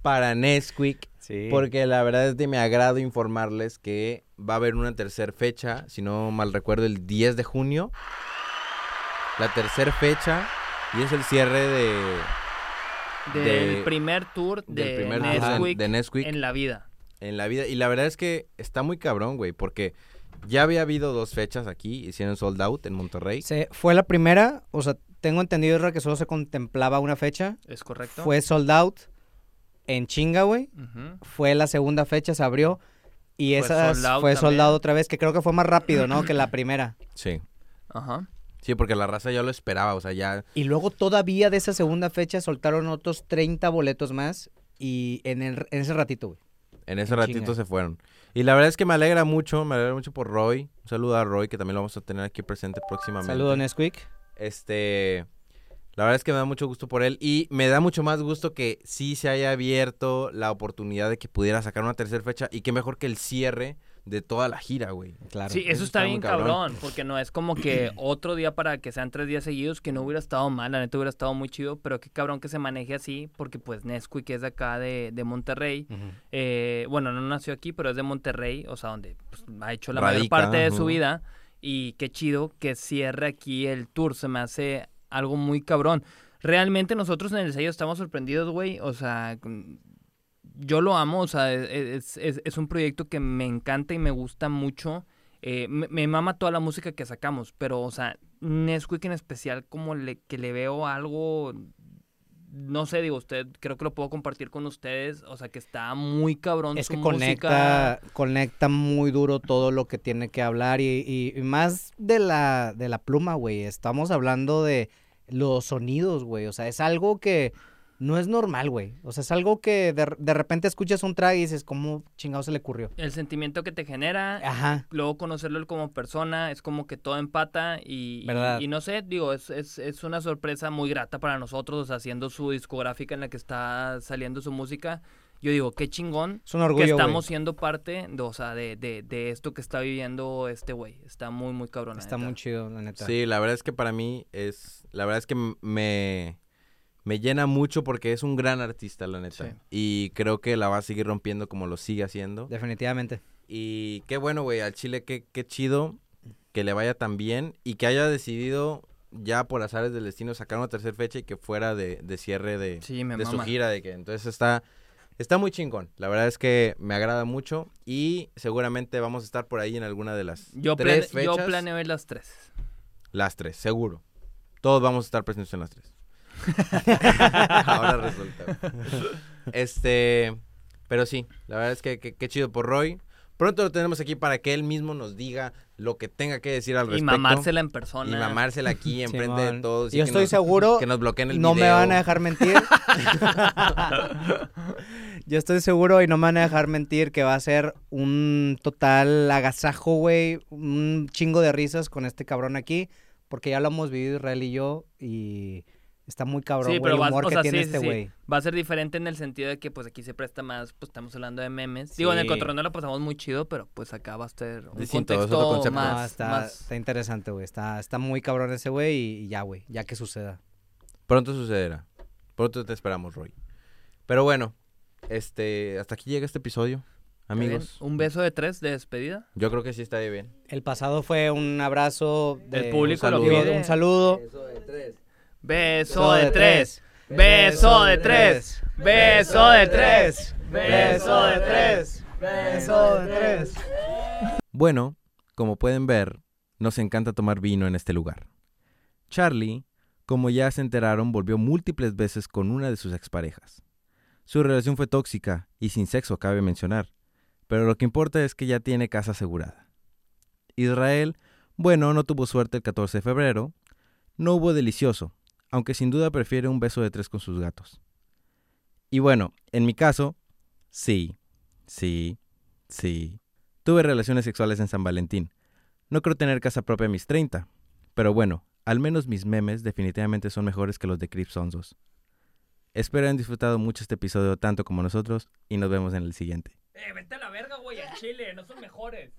S1: para Nesquik
S3: Sí.
S1: porque la verdad es de mi agrado informarles que va a haber una tercera fecha, si no mal recuerdo, el 10 de junio. La tercera fecha y es el cierre de,
S2: Del
S1: De-
S2: primer tour de
S1: del primer tour de-
S2: Nesquik
S1: de Nesquik en...
S2: en la vida.
S1: la vida. Y la verdad es que está muy cabrón, güey, porque ya había habido dos fechas aquí, hicieron sold out en Monterrey.
S3: Se- fue la primera, o sea, tengo entendido Ra, que solo se contemplaba una fecha.
S2: ¿Es correcto?
S3: Fue sold out en chinga, güey.
S2: Ujú.
S3: Fue la segunda fecha, se abrió. Y
S2: Fue
S3: esa
S2: sold out
S3: fue
S2: también.
S3: soldado otra vez, que creo que fue más rápido, ¿no? Que la primera.
S1: Sí.
S2: Ajá.
S1: Sí, porque la raza ya lo esperaba, o sea, ya
S3: Y luego todavía de esa segunda fecha soltaron otros 30 boletos más. Y en, el- en ese ratito, güey.
S1: En ese
S3: En
S1: ratito
S3: chinga.
S1: se fueron. Y la verdad es que me alegra mucho, me alegra mucho por Roy. Un saludo a Roy, que también lo vamos a tener aquí presente próximamente.
S3: Saludos, Nesquik.
S1: Este, la verdad es que me da mucho gusto por él y me da mucho más gusto que sí se haya abierto la oportunidad de que pudiera sacar una tercera fecha y qué mejor que el cierre de toda la gira, güey.
S3: Claro.
S2: Sí, eso está
S1: está
S2: bien
S1: muy cabrón.
S2: cabrón, porque no es como que otro día para que sean tres días seguidos que no hubiera estado mal, la neta hubiera estado muy chido, pero qué cabrón que se maneje así, porque pues Nesquik que es de acá de, de Monterrey,
S3: Ujú.
S2: eh, bueno, no nació aquí, pero es de Monterrey, o sea, donde pues, ha hecho la mayor
S1: Radica,
S2: parte de su
S1: ujú.
S2: vida, y qué chido que cierre aquí el tour, se me hace algo muy cabrón. Realmente nosotros en el sello estamos sorprendidos, güey, o sea, yo lo amo, o sea, e-, es, es- es un proyecto que me encanta y me gusta mucho. Eh, me, me mama toda la música que sacamos, pero, o sea, Nesquik en especial, como le, que le veo algo, no sé, digo, usted, creo que lo puedo compartir con ustedes, o sea, que está muy cabrón
S3: Es
S2: su
S3: que
S2: música.
S3: conecta, conecta muy duro todo lo que tiene que hablar y, y- y más de la, de la pluma, güey. Estamos hablando de los sonidos, güey. O sea, es algo que no es normal, güey. O sea, es algo que de, de repente escuchas un track y dices, ¿cómo chingado se le ocurrió?
S2: El sentimiento que te genera,
S3: Ajá.
S2: luego conocerlo él como persona, es como que todo empata y, y-
S3: ¿Verdad?
S2: y, no sé, digo, es, es, es una sorpresa muy grata para nosotros, o sea, haciendo su discográfica en la que está saliendo su música. Yo digo, qué chingón
S3: Es un orgullo,
S2: que
S3: güey.
S2: estamos siendo parte de, o sea, de, de, de esto que está viviendo este güey. Está muy, muy cabrón. la
S3: Está
S2: neta.
S3: muy chido, la neta.
S1: Sí, la verdad es que para mí es. La verdad es que m- me. Me llena mucho porque es un gran artista, la neta.
S2: Sí.
S1: Y creo que la va a seguir rompiendo como lo sigue haciendo.
S3: Definitivamente.
S1: Y qué bueno, güey, al Chile qué, qué chido que le vaya tan bien y que haya decidido ya por azares del destino sacar una tercera fecha y que fuera de, de cierre de,
S2: Sí, me
S1: de su
S2: mama.
S1: gira. de que Entonces está, está muy chingón. La verdad es que me agrada mucho y seguramente vamos a estar por ahí en alguna de las
S2: Yo,
S1: tres
S2: plane- yo
S1: fechas.
S2: planeo ver las tres.
S1: Las tres, seguro. Todos vamos a estar presentes en las tres. Ahora resulta. güey. Este, pero sí, la verdad es que que- qué chido por Roy. Pronto lo tenemos aquí para que él mismo nos diga lo que tenga que decir al
S2: Y
S1: respecto.
S2: mamársela en
S1: Y
S2: persona.
S1: mamársela aquí enfrente de
S3: Simón.
S1: todos. y
S3: Yo
S1: que
S3: estoy
S1: nos-
S3: seguro
S1: Que nos bloqueen el
S3: no me
S1: video.
S3: van a dejar mentir. Yo estoy seguro y no me van a dejar mentir que va a ser un total agasajo, güey. Un chingo de risas con este cabrón aquí. Porque ya lo hemos vivido Israel y yo. Y está muy cabrón,
S2: Sí,
S3: güey,
S2: pero
S3: el
S2: va,
S3: humor
S2: o
S3: que
S2: sea,
S3: tiene
S2: sí, sí,
S3: este
S2: sí.
S3: güey.
S2: va a ser diferente en el sentido de que pues aquí se presta más, pues estamos hablando de memes. Digo, en el
S3: Sí.
S2: contorno lo pasamos muy chido, pero pues acá va a ser un
S1: Distinto, es otro
S2: contexto
S1: concepto.
S2: más,
S3: No, está,
S2: más-
S3: está interesante, güey. Está, está muy cabrón ese güey y, y ya, güey. Ya que suceda.
S1: Pronto sucederá. Pronto te esperamos, Roy. Pero bueno, este, hasta aquí llega este episodio, amigos.
S2: Un beso de tres de despedida.
S1: Yo creo que sí está bien.
S3: El pasado fue un abrazo.
S2: El
S3: de-
S2: público
S1: lo
S3: digo,
S2: pide.
S3: Un saludo.
S5: Eso de tres.
S2: Beso de tres. Beso de tres. Beso de tres. Beso de tres.
S5: Beso de tres.
S1: Bueno, como pueden ver, nos encanta tomar vino en este lugar. Charlie, como ya se enteraron, volvió múltiples veces con una de sus exparejas. Su relación fue tóxica y sin sexo, cabe mencionar, pero lo que importa es que ya tiene casa asegurada. Israel, bueno, no tuvo suerte el 14 de febrero, no hubo delicioso, aunque sin duda prefiere un beso de tres con sus gatos. Y bueno, en mi caso, sí, sí, sí. Tuve relaciones sexuales en San Valentín. No creo tener casa propia a mis 30, pero bueno, al menos mis memes definitivamente son mejores que los de Crips Onzos. Espero hayan disfrutado mucho este episodio tanto como nosotros y nos vemos en el siguiente.
S2: Eh, vete a la verga, güey, al chile, no son mejores.